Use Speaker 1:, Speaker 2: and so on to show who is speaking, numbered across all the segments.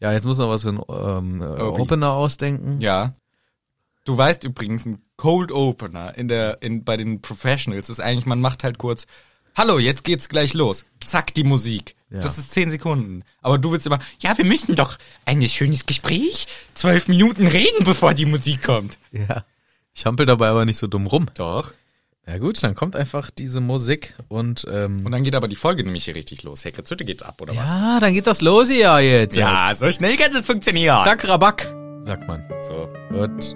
Speaker 1: Ja, jetzt muss noch was für einen ähm, Opener ausdenken.
Speaker 2: Ja. Du weißt übrigens, ein Cold Opener in der, in, bei den Professionals ist eigentlich, man macht halt kurz, hallo, jetzt geht's gleich los. Zack, die Musik.
Speaker 1: Ja.
Speaker 2: Das ist zehn Sekunden. Aber du willst immer, ja, wir müssen doch ein schönes Gespräch, zwölf Minuten reden, bevor die Musik kommt.
Speaker 1: ja. Ich hampel dabei aber nicht so dumm rum.
Speaker 2: Doch.
Speaker 1: Ja gut, dann kommt einfach diese Musik und ähm,
Speaker 2: Und dann geht aber die Folge nämlich hier richtig los. Hey, Kritzhütte geht's ab, oder was?
Speaker 1: ja, dann geht das los ja jetzt.
Speaker 2: Ja, so schnell kann es funktionieren.
Speaker 1: Zack, Raback, sagt man.
Speaker 2: So.
Speaker 1: Gut.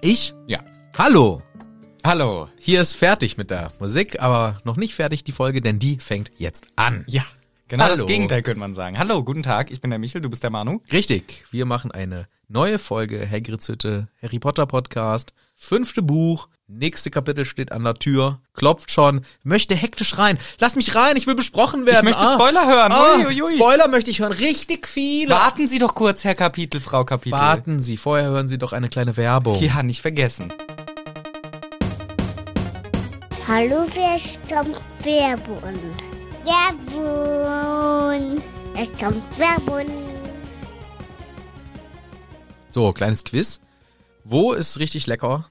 Speaker 1: Ich?
Speaker 2: Ja.
Speaker 1: Hallo.
Speaker 2: Hallo.
Speaker 1: Hier ist fertig mit der Musik, aber noch nicht fertig die Folge, denn die fängt jetzt an.
Speaker 2: Ja. Genau
Speaker 1: Hallo.
Speaker 2: das Gegenteil könnte man sagen. Hallo, guten Tag, ich bin der Michel, du bist der Manu.
Speaker 1: Richtig, wir machen eine neue Folge Hagrid's Hütte, Harry Potter Podcast, fünfte Buch, nächste Kapitel steht an der Tür, klopft schon, möchte hektisch rein, lass mich rein, ich will besprochen werden.
Speaker 2: möchte Spoiler hören,
Speaker 1: Ah,
Speaker 2: uiuiui.
Speaker 1: Spoiler möchte ich hören, richtig viele.
Speaker 2: Warten Sie doch kurz, Herr Kapitel, Frau Kapitel.
Speaker 1: Warten Sie, vorher hören Sie doch eine kleine Werbung.
Speaker 2: Ja, nicht vergessen.
Speaker 3: Hallo, wer stammt Werbun? Werbun! Es kommt Werbun!
Speaker 1: So, kleines Quiz. Wo ist richtig lecker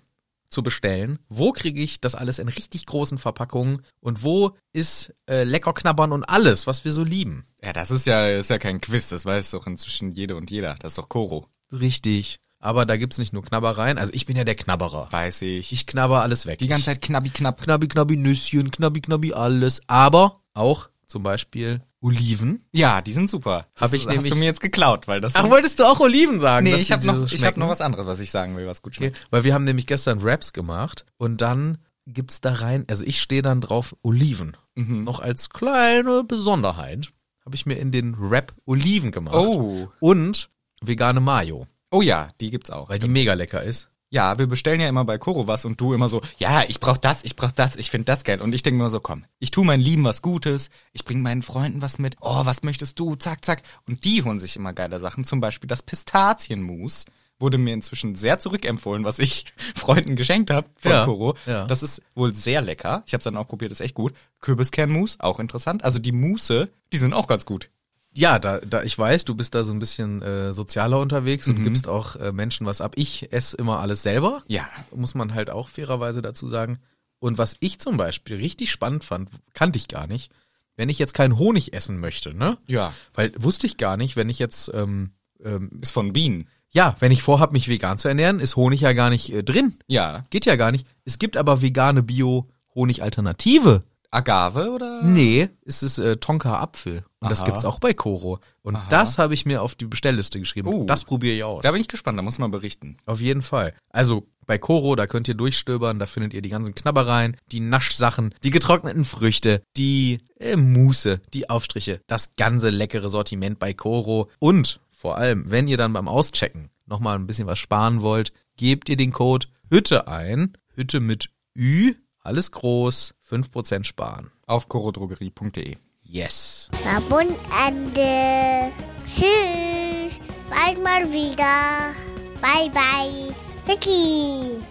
Speaker 1: zu bestellen? Wo kriege ich das alles in richtig großen Verpackungen? Und wo ist äh, lecker knabbern und alles, was wir so lieben?
Speaker 2: Ja, das ist ja, ist ja kein Quiz, das weiß doch inzwischen jede und jeder. Das ist doch Koro.
Speaker 1: Richtig. Aber da gibt's nicht nur Knabbereien. Also ich bin ja der Knabberer.
Speaker 2: Weiß ich.
Speaker 1: Ich knabber alles weg.
Speaker 2: Die ganze Zeit knabbi knapp.
Speaker 1: knabbi, knabbi Nüsschen, knabbi, knabbi alles. Aber auch zum Beispiel Oliven.
Speaker 2: Ja, die sind super.
Speaker 1: Hab
Speaker 2: Das
Speaker 1: ich
Speaker 2: hast
Speaker 1: nämlich-
Speaker 2: du mir jetzt geklaut, weil das.
Speaker 1: Ach, wolltest du auch Oliven sagen?
Speaker 2: nee,
Speaker 1: dass
Speaker 2: ich
Speaker 1: dir
Speaker 2: habe
Speaker 1: die
Speaker 2: noch,
Speaker 1: so
Speaker 2: ich hab
Speaker 1: schmecken?
Speaker 2: noch was anderes, was ich sagen will, was gut
Speaker 1: Okay,
Speaker 2: schmeckt.
Speaker 1: weil wir haben nämlich gestern Wraps gemacht und dann gibt's da rein, also ich stehe dann drauf Oliven. Noch als kleine Besonderheit habe ich mir in den Wrap Oliven gemacht.
Speaker 2: Oh.
Speaker 1: Und vegane Mayo,
Speaker 2: Oh ja, die gibt's auch.
Speaker 1: weil die mega lecker ist.
Speaker 2: Ja, wir bestellen ja immer bei Koro was und du immer so, ja, ich brauch das, ich brauch das, ich find das geil. Und ich denke mir so, komm, ich tu meinen Lieben was Gutes, ich bring meinen Freunden was mit, oh, was möchtest du, zack, zack. Und die holen sich immer geile Sachen, zum Beispiel das Pistazienmus wurde mir inzwischen sehr zurückempfohlen, was ich Freunden geschenkt habe von
Speaker 1: Ja,
Speaker 2: Koro.
Speaker 1: ja.
Speaker 2: Das ist wohl sehr lecker. Ich habe dann auch probiert, ist echt gut. Kürbiskernmus, auch interessant. Also die Muße, die sind auch ganz gut.
Speaker 1: Ja, da, da ich weiß, du bist da so ein bisschen äh, sozialer unterwegs und gibst auch äh, Menschen was ab. Ich esse immer alles selber.
Speaker 2: Mhm. Ja.
Speaker 1: Muss man halt auch fairerweise dazu sagen. Und was ich zum Beispiel richtig spannend fand, kannte ich gar nicht, wenn ich jetzt keinen Honig essen möchte, ne?
Speaker 2: Ja.
Speaker 1: Weil wusste ich gar nicht, wenn ich jetzt, ähm, ähm,
Speaker 2: Ist von Bienen.
Speaker 1: ja, wenn ich vorhab, mich vegan zu ernähren, ist Honig ja gar nicht äh, drin.
Speaker 2: Ja.
Speaker 1: Geht ja gar nicht. Es gibt aber vegane Bio-Honig-Alternative.
Speaker 2: Agave oder?
Speaker 1: Nee, es ist äh, Tonka Apfel. Und das
Speaker 2: Aha.
Speaker 1: gibt's auch bei Koro. Und das habe ich mir auf die Bestellliste geschrieben.
Speaker 2: Oh.
Speaker 1: Das probiere ich aus.
Speaker 2: Da bin ich gespannt, da muss man berichten.
Speaker 1: auf jeden Fall. Also bei Koro, da könnt ihr durchstöbern, da findet ihr die ganzen Knabbereien, die Naschsachen, die getrockneten Früchte, die äh, Muße, die Aufstriche, das ganze leckere Sortiment bei Koro. Und vor allem, wenn ihr dann beim Auschecken nochmal ein bisschen was sparen wollt, gebt ihr den Code Hütte ein. Hütte mit Ü, alles groß, 5% sparen.
Speaker 2: auf chorodrogerie.de.
Speaker 1: Yes.
Speaker 3: Werbun Ende! Tschüss! Bald mal wieder! Bye bye! Vicky!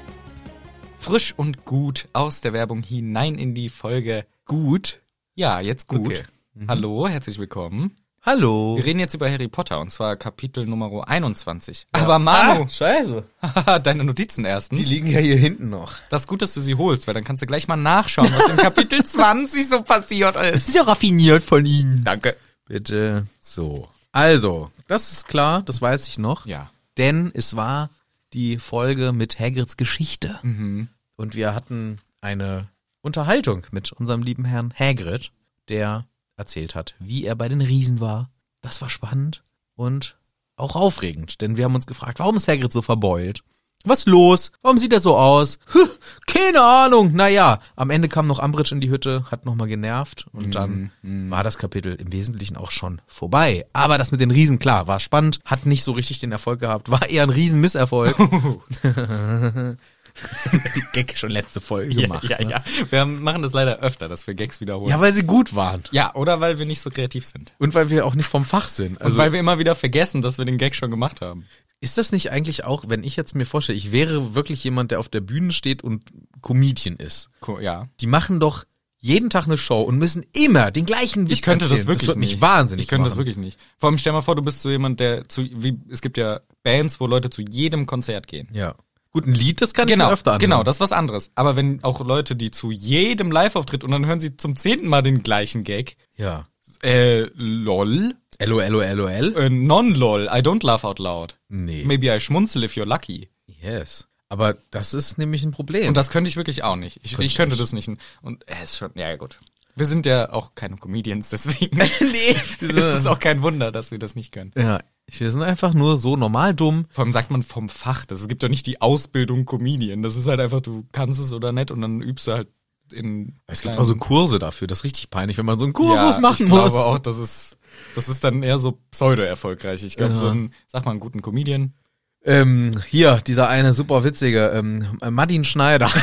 Speaker 2: Frisch und gut aus der Werbung hinein in die Folge.
Speaker 1: Gut.
Speaker 2: Ja, jetzt gut.
Speaker 1: Okay.
Speaker 2: Hallo, herzlich willkommen.
Speaker 1: Hallo.
Speaker 2: Wir reden jetzt über Harry Potter und zwar Kapitel Nummer 21. Aber Manu,
Speaker 1: Ah, scheiße.
Speaker 2: deine Notizen
Speaker 1: Die
Speaker 2: erstens.
Speaker 1: liegen ja hier hinten noch.
Speaker 2: Das ist gut, dass du sie holst, weil dann kannst du gleich mal nachschauen, was in Kapitel 20 so passiert ist.
Speaker 1: ist ja raffiniert von Ihnen.
Speaker 2: Danke.
Speaker 1: Bitte. So. Also, das ist klar, das weiß ich noch.
Speaker 2: Ja.
Speaker 1: Denn es war die Folge mit Hagrids Geschichte.
Speaker 2: Mhm.
Speaker 1: Und wir hatten eine Unterhaltung mit unserem lieben Herrn Hagrid, der erzählt hat, wie er bei den Riesen war. Das war spannend und auch aufregend, denn wir haben uns gefragt, warum ist Hagrid so verbeult? Was los? Warum sieht er so aus? Huh, keine Ahnung. Naja, am Ende kam noch Ambridge in die Hütte, hat nochmal genervt
Speaker 2: Mhm,
Speaker 1: und dann war das Kapitel im Wesentlichen auch schon vorbei. Aber das mit den Riesen, klar, war spannend, hat nicht so richtig den Erfolg gehabt, war eher ein Riesenmisserfolg. die Gag schon letzte Folge gemacht.
Speaker 2: ja,
Speaker 1: ne?
Speaker 2: ja. Wir haben, machen das leider öfter, dass wir Gags wiederholen.
Speaker 1: ja, weil sie gut waren.
Speaker 2: ja, oder weil wir nicht so kreativ sind.
Speaker 1: Und weil wir auch nicht vom Fach sind.
Speaker 2: Also,
Speaker 1: Also
Speaker 2: und weil wir immer wieder vergessen, dass wir den Gag schon gemacht haben.
Speaker 1: Ist das nicht eigentlich auch, wenn ich jetzt mir vorstelle, ich wäre wirklich jemand, der auf der Bühne steht und Comedian ist.
Speaker 2: Co- Ja.
Speaker 1: Die machen doch jeden Tag eine Show und müssen immer den gleichen Witz
Speaker 2: Ich könnte
Speaker 1: erzählen.
Speaker 2: das wirklich
Speaker 1: das wird mich
Speaker 2: nicht.
Speaker 1: wahnsinnig
Speaker 2: Ich könnte
Speaker 1: machen.
Speaker 2: das wirklich nicht. Vor allem stell mal vor, du bist so jemand, der zu wie es gibt ja Bands, wo Leute zu jedem Konzert gehen.
Speaker 1: Ja. Gut, ein Lied, das kann ich
Speaker 2: Genau,
Speaker 1: mir öfter anhören.
Speaker 2: genau, das ist was anderes. Aber wenn auch Leute, die zu jedem Live-Auftritt und dann hören sie zum zehnten Mal den gleichen Gag,
Speaker 1: Ja.
Speaker 2: äh, lol,
Speaker 1: LOLOLOL?
Speaker 2: äh, non-lol, I don't laugh out loud.
Speaker 1: Nee.
Speaker 2: Maybe I schmunzel if you're lucky.
Speaker 1: Yes. Aber das ist nämlich ein Problem.
Speaker 2: Und das könnte ich wirklich auch nicht. Ich,
Speaker 1: Könnte
Speaker 2: ich könnte das nicht. Und äh, ist schon, ja gut. Wir sind ja auch keine Comedians, deswegen.
Speaker 1: nee.
Speaker 2: es ist auch kein Wunder, dass wir das nicht können.
Speaker 1: ja. Wir sind einfach nur so normal dumm.
Speaker 2: Vor allem sagt man vom Fach. Das, es gibt doch nicht die Ausbildung Comedian. Das ist halt einfach, du kannst es oder nicht und dann übst du halt in.
Speaker 1: Es gibt
Speaker 2: kleinen-
Speaker 1: auch so Kurse dafür. Das ist richtig peinlich, wenn man so einen Kursus machen
Speaker 2: also ich
Speaker 1: muss.
Speaker 2: glaube auch, das ist, das ist dann eher so pseudo-erfolgreich. Ich glaube,
Speaker 1: Ja.
Speaker 2: so ein, sag mal, einen guten Comedian.
Speaker 1: Ähm, hier, dieser eine super witzige, ähm, Martin Schneider.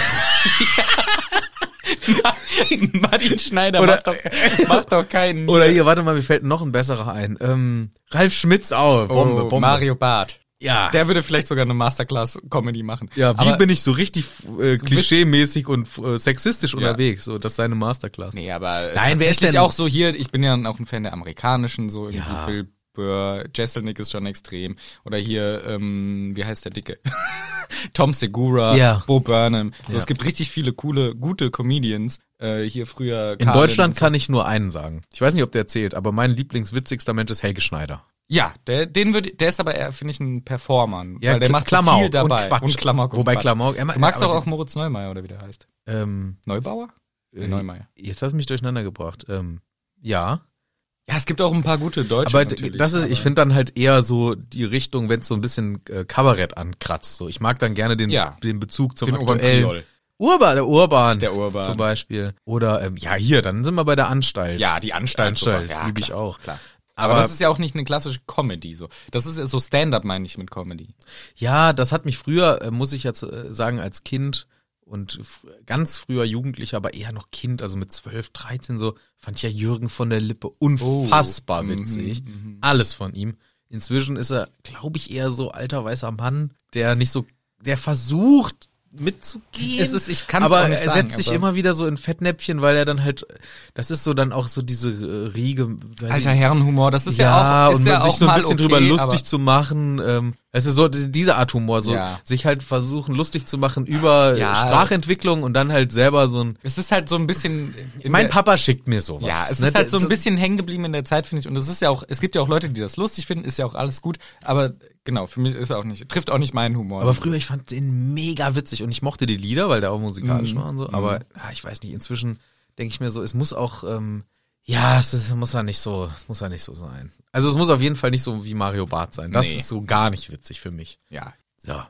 Speaker 2: Martin Schneider
Speaker 1: Oder-
Speaker 2: macht, doch, macht doch keinen.
Speaker 1: Oder hier, warte mal, mir fällt noch ein besserer ein. Ähm, Ralf Schmitz auch. Bombe,
Speaker 2: oh,
Speaker 1: Bombe.
Speaker 2: Mario Barth.
Speaker 1: Ja.
Speaker 2: Der würde vielleicht sogar eine Masterclass-Comedy machen.
Speaker 1: ja, wie
Speaker 2: aber,
Speaker 1: bin ich so richtig äh, klischeemäßig und äh, sexistisch unterwegs? So, das ist seine Masterclass.
Speaker 2: Nee, aber äh,
Speaker 1: Nein, wer ist
Speaker 2: tatsächlich
Speaker 1: denn-
Speaker 2: auch so hier, ich bin ja auch ein Fan der amerikanischen, so irgendwie
Speaker 1: Ja.
Speaker 2: Bill Burr, Jesselnick ist schon extrem. Oder hier, ähm, wie heißt der Dicke? Tom Segura,
Speaker 1: Ja.
Speaker 2: Bo Burnham. So,
Speaker 1: Ja.
Speaker 2: es gibt richtig viele coole, gute Comedians. Äh, hier früher
Speaker 1: In Deutschland kann ich nur einen sagen. Ich weiß nicht, ob der zählt, aber mein lieblingswitzigster Mensch ist Helge Schneider.
Speaker 2: Ja, der, den würd, der ist aber eher, finde ich, ein Performer.
Speaker 1: Ja,
Speaker 2: weil der
Speaker 1: Kla-
Speaker 2: macht
Speaker 1: Klamauk
Speaker 2: viel dabei.
Speaker 1: und Quatsch.
Speaker 2: Klamauk.
Speaker 1: Wobei
Speaker 2: Quatsch.
Speaker 1: Klamauk- er ma-
Speaker 2: Du magst
Speaker 1: aber
Speaker 2: doch auch
Speaker 1: die-
Speaker 2: Moritz Neumeier, oder wie der heißt.
Speaker 1: Ähm,
Speaker 2: Neubauer? Nee, Neumeier.
Speaker 1: jetzt hast du mich durcheinander gebracht. Ähm, ja.
Speaker 2: Ja, es gibt auch ein paar gute Deutsche.
Speaker 1: Aber d-
Speaker 2: natürlich,
Speaker 1: das ist, ich
Speaker 2: aber-
Speaker 1: finde dann halt eher so die Richtung, wenn es so ein bisschen äh, Kabarett ankratzt. So, ich mag dann gerne den,
Speaker 2: Ja.
Speaker 1: den Bezug zum
Speaker 2: den
Speaker 1: aktuellen.
Speaker 2: Oberkriol.
Speaker 1: Urban, der Urban.
Speaker 2: Der Urban.
Speaker 1: Zum Beispiel. Oder, ähm, ja, hier, dann sind wir bei der Anstalt.
Speaker 2: Ja, die Anstalt.
Speaker 1: Anstalt,
Speaker 2: super. ja,
Speaker 1: liebe ich
Speaker 2: klar,
Speaker 1: auch.
Speaker 2: Klar.
Speaker 1: Aber-
Speaker 2: Aber, das ist ja auch nicht eine klassische Comedy. So, das ist so Stand-up meine ich mit Comedy.
Speaker 1: Ja, das hat mich früher, äh, muss ich jetzt äh, sagen, als Kind und f- ganz früher Jugendlicher, aber eher noch Kind, also mit 12, 13 so, fand ich ja Jürgen von der Lippe unfassbar
Speaker 2: Oh.
Speaker 1: witzig.
Speaker 2: Mhm,
Speaker 1: Alles von ihm. Inzwischen ist er, glaube ich, eher so alter weißer Mann, der nicht so, der versucht mitzugehen.
Speaker 2: Es ist- ich kann's
Speaker 1: aber
Speaker 2: auch nicht
Speaker 1: er
Speaker 2: sagen,
Speaker 1: setzt sich
Speaker 2: aber-
Speaker 1: immer wieder so in Fettnäpfchen, weil er dann halt, das ist so dann auch so diese äh, Riege. weiß ich
Speaker 2: Alter Herrenhumor, das ist ja,
Speaker 1: ja,
Speaker 2: auch ist
Speaker 1: und
Speaker 2: ja
Speaker 1: man sich
Speaker 2: auch
Speaker 1: so ein
Speaker 2: mal
Speaker 1: bisschen
Speaker 2: okay,
Speaker 1: drüber lustig
Speaker 2: aber-
Speaker 1: zu machen. Ähm, es ist so die- dieser Art Humor, so
Speaker 2: Ja.
Speaker 1: sich halt versuchen lustig zu machen über äh,
Speaker 2: Ja.
Speaker 1: Sprachentwicklung und dann halt selber so ein.
Speaker 2: Es ist halt so ein bisschen. in
Speaker 1: Mein
Speaker 2: der-
Speaker 1: Papa schickt mir sowas.
Speaker 2: Ja, es
Speaker 1: ne?
Speaker 2: ist halt so ein
Speaker 1: Der-
Speaker 2: bisschen hängen geblieben in der Zeit, finde ich. Und es ist ja auch, es gibt ja auch Leute, die das lustig finden, ist ja auch alles gut. Aber genau, für mich ist auch nicht, trifft auch nicht meinen Humor.
Speaker 1: Aber früher, ich fand den mega witzig und ich mochte die Lieder, weil der auch musikalisch
Speaker 2: Mhm.
Speaker 1: war und so. Aber ah, ich weiß nicht, inzwischen denke ich mir so, es muss auch, ähm, ja, es ist, muss ja nicht so, es muss ja nicht so sein. Also es muss auf jeden Fall nicht so wie Mario Barth sein. Das
Speaker 2: Nee.
Speaker 1: ist so gar nicht witzig für mich.
Speaker 2: ja,
Speaker 1: So.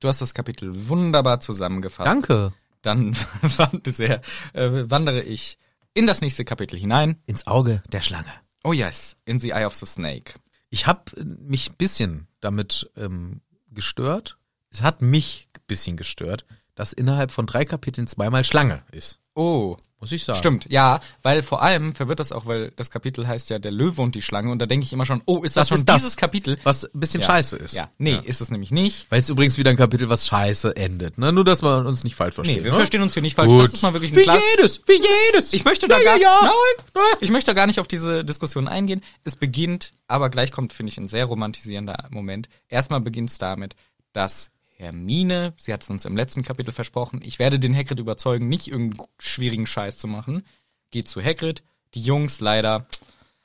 Speaker 2: du hast das Kapitel wunderbar zusammengefasst.
Speaker 1: Danke.
Speaker 2: Dann wand- sehr, äh, wandere ich in das nächste Kapitel hinein.
Speaker 1: Ins Auge der Schlange.
Speaker 2: Oh yes, in the eye of the snake.
Speaker 1: Ich habe mich ein bisschen damit ähm, gestört. Es hat mich ein bisschen gestört, dass innerhalb von drei Kapiteln zweimal Schlange ist.
Speaker 2: Oh,
Speaker 1: Muss ich sagen.
Speaker 2: stimmt, ja, weil vor allem verwirrt das auch, weil das Kapitel heißt ja der Löwe und die Schlange und da denke ich immer schon, oh, ist das,
Speaker 1: Das
Speaker 2: schon
Speaker 1: ist das.
Speaker 2: dieses Kapitel?
Speaker 1: Was ein bisschen
Speaker 2: ja.
Speaker 1: scheiße ist.
Speaker 2: Ja, nee, ist es nämlich nicht.
Speaker 1: Weil es übrigens wieder ein Kapitel, was scheiße endet. Ne? Nur, dass wir uns nicht falsch verstehen.
Speaker 2: Nee, wir
Speaker 1: ne?
Speaker 2: verstehen uns hier nicht falsch.
Speaker 1: Gut.
Speaker 2: Das ist mal wirklich ein
Speaker 1: Wie
Speaker 2: klar-
Speaker 1: jedes, wie jedes.
Speaker 2: Ich möchte da
Speaker 1: ja,
Speaker 2: gar
Speaker 1: ja, ja.
Speaker 2: Nein, ich möchte da gar nicht auf diese Diskussion eingehen. Es beginnt, aber gleich kommt, finde ich, ein sehr romantisierender Moment. Erstmal beginnt es damit, dass Hermine, sie hat es uns im letzten Kapitel versprochen, ich werde den Hagrid überzeugen, nicht irgendeinen schwierigen Scheiß zu machen. Geht zu Hagrid, die Jungs leider,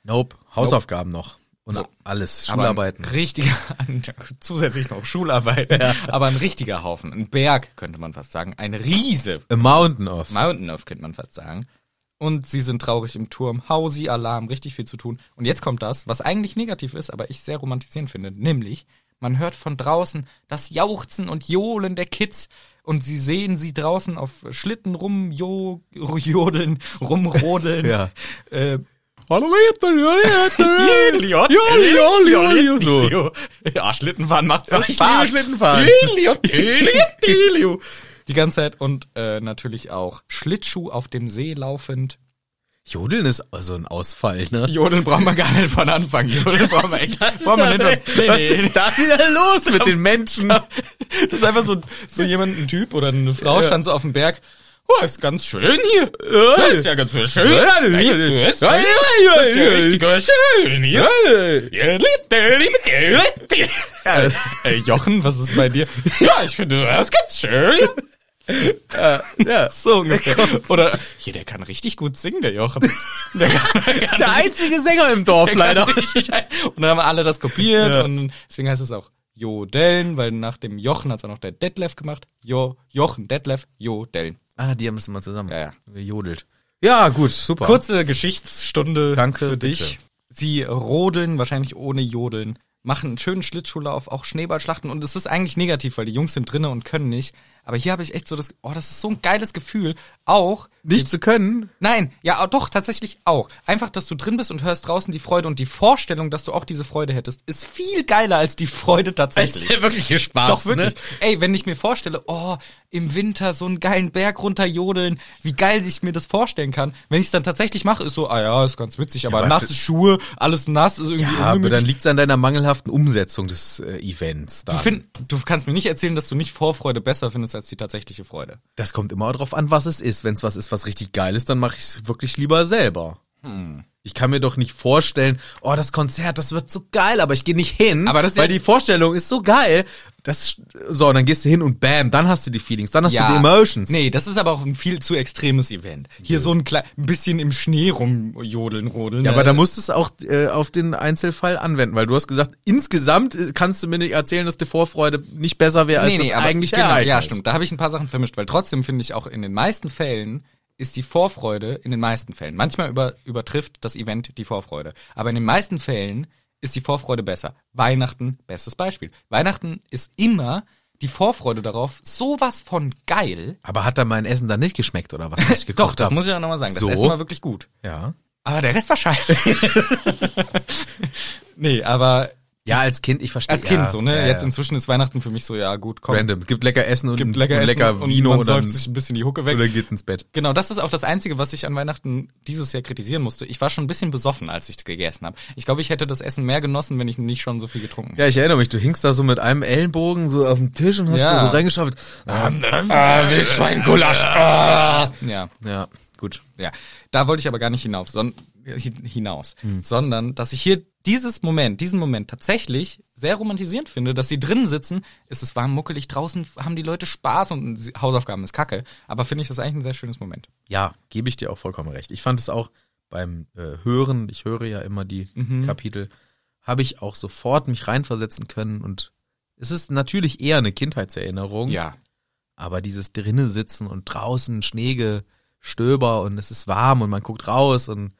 Speaker 1: Nope. Hausaufgaben noch. Und
Speaker 2: So.
Speaker 1: alles.
Speaker 2: aber
Speaker 1: Schularbeiten.
Speaker 2: Ein richtiger, zusätzlich noch Schularbeiten, aber ein richtiger Haufen, ein Berg könnte man fast sagen, ein Riese
Speaker 1: A mountain of.
Speaker 2: Mountain of, könnte man fast sagen. Und sie sind traurig im Turm, Hausi, Alarm, richtig viel zu tun. Und jetzt kommt das, was eigentlich negativ ist, aber ich sehr romantisierend finde, nämlich, Man hört von draußen das Jauchzen und Johlen der Kids und sie sehen sie draußen auf Schlitten rumjodeln, rumrodeln.
Speaker 1: Ja.
Speaker 2: Äh,
Speaker 1: Hallo, Idiot,
Speaker 2: Idiot,
Speaker 1: Idiot, Idiot, so.
Speaker 2: Idiot. Ja, Schlittenfahren macht so
Speaker 1: Ich
Speaker 2: Spaß.
Speaker 1: liebe Schlittenfahren.
Speaker 2: Idiot, Idiot, Idiot. Die ganze Zeit und äh, natürlich auch Schlittschuh auf dem See laufend.
Speaker 1: Jodeln ist also ein Ausfall, ne?
Speaker 2: Jodeln brauchen wir gar nicht von Anfang. Jodeln brauchen wir echt.
Speaker 1: Was ist,
Speaker 2: brauchen wir
Speaker 1: da,
Speaker 2: nicht von,
Speaker 1: was ist da wieder los mit den Menschen?
Speaker 2: Das ist einfach so, so jemand, ein Typ oder eine Frau
Speaker 1: Ja.
Speaker 2: stand so auf dem Berg. Oh, ist ganz schön hier.
Speaker 1: Ja.
Speaker 2: Das ist ja ganz schön.
Speaker 1: Ja, ja, ja, ja.
Speaker 2: Das ist
Speaker 1: Ja, ja, ja,
Speaker 2: das ist ja
Speaker 1: ja.
Speaker 2: richtig schön hier.
Speaker 1: Ja.
Speaker 2: Ey, Jochen, was ist bei dir? Ja, ich finde das ganz schön.
Speaker 1: Ja.
Speaker 2: So ungefähr. Oder, hier, der kann richtig gut singen, der Jochen. Der kann, der kann,
Speaker 1: Der einzige Sänger im Dorf,
Speaker 2: der
Speaker 1: leider.
Speaker 2: kann richtig, und dann haben alle das kopiert
Speaker 1: Ja.
Speaker 2: und deswegen heißt es auch Jodeln, weil nach dem Jochen hat es auch noch der Detlef gemacht. Jo, Jochen, Detlef, Jodeln.
Speaker 1: Ah, die haben es immer zusammen
Speaker 2: Ja, ja.
Speaker 1: gejodelt. Ja, gut, super.
Speaker 2: Kurze Geschichtsstunde
Speaker 1: Danke,
Speaker 2: für dich. Sie rodeln, wahrscheinlich ohne Jodeln, machen einen schönen Schlittschuhlauf, auch Schneeballschlachten und es ist eigentlich negativ, weil die Jungs sind drinne und können nicht. Aber hier habe ich echt so das, oh, das ist so ein geiles Gefühl. Auch,
Speaker 1: Nicht zu können.
Speaker 2: nein, ja ah, doch, tatsächlich auch. Einfach, dass du drin bist und hörst draußen die Freude und die Vorstellung, dass du auch diese Freude hättest, ist viel geiler als die Freude tatsächlich.
Speaker 1: wirkliche Spaß, ne?
Speaker 2: Doch wirklich. Ey, wenn ich mir vorstelle, oh, im Winter so einen geilen Berg runterjodeln, wie geil ich mir das vorstellen kann. Wenn ich es dann tatsächlich mache, ist so, ah ja, ist ganz witzig, aber
Speaker 1: aber
Speaker 2: nasse
Speaker 1: für-
Speaker 2: Schuhe, alles nass, ist irgendwie
Speaker 1: Ja, aber
Speaker 2: ungemütlich.
Speaker 1: dann liegt's an deiner mangelhaften Umsetzung des äh, Events.
Speaker 2: Du,
Speaker 1: Dann.
Speaker 2: find, du kannst mir nicht erzählen, dass du nicht Vorfreude besser findest als die tatsächliche Freude.
Speaker 1: das kommt immer darauf an, was es ist. Wenn's was ist, was richtig geil ist, dann mache ich's wirklich lieber selber.
Speaker 2: Hm.
Speaker 1: Ich kann mir doch nicht vorstellen, oh, das Konzert, das wird so geil, aber ich gehe nicht hin,
Speaker 2: Aber das ist ja-
Speaker 1: weil die Vorstellung ist so geil. Das, so, und dann gehst du hin und bam, dann hast du die Feelings, dann hast du die Emotions.
Speaker 2: Nee, das ist aber auch ein viel zu extremes Event. Hier so ein, klei- ein bisschen im Schnee rumjodeln, rodeln.
Speaker 1: Ja, aber
Speaker 2: äh,
Speaker 1: da musst du es auch äh, auf den Einzelfall anwenden, weil du hast gesagt, insgesamt äh, kannst du mir nicht erzählen, dass die Vorfreude nicht besser wäre, als das
Speaker 2: aber-
Speaker 1: eigentliche
Speaker 2: genau,
Speaker 1: Ereignis.
Speaker 2: Ja, stimmt. Da habe ich ein paar Sachen vermischt, weil trotzdem finde ich auch in den meisten Fällen ist die Vorfreude in den meisten Fällen. Manchmal über, übertrifft das Event die Vorfreude. Aber in den meisten Fällen ist die Vorfreude besser. Weihnachten, bestes Beispiel. Weihnachten ist immer die Vorfreude darauf, sowas von geil.
Speaker 1: Aber hat da mein Essen dann nicht geschmeckt oder was was ich gekocht
Speaker 2: Doch, das
Speaker 1: hab?
Speaker 2: muss ich auch nochmal sagen. Das
Speaker 1: So?
Speaker 2: Essen war wirklich gut.
Speaker 1: ja.
Speaker 2: Aber der Rest war scheiße. nee, aber
Speaker 1: Ja, als Kind, ich verstehe.
Speaker 2: als Kind
Speaker 1: ja,
Speaker 2: so, ne?
Speaker 1: Ja,
Speaker 2: Jetzt
Speaker 1: ja.
Speaker 2: inzwischen ist Weihnachten für mich so, ja gut, komm.
Speaker 1: Random. Gibt lecker Essen und
Speaker 2: Gibt lecker,
Speaker 1: und lecker
Speaker 2: Essen
Speaker 1: Vino
Speaker 2: und man
Speaker 1: und dann,
Speaker 2: säuft sich ein bisschen die Hucke weg.
Speaker 1: oder geht's ins Bett.
Speaker 2: Genau, das ist auch das Einzige, was ich an Weihnachten dieses Jahr kritisieren musste. Ich war schon ein bisschen besoffen, als ich gegessen habe. Ich glaube, ich hätte das Essen mehr genossen, wenn ich nicht schon so viel getrunken hätte.
Speaker 1: Ja, ich erinnere mich, du hingst da so mit einem Ellenbogen so auf dem Tisch und hast
Speaker 2: Ja.
Speaker 1: da so reingeschafft. Ah,
Speaker 2: Ah, Wildschweingulasch. Ah. Ja,
Speaker 1: ja, gut.
Speaker 2: ja. Da wollte ich aber gar nicht hinauf, son hin- hinaus, sondern dass ich hier dieses Moment, diesen Moment tatsächlich sehr romantisierend finde, dass sie drin sitzen, es ist warm, muckelig, draußen haben die Leute Spaß und sie- Hausaufgaben ist Kacke, aber finde ich das eigentlich ein sehr schönes Moment.
Speaker 1: Ja, gebe ich dir auch vollkommen recht. Ich fand es auch beim äh, Hören, ich höre ja immer die
Speaker 2: Mhm.
Speaker 1: Kapitel, habe ich auch sofort mich reinversetzen können und es ist natürlich eher eine Kindheitserinnerung, aber dieses drinnen sitzen und draußen Schneegestöber und es ist warm und man guckt raus und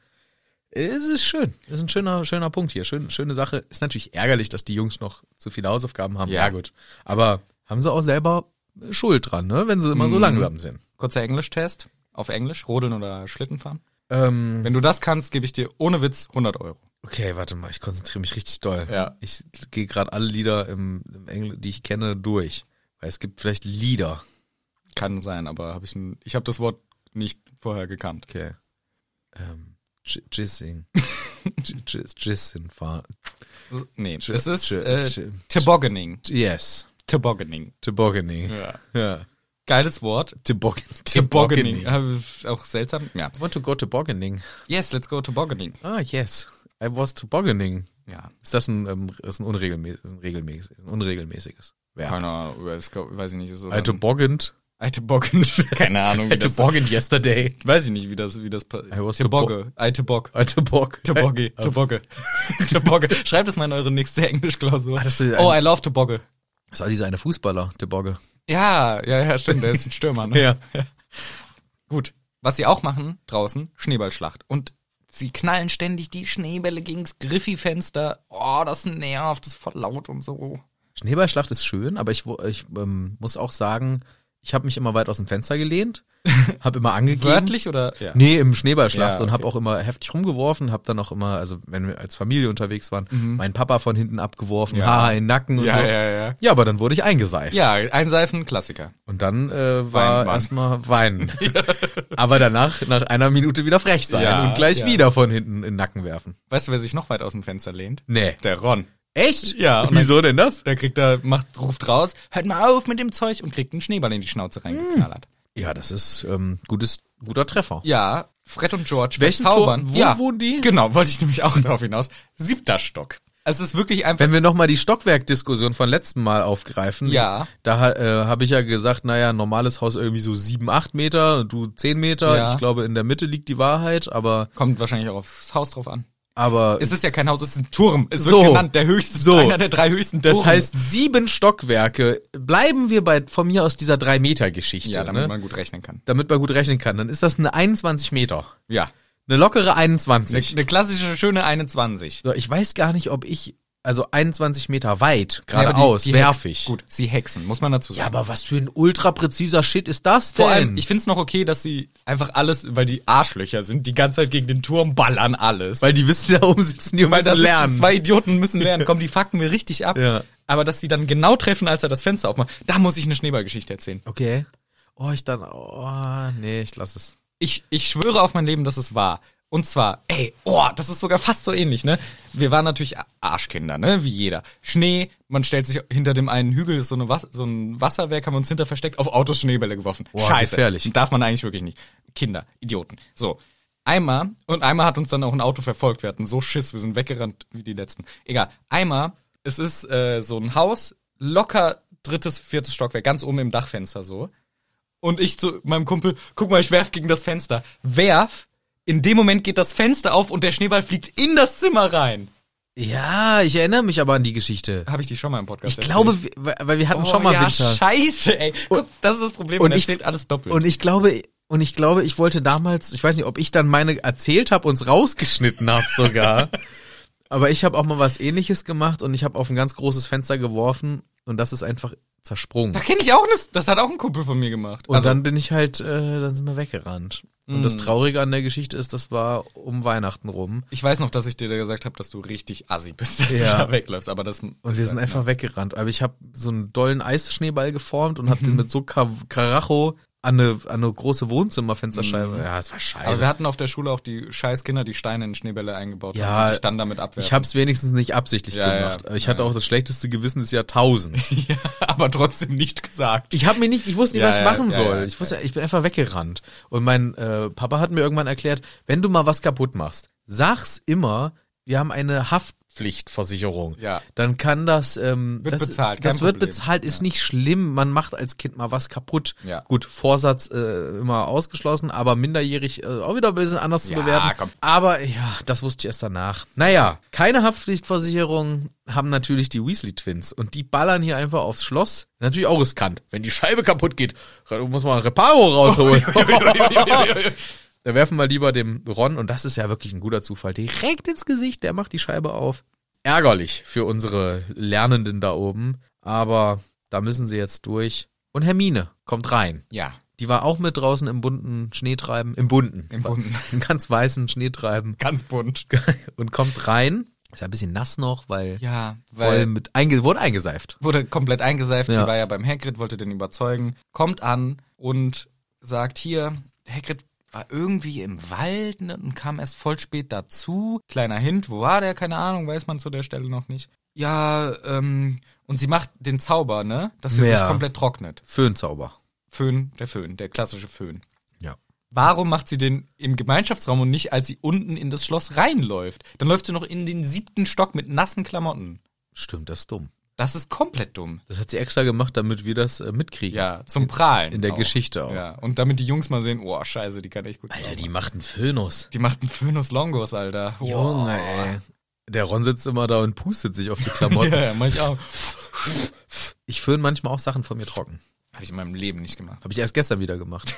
Speaker 1: es ist schön. Es ist ein schöner, schöner Punkt hier. Schön, schöne Sache. Ist natürlich ärgerlich, dass die Jungs noch zu viele Hausaufgaben haben.
Speaker 2: Ja.
Speaker 1: gut. Aber haben sie auch selber Schuld dran, ne? wenn sie immer so
Speaker 2: Mhm.
Speaker 1: langsam sind.
Speaker 2: Kurzer Englisch-Test auf Englisch, Rodeln oder Schlitten fahren.
Speaker 1: Ähm,
Speaker 2: Wenn du das kannst, gebe ich dir ohne Witz 100 Euro.
Speaker 1: Okay, warte mal, ich konzentriere mich richtig doll.
Speaker 2: Ja.
Speaker 1: Ich gehe gerade alle Lieder im, im Engl die ich kenne, durch. Weil es gibt vielleicht Lieder.
Speaker 2: Kann sein, aber hab ich, n- ich habe das Wort nicht vorher gekannt.
Speaker 1: Okay. Ähm, J- Jizzing. J- Jizz- Jizzing fahren.
Speaker 2: Nee,
Speaker 1: Sch-
Speaker 2: es ist
Speaker 1: sch-
Speaker 2: äh,
Speaker 1: sch-
Speaker 2: Tobogganing.
Speaker 1: Yes.
Speaker 2: Tobogganing.
Speaker 1: Tobogganing.
Speaker 2: Ja.
Speaker 1: Ja.
Speaker 2: Geiles Wort.
Speaker 1: Tobog-
Speaker 2: Tobogganing.
Speaker 1: Tobogganing.
Speaker 2: Äh, Auch seltsam. Ja.
Speaker 1: I want to go tobogganing.
Speaker 2: Yes, let's go Tobogganing.
Speaker 1: Ah, yes. I was tobogganing.
Speaker 2: Ja.
Speaker 1: Ist das ein, ähm, ist ein, unregelmäßiges, ist ein, regelmäßiges, ist ein unregelmäßiges Verb?
Speaker 2: Keine Ahnung, es go- weiß ich nicht. Ist so
Speaker 1: I tobogganned.
Speaker 2: I toboggan. Keine Ahnung,
Speaker 1: I
Speaker 2: wie das
Speaker 1: tobogganned yesterday.
Speaker 2: Weiß ich nicht, wie das, wie das pa-
Speaker 1: I was
Speaker 2: Tobogge. I tobog.
Speaker 1: I Oh. tobog.
Speaker 2: Tobogge.
Speaker 1: I-
Speaker 2: Tobogge. Tobogge. Schreibt das mal in eure nächste Englischklausur.
Speaker 1: Ah, das ist ein-
Speaker 2: Oh, I love Tobogge.
Speaker 1: Das war dieser eine Fußballer, Tobogge.
Speaker 2: Ja, ja, ja, stimmt, der ist ein Stürmer, ne?
Speaker 1: Ja.
Speaker 2: Gut. Was sie auch machen draußen, Schneeballschlacht. Und sie knallen ständig die Schneebälle gegens Griffi-Fenster. Oh, das nervt, das ist voll laut und so.
Speaker 1: Schneeballschlacht ist schön, aber ich, wo- ich ähm, muss auch sagen, ich habe mich immer weit aus dem Fenster gelehnt, habe immer angegeben.
Speaker 2: Wörtlich oder? Ja.
Speaker 1: Nee, im Schneeballschlacht
Speaker 2: Ja,
Speaker 1: und habe
Speaker 2: okay.
Speaker 1: auch immer heftig rumgeworfen, habe dann auch immer, also wenn wir als Familie unterwegs waren, meinen Papa von hinten abgeworfen,
Speaker 2: Mhm. Ja.
Speaker 1: haha, in den Nacken und
Speaker 2: Ja,
Speaker 1: so.
Speaker 2: ja, ja.
Speaker 1: Ja, aber dann wurde ich eingeseift.
Speaker 2: Ja, einseifen, Klassiker.
Speaker 1: Und dann äh, war
Speaker 2: Weinmann.
Speaker 1: erstmal weinen. Aber danach, nach einer Minute wieder frech sein
Speaker 2: Ja,
Speaker 1: und gleich
Speaker 2: ja.
Speaker 1: wieder von hinten in den Nacken werfen.
Speaker 2: Weißt du, wer sich noch weit aus dem Fenster lehnt?
Speaker 1: Nee.
Speaker 2: Der Ron.
Speaker 1: Echt?
Speaker 2: Ja, und dann-
Speaker 1: Wieso denn das?
Speaker 2: Der kriegt da, macht, ruft raus, hört mal auf mit dem Zeug und kriegt einen Schneeball in die Schnauze reingeknallert.
Speaker 1: Ja, das ist ähm, gutes, guter Treffer.
Speaker 2: Hm. Ja, Fred und George
Speaker 1: Welchen
Speaker 2: verzaubern.
Speaker 1: Turm? Wo
Speaker 2: ja,
Speaker 1: wohnen die?
Speaker 2: Genau, wollte ich nämlich auch darauf hinaus. Siebter Stock. Es ist wirklich einfach.
Speaker 1: Wenn wir nochmal die Stockwerkdiskussion von letztem Mal aufgreifen,
Speaker 2: Ja.
Speaker 1: da äh, habe ich ja gesagt, naja, normales Haus irgendwie so sieben, acht Meter, du zehn Meter.
Speaker 2: Ja.
Speaker 1: Ich glaube, in der Mitte liegt die Wahrheit, aber,
Speaker 2: Kommt wahrscheinlich auch aufs Haus drauf an.
Speaker 1: aber
Speaker 2: Es ist ja kein Haus, es ist ein Turm. Es wird
Speaker 1: So.
Speaker 2: genannt, der höchste,
Speaker 1: So.
Speaker 2: einer der drei höchsten
Speaker 1: das
Speaker 2: Türme.
Speaker 1: heißt sieben Stockwerke. Bleiben wir bei von mir aus dieser Drei-Meter-Geschichte.
Speaker 2: ja, damit
Speaker 1: ne?
Speaker 2: man gut rechnen kann.
Speaker 1: damit man gut rechnen kann, dann ist das eine 21 Meter.
Speaker 2: Ja.
Speaker 1: Eine lockere
Speaker 2: Eine,
Speaker 1: 21.
Speaker 2: eine klassische, schöne 21.
Speaker 1: So, ich weiß gar nicht, ob ich, also 21 Meter weit,
Speaker 2: Ja, aber die-
Speaker 1: geradeaus,
Speaker 2: die
Speaker 1: werf
Speaker 2: Hexen-
Speaker 1: ich.
Speaker 2: Gut, sie hexen, muss man dazu sagen.
Speaker 1: Ja, aber was für ein ultrapräziser Shit ist das denn?
Speaker 2: Vor allem, ich find's noch okay, dass sie einfach alles, weil die Arschlöcher sind, die ganze Zeit gegen den Turm ballern alles.
Speaker 1: Weil die wissen, da oben sitzen die und
Speaker 2: Weil da
Speaker 1: müssen
Speaker 2: sitzen
Speaker 1: lernen.
Speaker 2: zwei Idioten müssen lernen. Komm, die fucken mir richtig ab.
Speaker 1: Ja.
Speaker 2: Aber dass sie dann genau treffen, als er das Fenster aufmacht, da muss ich eine Schneeballgeschichte erzählen.
Speaker 1: okay. Oh, ich dann, oh, nee, ich lass es.
Speaker 2: Ich, ich schwöre auf mein Leben, dass es wahr. Und zwar, ey, oh, das ist sogar fast so ähnlich, ne? Wir waren natürlich Arschkinder, ne? Wie jeder. Schnee, man stellt sich hinter dem einen Hügel, ist so, eine Was so ein Wasserwerk, haben wir uns hinter versteckt, auf Autos Schneebälle geworfen.
Speaker 1: Boah,
Speaker 2: Scheiße.
Speaker 1: gefährlich.
Speaker 2: Darf man eigentlich wirklich nicht. Kinder, Idioten. So. Einmal, und einmal hat uns dann auch ein Auto verfolgt. Wir hatten so Schiss, wir sind weggerannt wie die letzten. Egal. Einmal, es ist äh, so ein Haus, locker drittes, viertes Stockwerk, ganz oben im Dachfenster so. Und ich zu meinem Kumpel, guck mal, ich werf gegen das Fenster. Werf, in dem Moment geht das Fenster auf und der Schneeball fliegt in das Zimmer rein.
Speaker 1: Ja, ich erinnere mich aber an die Geschichte.
Speaker 2: Habe ich die schon mal im Podcast
Speaker 1: Ich glaube, wir- weil wir hatten
Speaker 2: oh,
Speaker 1: schon mal
Speaker 2: ja,
Speaker 1: Winter.
Speaker 2: scheiße, ey. Guck, das ist das Problem,
Speaker 1: und
Speaker 2: man
Speaker 1: ich-
Speaker 2: erzählt alles doppelt.
Speaker 1: Und ich glaube, und ich glaube, ich wollte damals, ich weiß nicht, ob ich dann meine erzählt habe und rausgeschnitten habe sogar. Aber ich habe auch mal was ähnliches gemacht und ich habe auf ein ganz großes Fenster geworfen und das ist einfach zersprungen.
Speaker 2: da kenne ich auch ne, das hat auch ein Kumpel von mir gemacht. Also,
Speaker 1: Und dann bin ich halt, äh, dann sind wir weggerannt. Und das Traurige an der Geschichte ist, das war um Weihnachten rum.
Speaker 2: ich weiß noch, dass ich dir da gesagt habe, dass du richtig assi bist, dass
Speaker 1: Ja.
Speaker 2: du da wegläufst, aber das halt
Speaker 1: Und wir sind einfach weggerannt. Aber ich habe so einen dollen Eisschneeball geformt und
Speaker 2: Mhm.
Speaker 1: habe den mit so Ka Karacho an eine, an eine große Wohnzimmerfensterscheibe. Ja, es war scheiße.
Speaker 2: Also wir hatten auf der Schule auch die scheiß Kinder, die Steine in Schneebälle eingebaut
Speaker 1: Ja,
Speaker 2: haben und dich dann damit abwerfen.
Speaker 1: Ich habe es wenigstens nicht absichtlich
Speaker 2: Ja, ja,
Speaker 1: gemacht. ich
Speaker 2: ja,
Speaker 1: hatte auch das schlechteste Gewissen des Jahrtausends.
Speaker 2: ja, aber trotzdem nicht gesagt.
Speaker 1: Ich habe mir nicht, ich wusste nicht,
Speaker 2: Ja,
Speaker 1: was ich
Speaker 2: ja,
Speaker 1: machen
Speaker 2: ja,
Speaker 1: soll.
Speaker 2: ja,
Speaker 1: ich wusste, ich bin einfach weggerannt. Und mein äh, Papa hat mir irgendwann erklärt, wenn du mal was kaputt machst, sag's immer, wir haben eine Haftpflichtversicherung.
Speaker 2: Ja.
Speaker 1: Dann kann das, ähm,
Speaker 2: Wird
Speaker 1: das,
Speaker 2: bezahlt, kein
Speaker 1: das wird
Speaker 2: Problem.
Speaker 1: bezahlt, ist nicht schlimm. Man macht als Kind mal was kaputt.
Speaker 2: Ja.
Speaker 1: Gut, Vorsatz äh, immer ausgeschlossen, aber minderjährig äh, auch wieder ein bisschen anders zu
Speaker 2: Ja,
Speaker 1: bewerten.
Speaker 2: komm.
Speaker 1: Aber ja, das wusste ich erst danach. Naja, keine Haftpflichtversicherung haben natürlich die Weasley Twins und die ballern hier einfach aufs Schloss. Natürlich auch riskant. Wenn die Scheibe kaputt geht, muss man ein Reparo rausholen. Da werfen wir lieber dem Ron, und das ist ja wirklich ein guter Zufall, direkt ins Gesicht, der macht die Scheibe auf. Ärgerlich für unsere Lernenden da oben, aber da müssen sie jetzt durch. Und Hermine kommt rein.
Speaker 2: ja,
Speaker 1: Die war auch mit draußen im bunten Schneetreiben, im bunten,
Speaker 2: Im bunten.
Speaker 1: im ganz weißen Schneetreiben
Speaker 2: ganz bunt.
Speaker 1: und kommt rein. Ist ja ein bisschen nass noch, weil,
Speaker 2: Ja,
Speaker 1: voll
Speaker 2: weil
Speaker 1: mit einge wurde eingeseift.
Speaker 2: wurde komplett eingeseift.
Speaker 1: Ja.
Speaker 2: Sie war ja beim Hagrid, wollte den überzeugen. Kommt an und sagt hier, Hagrid war irgendwie im Wald ne, und kam erst voll spät dazu. Kleiner Hint, wo war der? Keine Ahnung, weiß man zu der Stelle noch nicht. Ja, ähm, und sie macht den Zauber, ne? Dass sie sich
Speaker 1: Ja.
Speaker 2: komplett trocknet.
Speaker 1: Föhnzauber.
Speaker 2: Föhn, der Föhn, der klassische Föhn.
Speaker 1: Ja.
Speaker 2: Warum macht sie den im Gemeinschaftsraum und nicht, als sie unten in das Schloss reinläuft? Dann läuft sie noch in den siebten Stock mit nassen Klamotten.
Speaker 1: Stimmt, das ist dumm.
Speaker 2: Das ist komplett dumm.
Speaker 1: Das hat sie extra gemacht, damit wir das äh, mitkriegen.
Speaker 2: Ja, zum Prahlen.
Speaker 1: in der Geschichte auch.
Speaker 2: Ja, und damit die Jungs mal sehen, oh, scheiße, die kann echt gut
Speaker 1: Alter,
Speaker 2: zaubern.
Speaker 1: die macht einen Phönus.
Speaker 2: Die macht einen Phönus Longus, Alter. Wow.
Speaker 1: Junge, ey. Der Ron sitzt immer da und pustet sich auf die Klamotten.
Speaker 2: Ja, ja, mach ich auch.
Speaker 1: Ich föhne manchmal auch Sachen von mir trocken.
Speaker 2: Habe ich in meinem Leben nicht gemacht.
Speaker 1: Habe ich erst gestern wieder gemacht.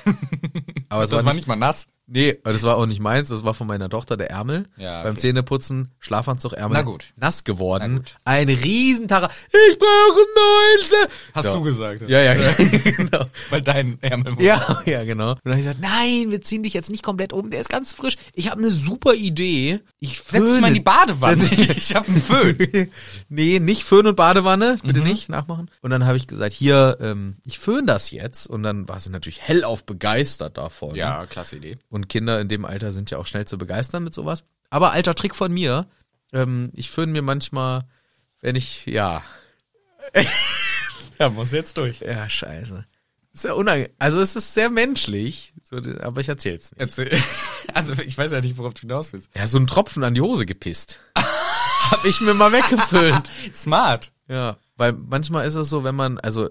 Speaker 1: Aber es
Speaker 2: Also Das war nicht mal nass.
Speaker 1: Nee, das war auch nicht meins, das war von meiner Tochter der Ärmel.
Speaker 2: Ja, okay.
Speaker 1: Beim Zähneputzen, Schlafanzug, Ärmel.
Speaker 2: Na gut.
Speaker 1: Nass geworden.
Speaker 2: Na gut.
Speaker 1: Ein Riesentara. Ich brauche einen neuen Schlaf.
Speaker 2: Hast
Speaker 1: ja.
Speaker 2: du gesagt.
Speaker 1: Ja, ja, genau.
Speaker 2: Weil dein Ärmel wurde-
Speaker 1: Ja, ja, genau. Und dann habe ich gesagt, nein, wir ziehen dich jetzt nicht komplett um, der ist ganz frisch. Ich habe eine super Idee. Ich
Speaker 2: Setz dich mal in die Badewanne.
Speaker 1: Setz dich-
Speaker 2: Ich hab einen Föhn. Mhm.
Speaker 1: nee, nicht Föhn und Badewanne, bitte nicht nachmachen. Und dann habe ich gesagt, hier, ähm, ich föhn das jetzt. Und dann war sie natürlich hellauf begeistert davon.
Speaker 2: Ja, klasse Idee.
Speaker 1: Und Kinder in dem Alter sind ja auch schnell zu begeistern mit sowas. Aber alter Trick von mir, ähm, ich föhn mir manchmal, wenn ich, ja,
Speaker 2: Ja, muss jetzt durch.
Speaker 1: ja, scheiße. Ist ja unange also es ist sehr menschlich, so, aber ich erzähl's nicht.
Speaker 2: Erzähl. Also ich weiß ja nicht, worauf du hinaus willst.
Speaker 1: Ja, so ein Tropfen an die Hose gepisst. Hab ich mir mal weggeföhnt.
Speaker 2: Smart.
Speaker 1: Ja, weil manchmal ist es so, wenn man, also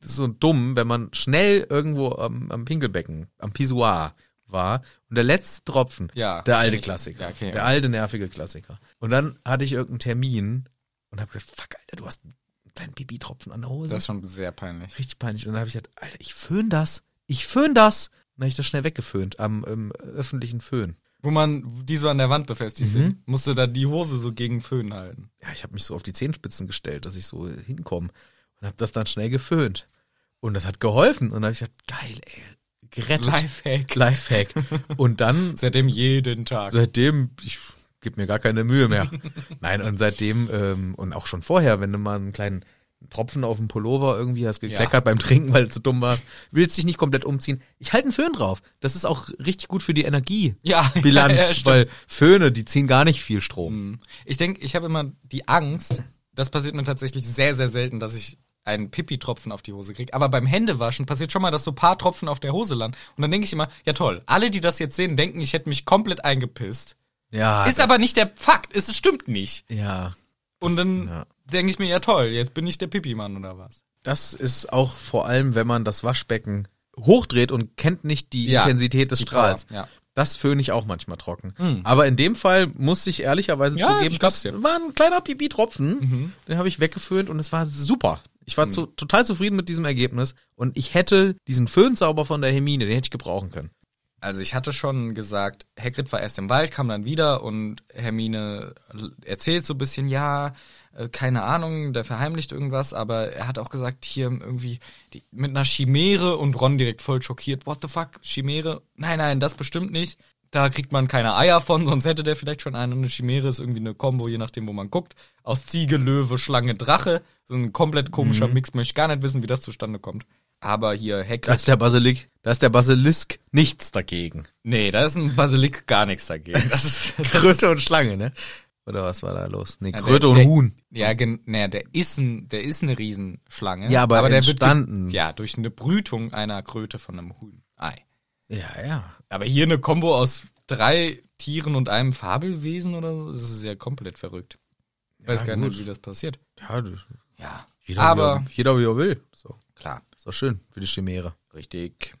Speaker 1: das ist so dumm, wenn man schnell irgendwo am, am Pinkelbecken, am Pissoir war und der letzte Tropfen,
Speaker 2: Ja.
Speaker 1: der alte Klassiker,
Speaker 2: Ja, okay.
Speaker 1: der alte nervige Klassiker. Und dann hatte ich irgendeinen Termin und habe gesagt, fuck, Alter, du hast einen kleinen Pipi-Tropfen an der Hose.
Speaker 2: Das ist schon sehr peinlich.
Speaker 1: Richtig peinlich. Und dann habe ich gesagt, Alter, ich föhn das, ich föhn das. Und dann habe ich das schnell weggeföhnt am ähm, öffentlichen Föhn.
Speaker 2: Wo man die so an der Wand befestigt sind, musst du da die Hose so gegen Föhn halten.
Speaker 1: ja, ich habe mich so auf die Zehenspitzen gestellt, dass ich so hinkomme und habe das dann schnell geföhnt. Und das hat geholfen und dann habe ich gedacht, geil, ey, gerettet.
Speaker 2: Lifehack.
Speaker 1: Lifehack. Und dann
Speaker 2: Seitdem jeden Tag.
Speaker 1: seitdem ich gebe mir gar keine Mühe mehr. Nein, und seitdem ähm, und auch schon vorher, wenn du mal einen kleinen Tropfen auf dem Pullover irgendwie hast gekleckert beim Trinken, weil du zu dumm warst, willst dich nicht komplett umziehen. Ich halte einen Föhn drauf. Das ist auch richtig gut für die Energiebilanz,
Speaker 2: ja, ja, stimmt. Mhm.
Speaker 1: weil Föhne, die ziehen gar nicht viel Strom.
Speaker 2: Ich denke, ich habe immer die Angst, das passiert mir tatsächlich sehr, sehr selten, dass ich einen Pipi-Tropfen auf die Hose kriege. Aber beim Händewaschen passiert schon mal, dass so ein paar Tropfen auf der Hose landen. Und dann denke ich immer, ja toll, alle, die das jetzt sehen, denken, ich hätte mich komplett eingepisst.
Speaker 1: Ja,
Speaker 2: ist aber nicht der Fakt, es stimmt nicht.
Speaker 1: ja,
Speaker 2: Und dann
Speaker 1: ja.
Speaker 2: denke ich mir, ja toll, jetzt bin ich der Pipi-Mann oder was.
Speaker 1: Das ist auch vor allem, wenn man das Waschbecken hochdreht und kennt nicht die
Speaker 2: Ja,
Speaker 1: Intensität des
Speaker 2: die
Speaker 1: Strahls.
Speaker 2: Power, ja. Hm.
Speaker 1: Das föhne ich auch manchmal trocken. Aber in dem Fall muss ich ehrlicherweise
Speaker 2: Ja,
Speaker 1: zugeben,
Speaker 2: ich glaub's
Speaker 1: das
Speaker 2: dir. Mhm.
Speaker 1: war ein kleiner Pipi-Tropfen. Den habe ich weggeföhnt und es war super. Ich
Speaker 2: Hm.
Speaker 1: war zu, total zufrieden mit diesem Ergebnis und ich hätte diesen Föhnsauber von der Hermine, den hätte ich gebrauchen können.
Speaker 2: Also ich hatte schon gesagt, Hagrid war erst im Wald, kam dann wieder und Hermine l- erzählt so ein bisschen, ja, äh, keine Ahnung, der verheimlicht irgendwas, aber er hat auch gesagt, hier irgendwie die, mit einer Chimäre und Ron direkt voll schockiert, what the fuck, Chimäre? Nein, nein, das bestimmt nicht. Da kriegt man keine Eier von, sonst hätte der vielleicht schon eine. Eine Chimäre ist irgendwie eine Kombo, je nachdem, wo man guckt. Aus Ziege, Löwe, Schlange, Drache. So ein komplett komischer Mix, möchte ich gar nicht wissen, wie das zustande kommt. Aber hier Hagrid...
Speaker 1: Da ist der Basilik, da ist der Basilisk nichts dagegen.
Speaker 2: Nee, da ist ein Basilik gar nichts dagegen. Das ist,
Speaker 1: Kröte und Schlange, ne? Oder was war da los? Nee,
Speaker 2: Ja,
Speaker 1: Kröte
Speaker 2: der-
Speaker 1: und
Speaker 2: der-
Speaker 1: Huhn.
Speaker 2: Ja, gen, naja, der ist ein, der ist eine Riesenschlange.
Speaker 1: Ja, aber
Speaker 2: der
Speaker 1: entstanden.
Speaker 2: Wird, ge- ja, durch eine Brütung einer Kröte von einem Huhn. Ei.
Speaker 1: Ja, ja.
Speaker 2: Aber hier eine Kombo aus drei Tieren und einem Fabelwesen oder so, das ist ja komplett verrückt. Weiß gar
Speaker 1: gut.
Speaker 2: nicht, wie das passiert.
Speaker 1: Ja, das-
Speaker 2: Ja.
Speaker 1: jeder,
Speaker 2: aber
Speaker 1: wie er, jeder wie er will. So.
Speaker 2: klar,
Speaker 1: Ist doch schön für die Chimäre.
Speaker 2: richtig.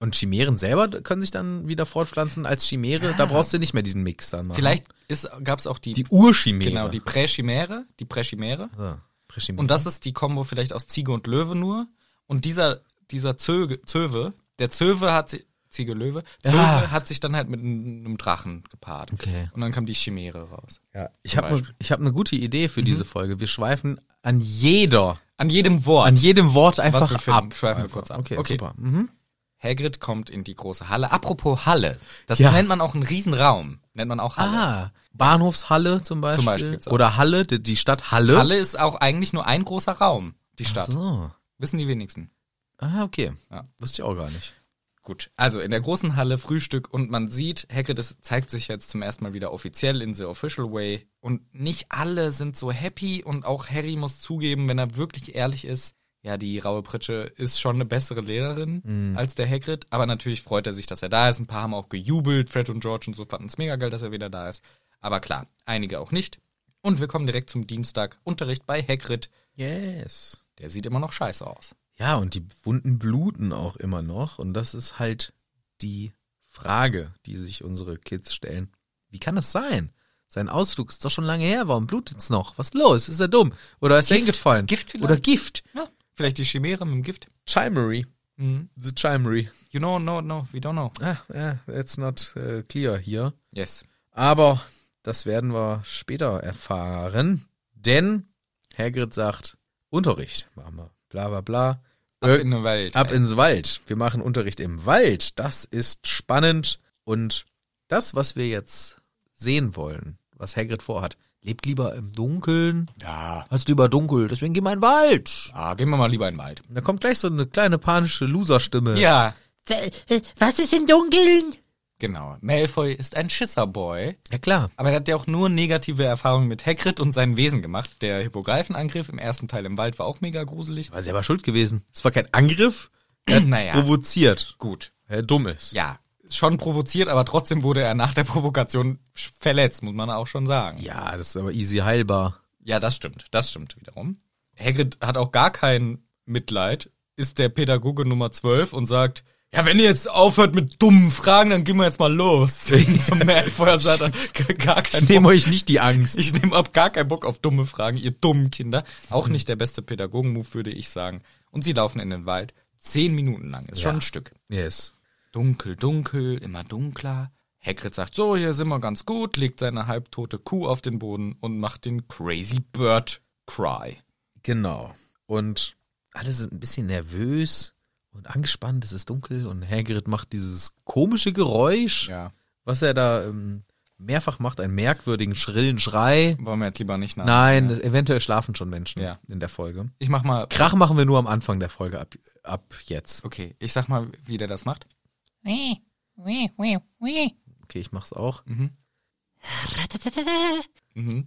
Speaker 1: Und Chimären selber können sich dann wieder fortpflanzen als Chimäre. Da brauchst du nicht mehr diesen Mix dann machen.
Speaker 2: Vielleicht ist, gab's auch die,
Speaker 1: die Urschimäre.
Speaker 2: genau, die Prächimäre, die Prächimäre.
Speaker 1: so, Prächimäre.
Speaker 2: Und das ist die Kombo vielleicht aus Ziege und Löwe nur. Und dieser, dieser Zöge, Zöwe, der Zöwe hat sich, Ziege, Löwe, Zöwe
Speaker 1: Ah.
Speaker 2: hat sich dann halt mit einem Drachen gepaart.
Speaker 1: Okay.
Speaker 2: Und dann kam die Chimäre raus.
Speaker 1: ja, ich habe
Speaker 2: Beispiel. Mhm.
Speaker 1: hab eine gute Idee für diese Folge. Wir schweifen an jeder,
Speaker 2: An jedem Wort.
Speaker 1: an jedem Wort einfach
Speaker 2: wir finden,
Speaker 1: ab.
Speaker 2: schweifen wir
Speaker 1: einfach.
Speaker 2: kurz ab.
Speaker 1: Okay,
Speaker 2: Okay.
Speaker 1: super. Mhm.
Speaker 2: Hagrid kommt in die große Halle. Apropos Halle. Das
Speaker 1: Ja.
Speaker 2: nennt man auch einen Riesenraum. Nennt man auch Halle.
Speaker 1: Ah, Bahnhofshalle zum Beispiel.
Speaker 2: Beispiel gibt's auch.
Speaker 1: Oder Halle, die, die Stadt Halle.
Speaker 2: Halle ist auch eigentlich nur ein großer Raum. Die Stadt.
Speaker 1: Ah. So.
Speaker 2: Wissen die wenigsten.
Speaker 1: Ah, okay.
Speaker 2: Ja.
Speaker 1: Wusste ich auch gar nicht.
Speaker 2: Gut, also in der großen Halle Frühstück und man sieht, Hagrid ist, zeigt sich jetzt zum ersten Mal wieder offiziell in The Official Way und nicht alle sind so happy und auch Harry muss zugeben, wenn er wirklich ehrlich ist, ja, die raue Pritsche ist schon eine bessere Lehrerin als der Hagrid, aber natürlich freut er sich, dass er da ist. Ein paar haben auch gejubelt, Fred und George und so fanden es mega geil, dass er wieder da ist. Aber klar, einige auch nicht. Und wir kommen direkt zum Dienstag Unterricht bei Hagrid.
Speaker 1: Yes.
Speaker 2: Der sieht immer noch scheiße aus.
Speaker 1: Ja, und die Wunden bluten auch immer noch. Und das ist halt die Frage, die sich unsere Kids stellen. Wie kann das sein? Sein Ausflug ist doch schon lange her. Warum bluttet's noch? Was ist los? Ist er dumm? Oder ist er
Speaker 2: Gift.
Speaker 1: hingefallen?
Speaker 2: Gift vielleicht?
Speaker 1: Oder Gift.
Speaker 2: Ja, vielleicht die Chimäre mit dem Gift. Mhm.
Speaker 1: Chimery. The Chimery.
Speaker 2: You know, no, no, we don't know.
Speaker 1: Ah, yeah, it's not äh, clear hier.
Speaker 2: Yes.
Speaker 1: Aber das werden wir später erfahren, denn Hagrid sagt, Unterricht machen wir. Bla bla bla.
Speaker 2: Äh, Ab
Speaker 1: Irg-
Speaker 2: in den Wald.
Speaker 1: Ab ins Wald. Wir machen Unterricht im Wald. Das ist spannend. Und das, was wir jetzt sehen wollen, was Hagrid vorhat, lebt lieber im Dunkeln
Speaker 2: Ja.
Speaker 1: als lieber dunkel. Deswegen geh mal in den Wald.
Speaker 2: Ah, gehen wir mal lieber in den Wald.
Speaker 1: Und da kommt gleich so eine kleine panische Loserstimme.
Speaker 2: Ja.
Speaker 4: äh, Was ist im Dunkeln?
Speaker 2: Genau. Malfoy ist ein Schisserboy.
Speaker 1: ja klar.
Speaker 2: Aber er hat ja auch nur negative Erfahrungen mit Hagrid und seinem Wesen gemacht. Der Hippogreifenangriff im ersten Teil im Wald war auch mega gruselig.
Speaker 1: War selber schuld gewesen. Es war kein Angriff. Er hat's
Speaker 2: Naja.
Speaker 1: provoziert.
Speaker 2: Gut.
Speaker 1: Er dumm ist.
Speaker 2: Ja. Schon provoziert, aber trotzdem wurde er nach der Provokation sch- verletzt, muss man auch schon sagen.
Speaker 1: ja, das ist aber easy heilbar.
Speaker 2: Ja, das stimmt. Das stimmt wiederum. Hagrid hat auch gar kein Mitleid, ist der Pädagoge Nummer 12 und sagt, ja, wenn ihr jetzt aufhört mit dummen Fragen, dann gehen wir jetzt mal los. Zum Malfoy und sagt dann "G- gar kein
Speaker 1: Ich nehme euch nicht die Angst.
Speaker 2: Ich nehme ab gar keinen Bock auf dumme Fragen, ihr dummen Kinder.
Speaker 1: Hm.
Speaker 2: Auch nicht der beste Pädagogen-Move, würde ich sagen. Und sie laufen in den Wald. Zehn Minuten lang. Ist schon ein Stück.
Speaker 1: Yes.
Speaker 2: Dunkel, dunkel, immer dunkler. Hagrid sagt, so, hier sind wir ganz gut, legt seine halbtote Kuh auf den Boden und macht den Crazy Bird Cry.
Speaker 1: Genau. Und alle sind ein bisschen nervös und angespannt, es ist dunkel und Hagrid macht dieses komische Geräusch,
Speaker 2: Ja.
Speaker 1: was er da ähm, mehrfach macht, einen merkwürdigen, schrillen Schrei.
Speaker 2: Wollen wir jetzt lieber nicht nach.
Speaker 1: Nein, das, eventuell schlafen schon Menschen
Speaker 2: Ja.
Speaker 1: in der Folge.
Speaker 2: Ich mach mal.
Speaker 1: Krach machen wir nur am Anfang der Folge ab, ab jetzt.
Speaker 2: Okay, ich sag mal, wie der das macht.
Speaker 4: Wee, wee, wee, wee.
Speaker 1: Okay, ich mach's auch.
Speaker 2: Mhm.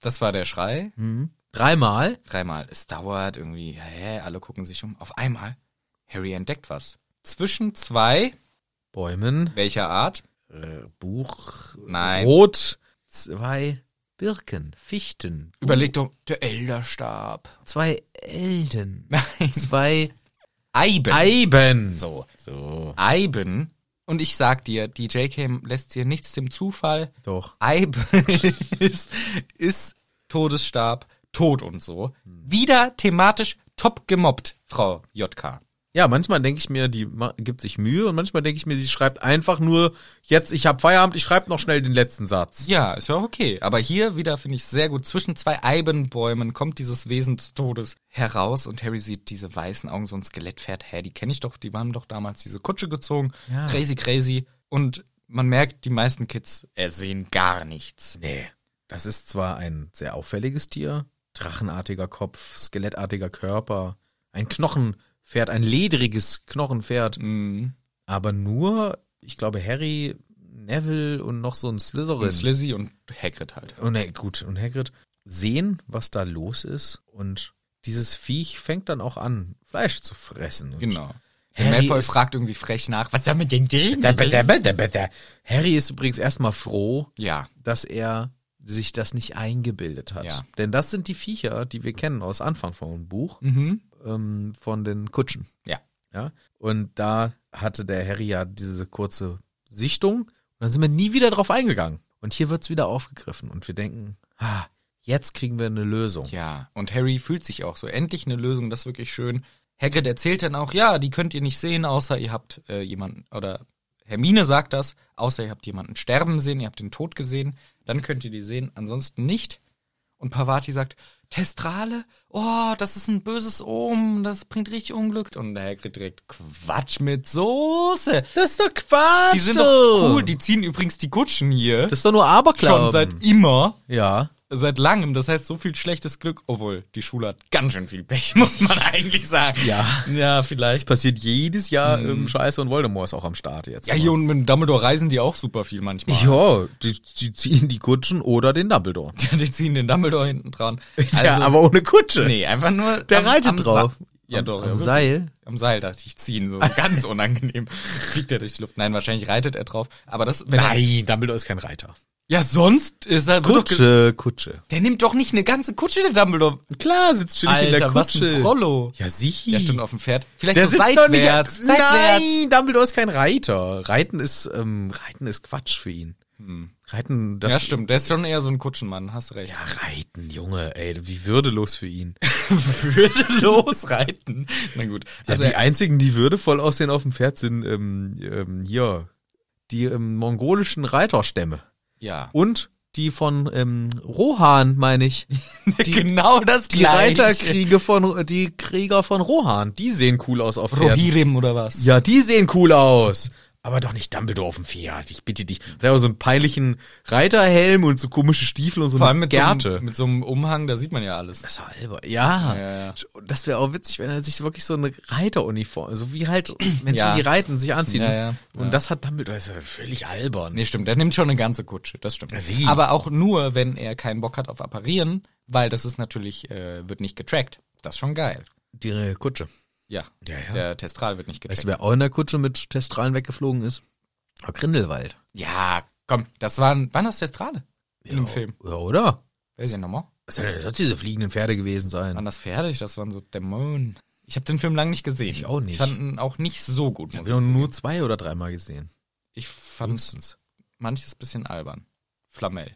Speaker 2: Das war der Schrei.
Speaker 1: Mhm. Dreimal.
Speaker 2: Dreimal. Es dauert irgendwie. Hä? Alle gucken sich um. Auf einmal. Harry entdeckt was. Zwischen zwei.
Speaker 1: Bäumen.
Speaker 2: Welcher Art?
Speaker 1: Äh, Buch.
Speaker 2: Nein.
Speaker 1: Rot. Zwei Birken. Fichten.
Speaker 2: Überleg doch. Der Elderstab.
Speaker 1: Zwei Elden.
Speaker 2: Nein.
Speaker 1: Zwei
Speaker 2: Eiben.
Speaker 1: Eiben.
Speaker 2: So.
Speaker 1: So.
Speaker 2: Eiben. Und ich sag dir, die JK lässt dir nichts dem Zufall.
Speaker 1: Doch.
Speaker 2: Eiben ist, ist Todesstab, Tod und so. Wieder thematisch top gemobbt, Frau JK.
Speaker 1: Ja, manchmal denke ich mir, die ma- gibt sich Mühe und manchmal denke ich mir, sie schreibt einfach nur, jetzt, ich hab Feierabend, ich schreibe noch schnell den letzten Satz.
Speaker 2: Ja, ist ja auch okay. Aber hier wieder finde ich sehr gut. Zwischen zwei Eibenbäumen kommt dieses Wesen des Todes heraus und Harry sieht diese weißen Augen, so ein Skelettpferd. Hä, die kenne ich doch, die waren doch damals diese Kutsche gezogen.
Speaker 1: Ja.
Speaker 2: Crazy, crazy. Und man merkt, die meisten Kids ersehen gar nichts.
Speaker 1: Nee. Das ist zwar ein sehr auffälliges Tier, drachenartiger Kopf, skelettartiger Körper, ein Knochenpferd, ein ledriges Knochenpferd,
Speaker 2: Mhm.
Speaker 1: aber nur, ich glaube, Harry, Neville und noch so ein Slytherin.
Speaker 2: Und Slizzy und Hagrid halt.
Speaker 1: Und Hag- Oh, gut, und Hagrid sehen, was da los ist und dieses Viech fängt dann auch an, Fleisch zu fressen. Und
Speaker 2: Genau.
Speaker 1: Harry
Speaker 2: Malfoy
Speaker 1: ist-
Speaker 2: fragt irgendwie frech nach, was damit denn gehen?
Speaker 1: Harry ist übrigens erstmal froh,
Speaker 2: Ja,
Speaker 1: dass er sich das nicht eingebildet hat.
Speaker 2: Ja.
Speaker 1: Denn das sind die Viecher, die wir kennen aus Anfang vom Buch, ähm, von den Kutschen.
Speaker 2: Ja.
Speaker 1: ja. Und da hatte der Harry ja diese kurze Sichtung und dann sind wir nie wieder drauf eingegangen. Und hier wird's wieder aufgegriffen und wir denken, ah, jetzt kriegen wir eine Lösung.
Speaker 2: ja. Und Harry fühlt sich auch so. Endlich eine Lösung, das ist wirklich schön. Hagrid erzählt dann auch, ja, die könnt ihr nicht sehen, außer ihr habt äh, jemanden, oder Hermine sagt das, außer ihr habt jemanden sterben sehen, ihr habt den Tod gesehen, dann könnt ihr die sehen, ansonsten nicht. Und Pavati sagt, Testrale? Oh, das ist ein böses Omen, das bringt richtig Unglück. Und Hagrid direkt, Quatsch mit Soße.
Speaker 1: Das ist doch Quatsch!
Speaker 2: Die sind doch cool, die ziehen übrigens die Kutschen hier.
Speaker 1: das ist doch nur
Speaker 2: schon
Speaker 1: Aberglauben.
Speaker 2: seit immer,
Speaker 1: ja.
Speaker 2: seit langem. Das heißt, so viel schlechtes Glück, obwohl die Schule hat ganz schön viel Pech, muss man eigentlich sagen.
Speaker 1: Ja.
Speaker 2: Ja,
Speaker 1: Es
Speaker 2: vielleicht.
Speaker 1: passiert jedes Jahr ähm, Scheiße und Voldemort ist auch am Start jetzt.
Speaker 2: Ja, hier und mit Dumbledore reisen die auch super viel manchmal.
Speaker 1: Ja, die, die ziehen die Kutschen oder den Dumbledore.
Speaker 2: Die ziehen den Dumbledore hinten dran. Also,
Speaker 1: ja, aber ohne Kutsche.
Speaker 2: nee, einfach nur.
Speaker 1: Der
Speaker 2: am-
Speaker 1: reitet
Speaker 2: am
Speaker 1: drauf.
Speaker 2: Sa ja,
Speaker 1: Am-
Speaker 2: doch.
Speaker 1: Am
Speaker 2: ja,
Speaker 1: Seil.
Speaker 2: Am Seil dachte ich, ziehen, so ganz unangenehm. Fliegt er durch die Luft. Nein, wahrscheinlich reitet er drauf. Aber das, wenn er.
Speaker 1: Dumbledore ist kein Reiter.
Speaker 2: Ja, sonst ist er. wird doch
Speaker 1: Kutsche,
Speaker 2: ge-
Speaker 1: Kutsche.
Speaker 2: Der nimmt doch nicht eine ganze Kutsche, der Dumbledore.
Speaker 1: Klar, sitzt chillig in der
Speaker 2: Alter, was
Speaker 1: Kutsche.
Speaker 2: ein Prollo.
Speaker 1: ja, sicher.
Speaker 2: Ja, stimmt, auf dem Pferd. Vielleicht
Speaker 1: Der
Speaker 2: so
Speaker 1: sitzt doch nicht.
Speaker 2: seitwärts. seitwärts.
Speaker 1: Nein, Dumbledore ist kein Reiter. Reiten ist, ähm, Reiten ist Quatsch für ihn. Reiten, das.
Speaker 2: Hm. ja, stimmt. Der ist schon eher so ein Kutschenmann, hast recht.
Speaker 1: Ja, reiten, Junge, ey, wie würdelos für ihn.
Speaker 2: Würdelos reiten. Na gut.
Speaker 1: Ja,
Speaker 2: Also,
Speaker 1: die einzigen, die würdevoll aussehen auf dem Pferd, sind ähm, ähm, hier die ähm, mongolischen Reiterstämme.
Speaker 2: ja.
Speaker 1: Und die von ähm, Rohan, meine ich. Die,
Speaker 2: genau das
Speaker 1: die Reiterkriege von die Krieger von Rohan, die sehen cool aus auf Pferden.
Speaker 2: Rohirrim oder was?
Speaker 1: Ja, die sehen cool aus. Aber doch nicht Dumbledore auf dem Pferd, ich bitte dich. Und er hat auch so einen peinlichen Reiterhelm und so komische Stiefel und so
Speaker 2: Vor
Speaker 1: eine
Speaker 2: allem mit so,
Speaker 1: Gerte.
Speaker 2: einem, mit so einem Umhang, da sieht man ja alles.
Speaker 1: Das war albern. Ja.
Speaker 2: Ja, ja.
Speaker 1: Das wäre auch witzig, wenn er sich wirklich so eine Reiteruniform, so wie halt Menschen,
Speaker 2: Ja.
Speaker 1: die reiten, sich anziehen.
Speaker 2: Ja, ja,
Speaker 1: Und das hat Dumbledore, das ist ja völlig albern.
Speaker 2: Nee, stimmt. Der nimmt schon eine ganze Kutsche, das stimmt.
Speaker 1: Sie.
Speaker 2: Aber auch nur, wenn er keinen Bock hat auf Apparieren, weil das ist natürlich, äh, wird nicht getrackt. Das ist schon geil.
Speaker 1: Die Kutsche.
Speaker 2: Ja.
Speaker 1: Ja, ja.
Speaker 2: Der Testral wird nicht getrackt.
Speaker 1: Weißt du, wer auch in der Kutsche mit Testralen weggeflogen ist? War Grindelwald.
Speaker 2: ja, komm, das waren, waren das Testrale? In dem Film.
Speaker 1: Ja, oder?
Speaker 2: Wer ist denn nochmal?
Speaker 1: Was sind denn sonst diese fliegenden Pferde gewesen sein?
Speaker 2: Waren das Pferde? Ich- Das waren so Dämonen. Ich habe den Film lang nicht gesehen.
Speaker 1: Ich auch nicht.
Speaker 2: Ich fand ihn auch nicht so gut.
Speaker 1: Ich
Speaker 2: muss
Speaker 1: habe ihn
Speaker 2: ich
Speaker 1: nur zwei oder dreimal gesehen.
Speaker 2: Ich fand manches bisschen albern. Flamel.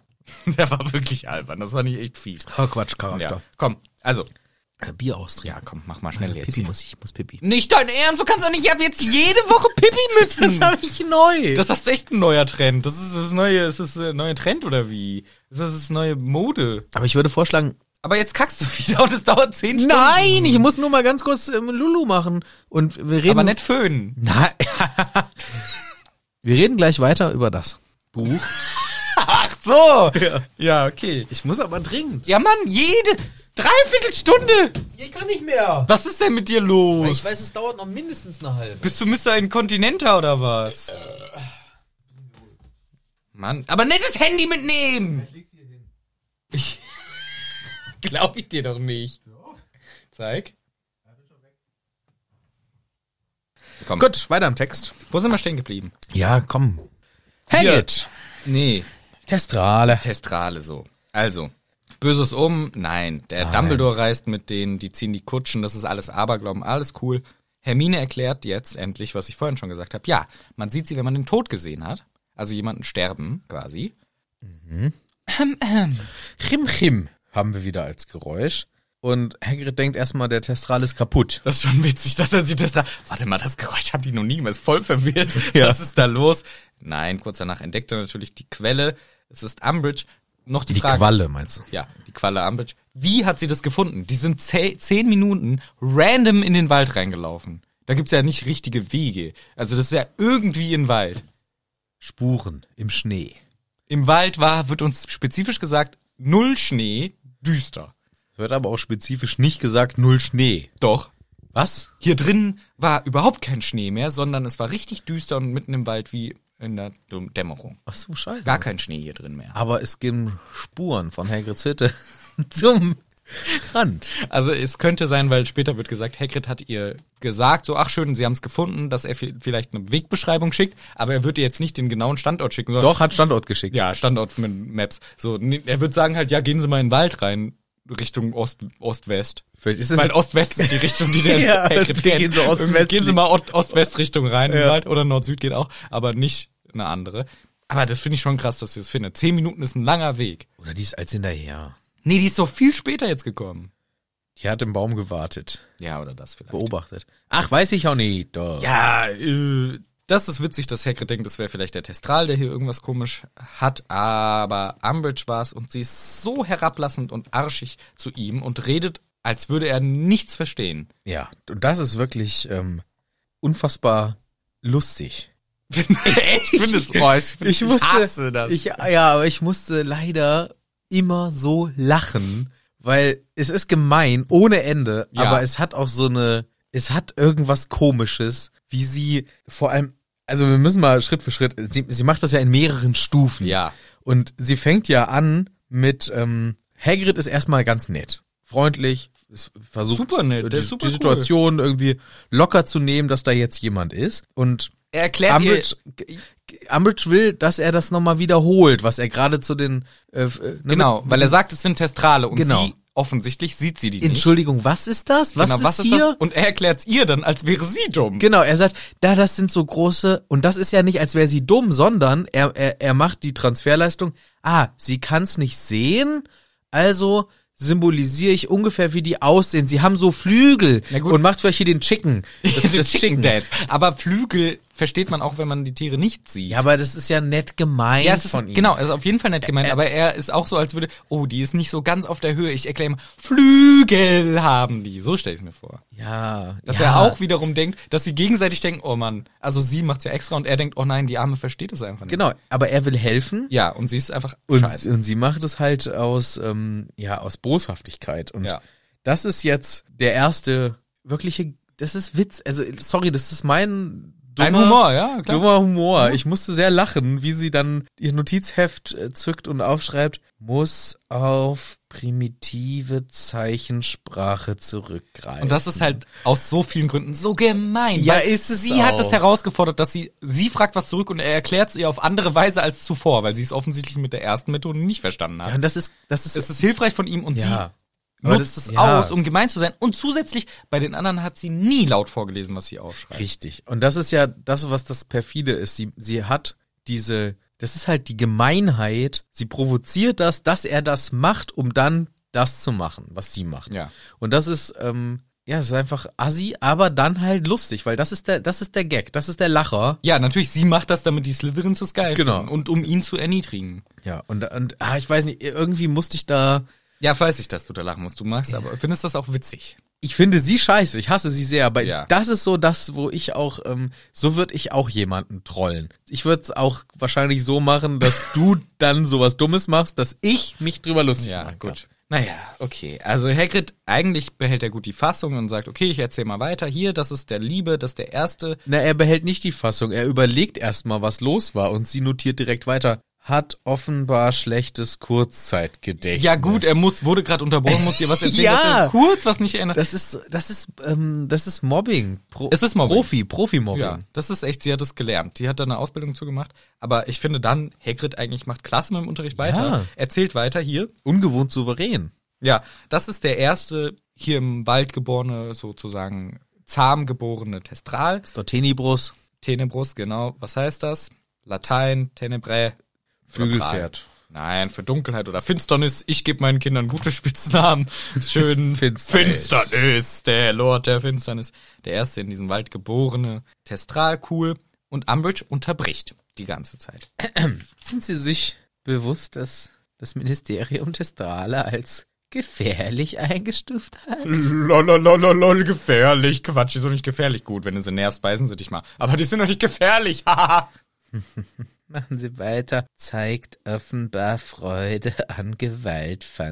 Speaker 2: Der war wirklich albern. Das fand ich echt fies.
Speaker 1: Oh, Quatsch, Charakter.
Speaker 2: Ja. Komm, also.
Speaker 1: Ja. Bier austrinken.
Speaker 2: Ja, komm, mach mal schnell jetzt.
Speaker 1: Pipi
Speaker 2: Hier.
Speaker 1: muss ich, ich muss Pipi.
Speaker 2: Nicht dein Ernst, du kannst doch nicht ich hab jetzt jede Woche Pipi müssen. Das,
Speaker 1: ich neu. Das
Speaker 2: ist echt ein neuer Trend. Das ist das neue, ist das äh, neue Trend oder wie? Ist das das neue Mode?
Speaker 1: Aber ich würde vorschlagen,
Speaker 2: Aber jetzt kackst du wieder und es dauert zehn Stunden.
Speaker 1: Nein, ich muss nur mal ganz kurz ähm, Lulu machen. Und wir reden.
Speaker 2: Aber nicht föhnen.
Speaker 1: Na, wir reden gleich weiter über das Buch.
Speaker 2: Ach so. Ja, ja okay.
Speaker 1: Ich muss aber dringend.
Speaker 2: Ja, Mann, jede Dreiviertelstunde.
Speaker 1: Ich kann nicht mehr.
Speaker 2: Was ist denn mit dir los?
Speaker 1: es dauert noch mindestens eine halbe.
Speaker 2: Bist du Mr. Incontinenta oder was? Äh. Mann, aber nicht das Handy mitnehmen! Ich glaub ich dir doch nicht. Zeig. Komm.
Speaker 1: Gut, weiter im Text.
Speaker 2: Wo sind wir stehen geblieben?
Speaker 1: Ja, komm.
Speaker 2: Hagrid. Nee,
Speaker 1: Testrale.
Speaker 2: Testrale so. Also, Böses um, nein. Der Dumbledore reist mit denen, die ziehen die Kutschen, das ist alles Aberglauben, alles cool. Hermine erklärt jetzt endlich, was ich vorhin schon gesagt habe. Ja, man sieht sie, wenn man den Tod gesehen hat. Also jemanden sterben, quasi.
Speaker 1: Chim Chim haben wir wieder als Geräusch. Und Hagrid denkt erstmal, der Testral ist kaputt.
Speaker 2: Das ist schon witzig, dass er sieht, dass er, warte mal, das Geräusch haben die noch nie, man ist voll verwirrt.
Speaker 1: Ja.
Speaker 2: Was ist da los? Nein, kurz danach entdeckt er natürlich die Quelle. Es ist Umbridge. Noch die,
Speaker 1: Die
Speaker 2: Frage.
Speaker 1: Qualle, meinst du?
Speaker 2: Ja, die Qualle Ambridge. Wie hat sie das gefunden? Die sind zeh- zehn Minuten random in den Wald reingelaufen. Da gibt's ja nicht richtige Wege. Also das ist ja irgendwie im Wald.
Speaker 1: Spuren im Schnee.
Speaker 2: Im Wald war, wird uns spezifisch gesagt, null Schnee, düster.
Speaker 1: Wird aber auch spezifisch nicht gesagt, null Schnee.
Speaker 2: Doch.
Speaker 1: Was?
Speaker 2: Hier drin war überhaupt kein Schnee mehr, sondern es war richtig düster und mitten im Wald wie in der Dum- Dämmerung.
Speaker 1: Ach so, scheiße.
Speaker 2: Gar kein Schnee hier drin mehr.
Speaker 1: aber es gehen Spuren von Hagrids Hütte zum Rand.
Speaker 2: Also es könnte sein, weil später wird gesagt, Hagrid hat ihr gesagt, so ach schön, sie haben es gefunden, dass er vi- vielleicht eine Wegbeschreibung schickt, aber er wird ihr jetzt nicht den genauen Standort schicken, sondern
Speaker 1: Doch, hat Standort geschickt.
Speaker 2: ja, Standort mit Maps. So, nee, er wird sagen halt, ja, gehen Sie mal in den Wald rein Richtung Ost Ost-West.
Speaker 1: Vielleicht ist es-
Speaker 2: Weil Ost-West ist die Richtung, die der
Speaker 1: Ja,
Speaker 2: Hagrid kennt.
Speaker 1: gehen Sie
Speaker 2: Irgendwie
Speaker 1: ostwestlich.
Speaker 2: Gehen Sie mal Ost- Ost-West-Richtung rein in den Wald oder Nord-Süd geht auch, aber nicht eine andere. Aber das finde ich schon krass, dass sie es findet. Zehn Minuten ist ein langer Weg.
Speaker 1: Oder die ist als hinterher.
Speaker 2: Nee, die ist doch viel später jetzt gekommen.
Speaker 1: Die hat im Baum gewartet,
Speaker 2: Ja, oder das vielleicht.
Speaker 1: beobachtet. Ach, weiß ich auch nicht. Doch.
Speaker 2: Ja, äh, das ist witzig, dass Hagrid denkt, das wäre vielleicht der Testral, der hier irgendwas komisch hat, aber Umbridge war's und sie ist so herablassend und arschig zu ihm und redet, als würde er nichts verstehen.
Speaker 1: ja. Und das ist wirklich ähm, unfassbar lustig.
Speaker 2: Echt? Ich, finde es- oh, ich, find-
Speaker 1: Ich musste,
Speaker 2: hasse das.
Speaker 1: Ich, ja, aber ich musste leider immer so lachen, weil es ist gemein ohne Ende,
Speaker 2: Ja.
Speaker 1: aber es hat auch so eine, es hat irgendwas Komisches, wie sie vor allem, also wir müssen mal Schritt für Schritt, sie, sie macht das ja in mehreren Stufen.
Speaker 2: ja,
Speaker 1: Und sie fängt ja an mit, ähm, Hagrid ist erstmal ganz nett, freundlich, es versucht
Speaker 2: Super nett, der
Speaker 1: die,
Speaker 2: ist super
Speaker 1: die
Speaker 2: cool.
Speaker 1: Situation irgendwie locker zu nehmen, dass da jetzt jemand ist und
Speaker 2: er erklärt
Speaker 1: Umbridge,
Speaker 2: ihr,
Speaker 1: Umbridge will, dass er das nochmal wiederholt, was er gerade zu den äh, f- äh, ne,
Speaker 2: genau,
Speaker 1: mit-
Speaker 2: weil er sagt, es sind Testrale und
Speaker 1: Genau.
Speaker 2: sie Offensichtlich sieht sie die nicht.
Speaker 1: Entschuldigung, was ist das? Was,
Speaker 2: genau,
Speaker 1: ist,
Speaker 2: was ist
Speaker 1: hier?
Speaker 2: das? Und er erklärt's ihr dann, als wäre sie dumm.
Speaker 1: Genau, er sagt, da das sind so große, und das ist ja nicht, als wäre sie dumm, sondern er, er, er macht die Transferleistung. Ah, sie kann's nicht sehen, also symbolisiere ich ungefähr, wie die aussehen. Sie haben so Flügel
Speaker 2: Na gut.
Speaker 1: und macht vielleicht hier den Chicken. Das ist das Chicken.
Speaker 2: Dance. Aber Flügel versteht man auch, wenn man die Tiere nicht sieht.
Speaker 1: Ja, aber das ist ja nett gemeint
Speaker 2: Ja, es ist,
Speaker 1: von ihm.
Speaker 2: genau, es ist auf jeden Fall nett gemeint, aber er ist auch so, als würde, oh, die ist nicht so ganz auf der Höhe. Ich erkläre mal, Flügel haben die. So stelle ich mir vor.
Speaker 1: Ja,
Speaker 2: Dass
Speaker 1: ja.
Speaker 2: er auch wiederum denkt, dass sie gegenseitig denken, oh Mann, also sie macht's ja extra und er denkt, oh nein, die Arme versteht es einfach nicht.
Speaker 1: Genau, aber er will helfen.
Speaker 2: Ja, und sie ist einfach
Speaker 1: Und,
Speaker 2: scheiße.
Speaker 1: und sie macht es halt aus, ähm, ja, aus Boshaftigkeit. Und
Speaker 2: Ja.
Speaker 1: das ist jetzt der erste wirkliche, das ist Witz. Also, sorry, das ist mein
Speaker 2: Ein
Speaker 1: dummer-
Speaker 2: Humor, ja, klar.
Speaker 1: Dummer Humor. Ich musste sehr lachen, wie sie dann ihr Notizheft äh, zückt und aufschreibt, muss auf primitive Zeichensprache zurückgreifen.
Speaker 2: Und das ist halt aus so vielen Gründen so gemein.
Speaker 1: Ja,
Speaker 2: weil
Speaker 1: ist es
Speaker 2: Sie hat
Speaker 1: auch.
Speaker 2: es herausgefordert, dass sie, sie fragt was zurück und er erklärt es ihr auf andere Weise als zuvor, weil sie es offensichtlich mit der ersten Methode nicht verstanden hat.
Speaker 1: Ja, und das ist, das ist,
Speaker 2: es ist hilfreich von ihm und
Speaker 1: ja.
Speaker 2: sie
Speaker 1: Aber
Speaker 2: nutzt
Speaker 1: das-
Speaker 2: es
Speaker 1: ja.
Speaker 2: aus, um gemein zu sein. Und zusätzlich, bei den anderen hat sie nie laut vorgelesen, was sie aufschreibt.
Speaker 1: Richtig. Und das ist ja das, was das perfide ist. Sie, sie hat diese, das ist halt die Gemeinheit. Sie provoziert das, dass er das macht, um dann das zu machen, was sie macht.
Speaker 2: Ja.
Speaker 1: Und das ist, ähm, ja, es ist einfach assi, aber dann halt lustig, weil das ist der, das ist der Gag, das ist der Lacher.
Speaker 2: Ja, natürlich, sie macht das, damit die Slytherin zu Sky
Speaker 1: Genau.
Speaker 2: und um ihn zu erniedrigen.
Speaker 1: Ja, und, und ah, ich weiß nicht, irgendwie musste ich da,
Speaker 2: Ja, weiß ich, dass du da lachen musst. Du magst, aber findest das auch witzig.
Speaker 1: ich finde sie scheiße, ich hasse sie sehr, aber
Speaker 2: Ja.
Speaker 1: das ist so das, wo ich auch, ähm, so würde ich auch jemanden trollen. Ich würde es auch wahrscheinlich so machen, dass du dann sowas Dummes machst, dass ich mich drüber lustig
Speaker 2: Ja,
Speaker 1: mache.
Speaker 2: gut. Naja, okay. Also Hagrid, eigentlich behält er gut die Fassung und sagt, okay, ich erzähl mal weiter. Hier, das ist der Liebe, das ist der Erste.
Speaker 1: Na, er behält nicht die Fassung, er überlegt erstmal, was los war und sie notiert direkt weiter. Hat offenbar schlechtes Kurzzeitgedächtnis.
Speaker 2: Ja gut, er muss, wurde gerade unterbrochen, muss dir was erzählen,
Speaker 1: Ja.
Speaker 2: dass er kurz was nicht erinnert.
Speaker 1: Das ist, das ist, ähm, das ist Mobbing. Pro
Speaker 2: Es ist Mobbing.
Speaker 1: Profi, Profi-Mobbing.
Speaker 2: Ja, das ist echt, sie hat es gelernt. Die hat da eine Ausbildung zugemacht. Aber ich finde dann, Hagrid eigentlich macht klasse mit dem Unterricht weiter,
Speaker 1: Ja.
Speaker 2: erzählt weiter hier.
Speaker 1: Ungewohnt souverän.
Speaker 2: Ja, das ist der erste hier im Wald geborene, sozusagen zahm geborene Testral.
Speaker 1: Stortenibrus,
Speaker 2: Tenebrus, genau. Was heißt das? Latein, Tenebrae.
Speaker 1: Flügelpferd.
Speaker 2: Nein, für Dunkelheit oder Finsternis. Ich gebe meinen Kindern gute Spitznamen. Schön
Speaker 1: Finsternis.
Speaker 2: Finsternis, der Lord der Finsternis. Der erste in diesem Wald geborene. Testral, cool. Und Umbridge unterbricht die ganze Zeit.
Speaker 1: Sind Sie sich bewusst, dass das Ministerium Testrale als gefährlich eingestuft hat?
Speaker 2: Lololololol, gefährlich. Quatsch, die sind doch nicht gefährlich. Gut, wenn du sie nervst, beißen sie dich mal. Aber die sind doch nicht gefährlich. haha.
Speaker 1: Machen Sie weiter. Zeigt offenbar Freude an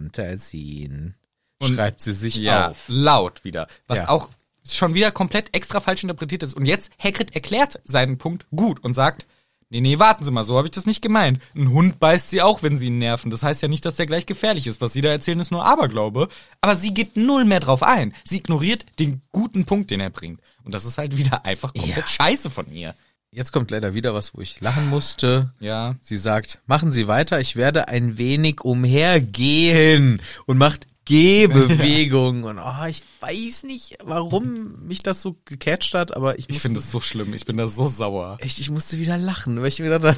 Speaker 1: Gewaltfantasien. Schreibt sie sich
Speaker 2: ja,
Speaker 1: auf.
Speaker 2: laut wieder. Was
Speaker 1: Ja.
Speaker 2: auch schon wieder komplett extra falsch interpretiert ist. Und jetzt, Hagrid erklärt seinen Punkt gut und sagt, nee, nee, warten Sie mal, so habe ich das nicht gemeint. Ein Hund beißt sie auch, wenn sie ihn nerven. Das heißt ja nicht, dass der gleich gefährlich ist. Was Sie da erzählen, ist nur Aberglaube. Aber sie geht null mehr drauf ein. Sie ignoriert den guten Punkt, den er bringt. Und das ist halt wieder einfach komplett
Speaker 1: Ja.
Speaker 2: scheiße von ihr.
Speaker 1: Jetzt kommt leider wieder was, wo ich lachen musste.
Speaker 2: Ja.
Speaker 1: Sie sagt, machen Sie weiter, ich werde ein wenig umhergehen und macht Gehbewegungen. Und oh, ich weiß nicht, warum mich das so gecatcht hat, aber ich,
Speaker 2: Ich
Speaker 1: musste-
Speaker 2: finde es so schlimm. Ich bin da so sauer.
Speaker 1: echt, ich musste wieder lachen, weil ich mir dachte,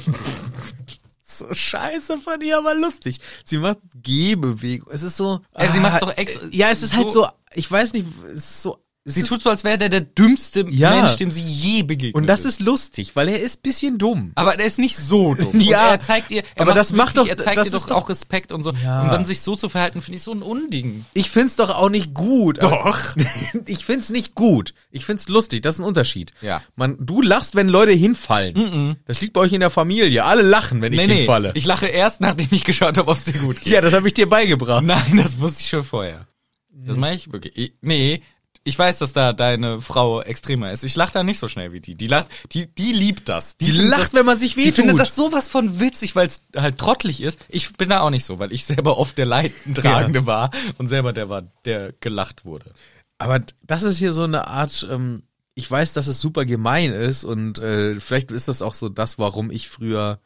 Speaker 1: so scheiße von ihr, aber lustig. Sie macht Gehbewegung. Es ist so. ah,
Speaker 2: Ja, sie macht's doch ex-
Speaker 1: Ja, es ist
Speaker 2: so-
Speaker 1: halt so, ich weiß nicht, es ist so. Es
Speaker 2: Sie
Speaker 1: ist,
Speaker 2: tut so, als wäre der der dümmste
Speaker 1: Ja.
Speaker 2: Mensch, dem sie je begegnet
Speaker 1: und das ist lustig, weil er ist bisschen dumm.
Speaker 2: Aber er ist nicht so dumm.
Speaker 1: Ja.
Speaker 2: Und er zeigt ihr, er
Speaker 1: Aber
Speaker 2: macht
Speaker 1: das macht
Speaker 2: wirklich-
Speaker 1: doch-
Speaker 2: er zeigt
Speaker 1: das
Speaker 2: ihr
Speaker 1: ist
Speaker 2: doch,
Speaker 1: doch-
Speaker 2: auch Respekt und so.
Speaker 1: Ja.
Speaker 2: Und dann sich so zu verhalten, finde ich so ein Unding.
Speaker 1: Ich find's doch auch nicht gut. aber-
Speaker 2: Doch.
Speaker 1: ich find's nicht gut. Ich find's lustig. Das ist ein Unterschied.
Speaker 2: Ja.
Speaker 1: Man, du lachst, wenn Leute hinfallen. Das liegt bei euch in der Familie. Alle lachen, wenn ich hinfalle.
Speaker 2: Ich lache erst, nachdem ich geschaut habe, ob es dir gut geht.
Speaker 1: ja, das habe ich dir beigebracht.
Speaker 2: Nein, das wusste ich schon vorher. Das mache ich wirklich. Ich, nee, ich weiß, dass da deine Frau extremer ist. Ich lache da nicht so schnell wie die. Die lacht, die, die liebt das.
Speaker 1: Die
Speaker 2: findet
Speaker 1: lacht,
Speaker 2: das,
Speaker 1: wenn man sich
Speaker 2: Die findet
Speaker 1: wehtut.
Speaker 2: das sowas von witzig, weil es halt trottelig ist. Ich bin da auch nicht so, weil ich selber oft der Leidtragende war und selber der war, der gelacht wurde.
Speaker 1: Aber das ist hier so eine Art, ähm, ich weiß, dass es super gemein ist und äh, vielleicht ist das auch so das, warum ich früher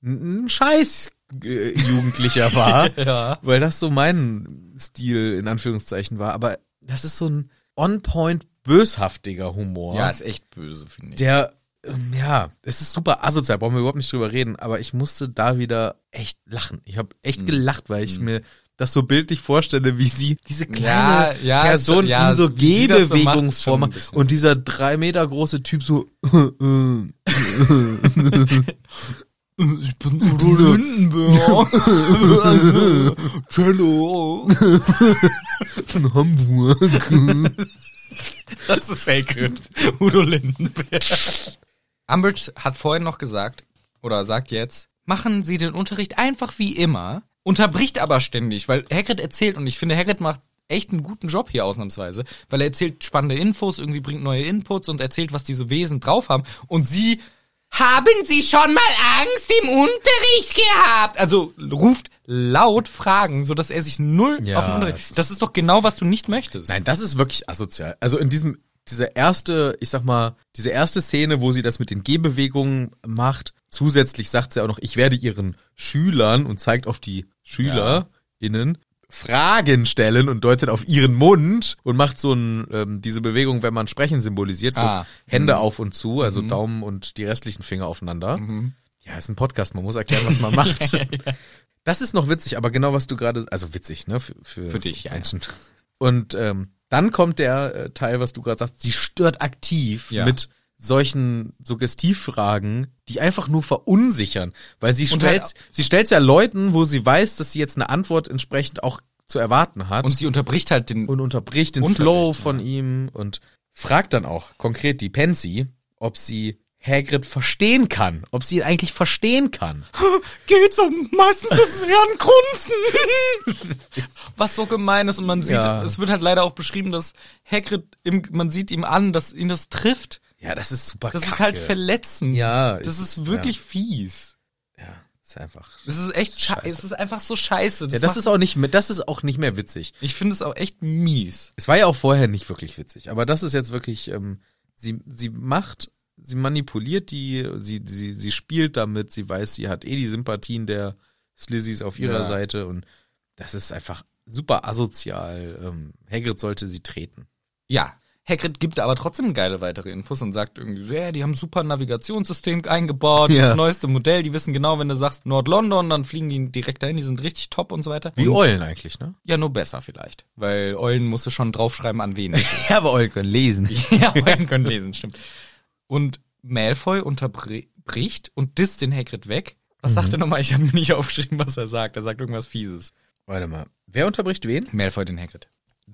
Speaker 1: n- einen Scheiß äh, Jugendlicher war,
Speaker 2: Ja.
Speaker 1: weil das so mein Stil in Anführungszeichen war. Aber das ist so ein on-point böshaftiger Humor.
Speaker 2: Ja, ist echt böse, finde ich.
Speaker 1: der, ähm, ja, es ist super asozial, brauchen wir überhaupt nicht drüber reden, aber ich musste da wieder echt lachen. Ich habe
Speaker 2: Mhm.
Speaker 1: echt gelacht, weil ich mir das so bildlich vorstelle, wie sie diese kleine
Speaker 2: Ja, ja,
Speaker 1: Person
Speaker 2: so- ja,
Speaker 1: in so
Speaker 2: wie sie das so macht,
Speaker 1: Gehbewegungsform
Speaker 2: ist schon ein
Speaker 1: macht
Speaker 2: bisschen-
Speaker 1: und dieser drei Meter große Typ so äh,
Speaker 2: Ich bin Udo Lindenberg. Cello.
Speaker 1: in Hamburg.
Speaker 2: Das ist Sacred. Udo Lindenberg. Umbridge hat vorhin noch gesagt, oder sagt jetzt, machen Sie den Unterricht einfach wie immer, unterbricht aber ständig, weil Hagrid erzählt, und ich finde, Hagrid macht echt einen guten Job hier ausnahmsweise, weil er erzählt spannende Infos, irgendwie bringt neue Inputs und erzählt, was diese Wesen drauf haben. Und sie haben Sie schon mal Angst im Unterricht gehabt? Also ruft laut Fragen, sodass er sich null
Speaker 1: Ja,
Speaker 2: auf den Unterricht...
Speaker 1: das
Speaker 2: Das
Speaker 1: ist-
Speaker 2: ist, doch genau, was du nicht möchtest.
Speaker 1: Nein, das ist wirklich asozial. Also in diesem, diese erste, ich sag mal, diese erste Szene, wo sie das mit den Gehbewegungen macht, zusätzlich sagt sie auch noch, ich werde ihren Schülern und zeigt auf die SchülerInnen Fragen stellen und deutet auf ihren Mund und macht so ein, ähm, diese Bewegung, wenn man Sprechen symbolisiert, so
Speaker 2: Ah. Mhm.
Speaker 1: Hände auf und zu, also Daumen und die restlichen Finger aufeinander. Ja, ist ein Podcast, man muss erklären, was man macht. Das ist noch witzig, aber genau was du gerade, also witzig, ne, für, für,
Speaker 2: Für dich, ja, ja.
Speaker 1: Menschen. Und ähm, dann kommt der äh, Teil, was du gerade sagst, sie stört aktiv
Speaker 2: Ja.
Speaker 1: mit solchen Suggestivfragen, die einfach nur verunsichern, weil sie
Speaker 2: Und
Speaker 1: stellt,
Speaker 2: halt-
Speaker 1: sie stellt ja Leuten, wo sie weiß, dass sie jetzt eine Antwort entsprechend auch zu erwarten hat
Speaker 2: Und sie unterbricht halt den.
Speaker 1: und unterbricht den
Speaker 2: Unterricht,
Speaker 1: Flow
Speaker 2: ja.
Speaker 1: von ihm und fragt dann auch konkret die Pansy, ob sie Hagrid verstehen kann, ob sie ihn eigentlich verstehen kann.
Speaker 2: geht so, meistens ist es eher ein Grunzen. Was so gemein ist und man sieht,
Speaker 1: Ja.
Speaker 2: es wird halt leider auch beschrieben, dass Hagrid, im, man sieht ihm an, dass ihn das trifft.
Speaker 1: Ja, das ist super
Speaker 2: Das
Speaker 1: kacke.
Speaker 2: ist halt verletzend.
Speaker 1: Ja,
Speaker 2: Das
Speaker 1: es
Speaker 2: ist,
Speaker 1: ist-
Speaker 2: wirklich fies.
Speaker 1: Ja, ist einfach.
Speaker 2: Das ist echt scheiße.
Speaker 1: Scheiße.
Speaker 2: Es ist einfach so scheiße.
Speaker 1: Ja, das
Speaker 2: macht-
Speaker 1: ist auch nicht mehr, das ist auch nicht mehr witzig.
Speaker 2: ich finde es auch echt mies.
Speaker 1: Es war ja auch vorher nicht wirklich witzig, aber das ist jetzt wirklich, ähm, sie, sie macht, sie manipuliert die, sie, sie, sie spielt damit, sie weiß, sie hat eh die Sympathien der Slizzies auf ihrer
Speaker 2: Ja.
Speaker 1: Seite und das ist einfach super asozial. Ähm, Hagrid sollte sie treten.
Speaker 2: Ja. Hagrid gibt aber trotzdem geile weitere Infos und sagt irgendwie so, ja, die haben ein super Navigationssystem eingebaut,
Speaker 1: Ja.
Speaker 2: das neueste Modell, die wissen genau, wenn du sagst Nord-London, dann fliegen die direkt dahin, die sind richtig top und so weiter.
Speaker 1: Wie
Speaker 2: und
Speaker 1: Eulen eigentlich, ne?
Speaker 2: Ja, nur besser vielleicht. Weil Eulen musst du schon draufschreiben, an wen.
Speaker 1: Ja, aber Eulen können lesen.
Speaker 2: ja, Eulen können lesen, stimmt. Und Malfoy unterbricht und disst den Hagrid weg. Was
Speaker 1: Mhm.
Speaker 2: sagt er nochmal? Ich habe mir nicht aufgeschrieben, was er sagt. Er sagt irgendwas Fieses.
Speaker 1: Warte mal. Wer unterbricht wen?
Speaker 2: Malfoy den Hagrid.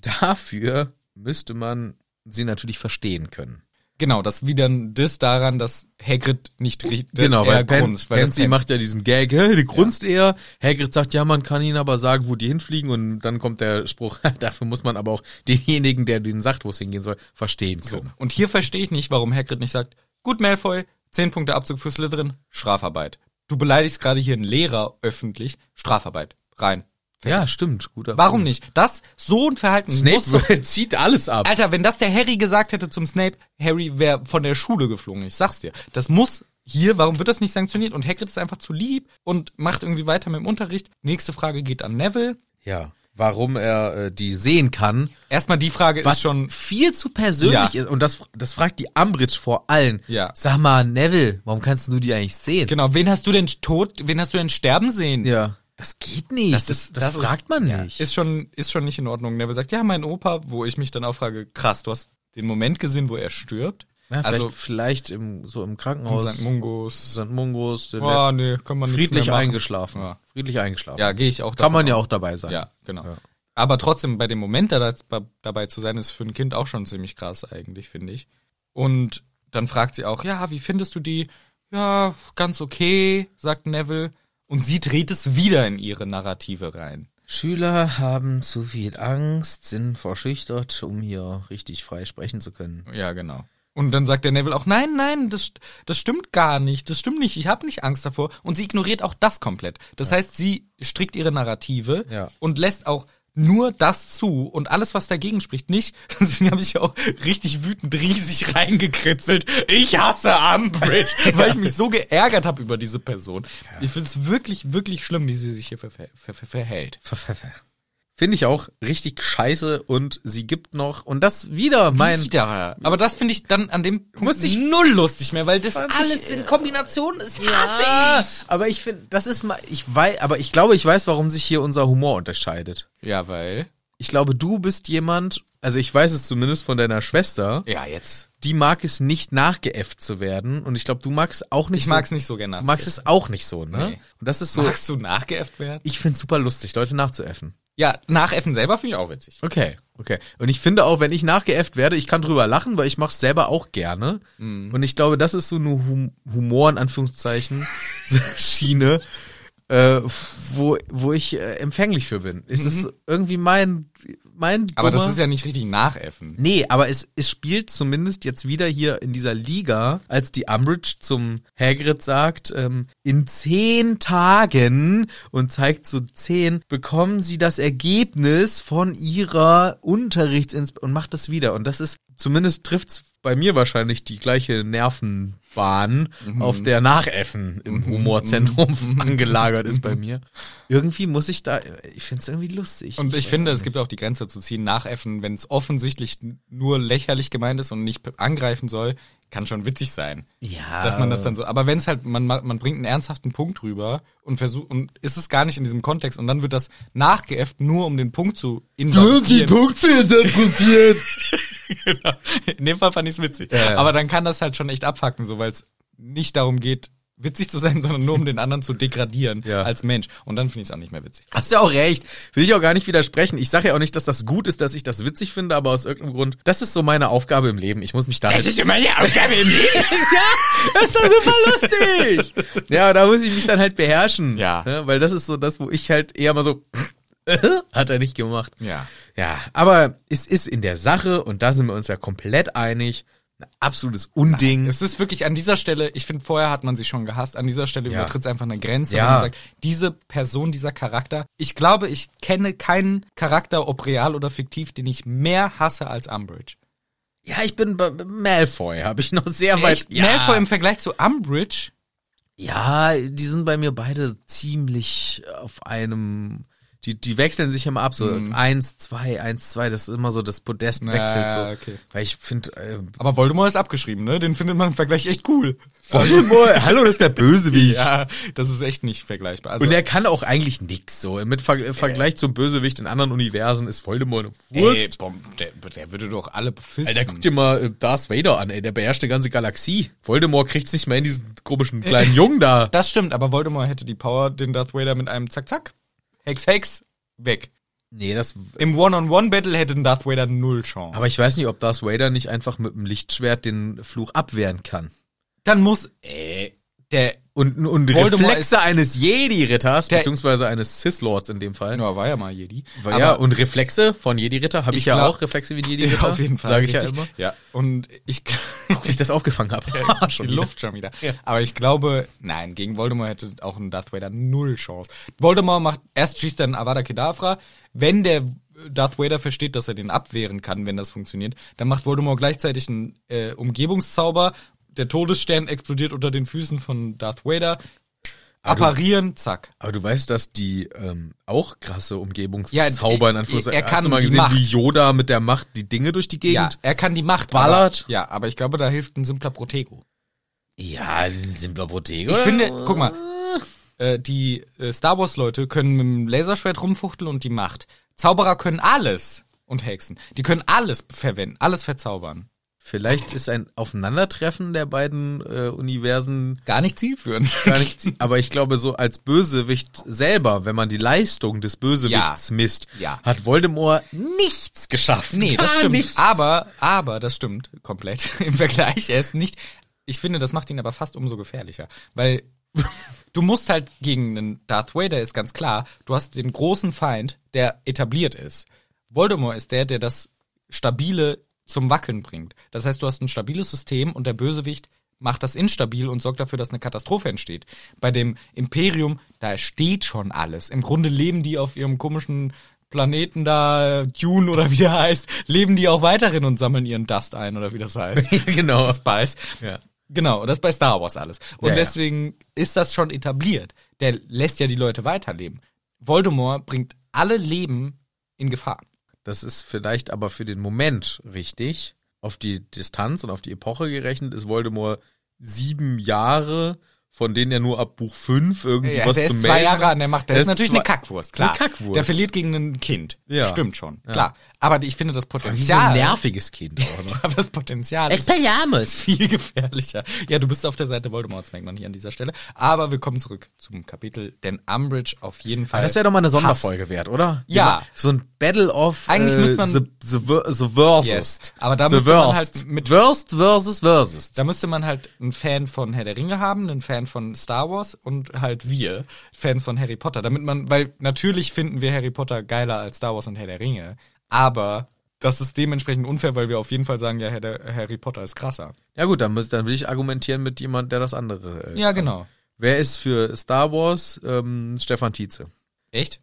Speaker 1: Dafür müsste man sie natürlich verstehen können.
Speaker 2: Genau, das ist wieder ein Diss daran, dass Hagrid nicht richtig
Speaker 1: Genau,
Speaker 2: er
Speaker 1: weil Pen,
Speaker 2: grunzt, weil das
Speaker 1: Pansy
Speaker 2: Pens-
Speaker 1: macht ja diesen Gag, hä, die grunzt eher. Hagrid sagt, ja, man kann ihnen aber sagen, wo die hinfliegen und dann kommt der Spruch, dafür muss man aber auch denjenigen, der denen sagt, wo es hingehen soll, verstehen
Speaker 2: So.
Speaker 1: können.
Speaker 2: Und hier verstehe ich nicht, warum Hagrid nicht sagt, gut Malfoy, 10 Punkte Abzug für Slytherin, Strafarbeit. Du beleidigst gerade hier einen Lehrer öffentlich, Strafarbeit. Rein.
Speaker 1: Ja, stimmt. Guter
Speaker 2: Warum
Speaker 1: Punkt.
Speaker 2: nicht? Das, so ein Verhalten muss doch-
Speaker 1: Snape zieht alles ab.
Speaker 2: Alter, wenn das der Harry gesagt hätte zum Snape, Harry wäre von der Schule geflogen. Ich sag's dir. Das muss hier, warum wird das nicht sanktioniert? Und Hagrid ist einfach zu lieb und macht irgendwie weiter mit dem Unterricht. Nächste Frage geht an Neville.
Speaker 1: Ja, warum er äh, die sehen kann,
Speaker 2: Erstmal die Frage
Speaker 1: was
Speaker 2: ist schon,
Speaker 1: viel zu persönlich
Speaker 2: Ja.
Speaker 1: ist. Und das, das fragt die Umbridge vor allen.
Speaker 2: Ja.
Speaker 1: Sag mal, Neville, warum kannst du die eigentlich sehen?
Speaker 2: genau, wen hast du denn tot, wen hast du denn sterben sehen?
Speaker 1: Ja. Das geht nicht. Das, das fragt
Speaker 2: ist,
Speaker 1: man
Speaker 2: ja,
Speaker 1: nicht.
Speaker 2: Ist schon, ist schon nicht in Ordnung. Neville sagt, ja, mein Opa, wo ich mich dann auch frage, krass, du hast den Moment gesehen, wo er stirbt.
Speaker 1: ja, vielleicht,
Speaker 2: also,
Speaker 1: vielleicht im, so im
Speaker 2: in
Speaker 1: Krankenhaus.
Speaker 2: St. Mungos.
Speaker 1: St. Mungos, der
Speaker 2: Ah, nee, kann man nichts
Speaker 1: friedlich
Speaker 2: mehr machen.
Speaker 1: eingeschlafen.
Speaker 2: Ja.
Speaker 1: Friedlich eingeschlafen.
Speaker 2: Ja, gehe ich auch
Speaker 1: Kann
Speaker 2: davon
Speaker 1: man ja
Speaker 2: aus.
Speaker 1: auch dabei sein.
Speaker 2: Ja, genau.
Speaker 1: Ja.
Speaker 2: Aber trotzdem, bei dem Moment da, da, dabei zu sein, ist für ein Kind auch schon ziemlich krass eigentlich, finde ich. Und dann fragt sie auch, ja, wie findest du die? Ja, ganz okay, sagt Neville. Und sie dreht es wieder in ihre Narrative rein.
Speaker 1: Schüler haben zu viel Angst, sind verschüchtert, um hier richtig frei sprechen zu können.
Speaker 2: Ja, genau. Und dann sagt der Neville auch, nein, nein, das, st- das stimmt gar nicht, das stimmt nicht, ich habe nicht Angst davor. Und sie ignoriert auch das komplett. Das heißt, sie strickt ihre Narrative
Speaker 1: Ja.
Speaker 2: und lässt auch nur das zu und alles, was dagegen spricht, nicht. Deswegen habe ich auch richtig wütend riesig reingekritzelt. Ich hasse Umbridge, weil ich mich so geärgert habe über diese Person. Ich finde es wirklich, wirklich schlimm, wie sie sich hier verfe- ver ver verhält.
Speaker 1: Finde ich auch richtig scheiße und sie gibt noch, und das wieder mein,
Speaker 2: Wieder. Aber das finde ich dann an dem Punkt
Speaker 1: Muss ich-
Speaker 2: null lustig mehr, weil das
Speaker 1: Fand ich,
Speaker 2: alles in Kombination ist.
Speaker 1: Ah, aber ich finde, das ist mal, ich weiß, aber ich glaube, ich weiß, warum sich hier unser Humor unterscheidet.
Speaker 2: Ja, weil.
Speaker 1: Ich glaube, du bist jemand, also ich weiß es zumindest von deiner Schwester,
Speaker 2: Ja, jetzt.
Speaker 1: die mag es nicht nachgeäfft zu werden und ich glaube, du magst auch nicht
Speaker 2: Ich
Speaker 1: so.
Speaker 2: mag's nicht so gerne.
Speaker 1: Du magst es auch nicht so, ne?
Speaker 2: Nee.
Speaker 1: Und das ist so,
Speaker 2: Magst du nachgeäfft werden?
Speaker 1: ich find's super lustig, Leute nachzuäffen.
Speaker 2: Ja, nachäffen selber finde ich auch witzig.
Speaker 1: Okay, okay. Und ich finde auch, wenn ich nachgeäfft werde, ich kann drüber lachen, weil ich mach's selber auch gerne. Und ich glaube, das ist so eine hum Humor in Anführungszeichen Schiene, äh, wo wo ich äh, empfänglich für bin. Es ist irgendwie mein mein
Speaker 2: Aber
Speaker 1: dummer-
Speaker 2: das ist ja nicht richtig nachäffen.
Speaker 1: Nee, aber es, es spielt zumindest jetzt wieder hier in dieser Liga, als die Umbridge zum Hagrid sagt, ähm, in zehn Tagen und zeigt so zehn, bekommen sie das Ergebnis von ihrer Unterrichtsinspektion und macht das wieder. Und das ist, zumindest trifft's bei mir wahrscheinlich die gleiche Nervenbahn,
Speaker 2: Mhm.
Speaker 1: auf der Nachäffen im Humorzentrum angelagert ist
Speaker 2: Mhm.
Speaker 1: bei mir. Irgendwie muss ich da, ich find's irgendwie lustig.
Speaker 2: Und ich finde, es gibt auch die Grenze zu ziehen. Nachäffen, wenn es offensichtlich n- nur lächerlich gemeint ist und nicht p- angreifen soll, kann schon witzig sein.
Speaker 1: ja.
Speaker 2: Dass man das dann so, aber wenn es halt, man, ma- man bringt einen ernsthaften Punkt rüber und versucht, und ist es gar nicht in diesem Kontext und dann wird das nachgeäfft, nur um den Punkt zu invalidierend.
Speaker 1: Punkte interpretiert.
Speaker 2: In dem Fall fand ich es witzig.
Speaker 1: Ja.
Speaker 2: Aber dann kann das halt schon echt abfacken, so weil es nicht darum geht, witzig zu sein, sondern nur um den anderen zu degradieren
Speaker 1: Ja.
Speaker 2: als Mensch. Und dann finde ich es auch nicht mehr witzig.
Speaker 1: Hast ja auch recht. Will ich auch gar nicht widersprechen. Ich sage ja auch nicht, dass das gut ist, dass ich das witzig finde, aber aus irgendeinem Grund, das ist so meine Aufgabe im Leben. Ich muss mich da. Das ist immer die Aufgabe im Leben. ja, das ist doch super lustig. ja, da muss ich mich dann halt beherrschen.
Speaker 2: Ja.
Speaker 1: Ne, Weil das ist so das, wo ich halt eher mal so, hat er nicht gemacht.
Speaker 2: Ja.
Speaker 1: Ja, aber es ist in der Sache, und da sind wir uns ja komplett einig, ein absolutes Unding.
Speaker 2: Es ist wirklich an dieser Stelle, ich finde, vorher hat man sie schon gehasst, an dieser Stelle
Speaker 1: Ja.
Speaker 2: übertritt es einfach eine Grenze,
Speaker 1: Ja.
Speaker 2: wenn man sagt, diese Person, dieser Charakter, ich glaube, ich kenne keinen Charakter, ob real oder fiktiv, den ich mehr hasse als Umbridge.
Speaker 1: ja, ich bin bei Malfoy, habe ich noch sehr weit.
Speaker 2: Echt? Malfoy im Vergleich zu Umbridge?
Speaker 1: Ja, die sind bei mir beide ziemlich auf einem. Die, die wechseln sich immer ab, so eins, zwei, eins, zwei, das ist immer so, das Podest
Speaker 2: Ja,
Speaker 1: wechselt so.
Speaker 2: okay.
Speaker 1: Weil ich finde, äh,
Speaker 2: Aber Voldemort ist abgeschrieben, ne? Den findet man im Vergleich echt cool. Also,
Speaker 1: Voldemort, hallo, das ist der Bösewicht.
Speaker 2: Ja, das ist echt nicht vergleichbar. Also,
Speaker 1: Und er kann auch eigentlich nix so. Mit Ver im Vergleich zum Bösewicht in anderen Universen ist Voldemort eine
Speaker 2: ey,
Speaker 1: Wurst.
Speaker 2: bom, der, der würde doch alle befisten.
Speaker 1: Alter, guck dir mal äh, Darth Vader an, ey, der beherrscht eine ganze Galaxie. Voldemort kriegt's nicht mehr in diesen komischen kleinen Jungen da.
Speaker 2: das stimmt, aber Voldemort hätte die Power, den Darth Vader mit einem Zack-Zack, Hex-Hex, weg.
Speaker 1: Nee, das.
Speaker 2: Im One-on-One-Battle hätte ein Darth Vader null Chance.
Speaker 1: Aber ich weiß nicht, ob Darth Vader nicht einfach mit dem Lichtschwert den Fluch abwehren kann.
Speaker 2: dann muss äh, der
Speaker 1: Und, und
Speaker 2: Voldemort
Speaker 1: Reflexe
Speaker 2: ist-
Speaker 1: eines Jedi-Ritters,
Speaker 2: Der-
Speaker 1: beziehungsweise eines Sith-Lords in dem Fall.
Speaker 2: ja, war ja mal Jedi.
Speaker 1: Weil Ja, und Reflexe von Jedi-Ritter habe ich,
Speaker 2: Ich
Speaker 1: ja
Speaker 2: glaub-
Speaker 1: auch, Reflexe wie ein
Speaker 2: ja,
Speaker 1: Jedi-Ritter.
Speaker 2: auf jeden Fall.
Speaker 1: Sage ich ja
Speaker 2: richtig.
Speaker 1: immer.
Speaker 2: Ja, und ich
Speaker 1: Wie ich das aufgefangen habe.
Speaker 2: die Luft schon wieder. Aber ich glaube, nein, gegen Voldemort hätte auch ein Darth Vader null Chance. Voldemort macht erst schießt er einen Avada Kedavra, wenn der Darth Vader versteht, dass er den abwehren kann, wenn das funktioniert, dann macht Voldemort gleichzeitig einen äh, Umgebungszauber. Der Todesstern explodiert unter den Füßen von Darth Vader.
Speaker 1: Ah,
Speaker 2: Apparieren, zack.
Speaker 1: Aber du weißt, dass die ähm, auch krasse
Speaker 2: Ja,
Speaker 1: Umgebungszauber in
Speaker 2: er-
Speaker 1: Anführungszeichen.
Speaker 2: er kann
Speaker 1: Hast du mal
Speaker 2: die
Speaker 1: gesehen,
Speaker 2: Macht.
Speaker 1: wie Yoda mit der Macht die Dinge durch die
Speaker 2: Ja,
Speaker 1: Gegend?
Speaker 2: er kann die Macht
Speaker 1: Ballert.
Speaker 2: Aber, ja, aber ich glaube, da hilft ein simpler Protego.
Speaker 1: Ja, ein simpler Protego.
Speaker 2: Ich finde, guck mal, äh, die äh, Star Wars Leute können mit dem Laserschwert rumfuchteln und die Macht. Zauberer können alles und Hexen. Die können alles verwenden, alles verzaubern.
Speaker 1: Vielleicht ist ein Aufeinandertreffen der beiden äh, Universen
Speaker 2: Gar nicht zielführend.
Speaker 1: gar nicht, zie- aber ich glaube, so als Bösewicht selber, wenn man die Leistung des Bösewichts
Speaker 2: Ja.
Speaker 1: misst,
Speaker 2: Ja.
Speaker 1: hat Voldemort nichts geschafft.
Speaker 2: Nee, das
Speaker 1: Gar
Speaker 2: stimmt.
Speaker 1: Nichts.
Speaker 2: Aber, aber, das stimmt komplett. Im Vergleich, er ist nicht. Ich finde, das macht ihn aber fast umso gefährlicher. Weil du musst halt gegen einen Darth Vader, ist ganz klar, du hast den großen Feind, der etabliert ist. Voldemort ist der, der das Stabile zum Wackeln bringt. Das heißt, du hast ein stabiles System und der Bösewicht macht das instabil und sorgt dafür, dass eine Katastrophe entsteht. Bei dem Imperium, da steht schon alles. Im Grunde leben die auf ihrem komischen Planeten da, äh, Dune oder wie der heißt, leben die auch weiterhin und sammeln ihren Dust ein oder wie das heißt.
Speaker 1: genau.
Speaker 2: Spice.
Speaker 1: Ja.
Speaker 2: Genau, das ist bei Star Wars alles. Und
Speaker 1: Ja, ja.
Speaker 2: deswegen ist das schon etabliert. Der lässt ja die Leute weiterleben. Voldemort bringt alle Leben in Gefahr.
Speaker 1: Das ist vielleicht aber für den Moment richtig. Auf die Distanz und auf die Epoche gerechnet ist Voldemort sieben Jahre, von denen er nur ab Buch fünf irgendwie
Speaker 2: Ja,
Speaker 1: was
Speaker 2: der
Speaker 1: zu
Speaker 2: ist
Speaker 1: melden
Speaker 2: zwei Jahre an der Macht. Der
Speaker 1: Der
Speaker 2: ist
Speaker 1: ist
Speaker 2: natürlich
Speaker 1: zwei-
Speaker 2: eine Kackwurst, klar.
Speaker 1: Eine Kackwurst.
Speaker 2: Der verliert gegen ein Kind.
Speaker 1: Ja.
Speaker 2: Stimmt schon,
Speaker 1: Ja.
Speaker 2: klar. Aber ich finde das
Speaker 1: Wie so ein
Speaker 2: Potenzial.
Speaker 1: nerviges Kind auch noch.
Speaker 2: aber das Potenzial ist
Speaker 4: Espelhamus.
Speaker 2: viel gefährlicher. Ja, du bist auf der Seite Voldemorts, merkt man hier an dieser Stelle. Aber wir kommen zurück zum Kapitel, denn Umbridge auf jeden Fall.
Speaker 1: Ah, Das wäre doch mal eine
Speaker 2: hasst.
Speaker 1: Sonderfolge wert, oder?
Speaker 2: Ja.
Speaker 1: So ein Battle of
Speaker 2: Eigentlich
Speaker 1: äh,
Speaker 2: müsste man-
Speaker 1: the, the, ver- the Versus.
Speaker 2: Yes. Aber da
Speaker 1: the
Speaker 2: müsste man
Speaker 1: Worst.
Speaker 2: halt mit-
Speaker 1: Worst versus Versus.
Speaker 2: Da müsste man halt einen Fan von Herr der Ringe haben, einen Fan von Star Wars und halt wir, Fans von Harry Potter. Damit man, weil natürlich finden wir Harry Potter geiler als Star Wars und Herr der Ringe, aber das ist dementsprechend unfair, weil wir auf jeden Fall sagen, ja, Herr der, Harry Potter ist krasser.
Speaker 1: Ja gut, dann, müsst, dann will ich argumentieren mit jemand, der das andere. Äh,
Speaker 2: Ja, genau.
Speaker 1: Wer ist für Star Wars? Ähm, Stefan Tietze.
Speaker 2: Echt?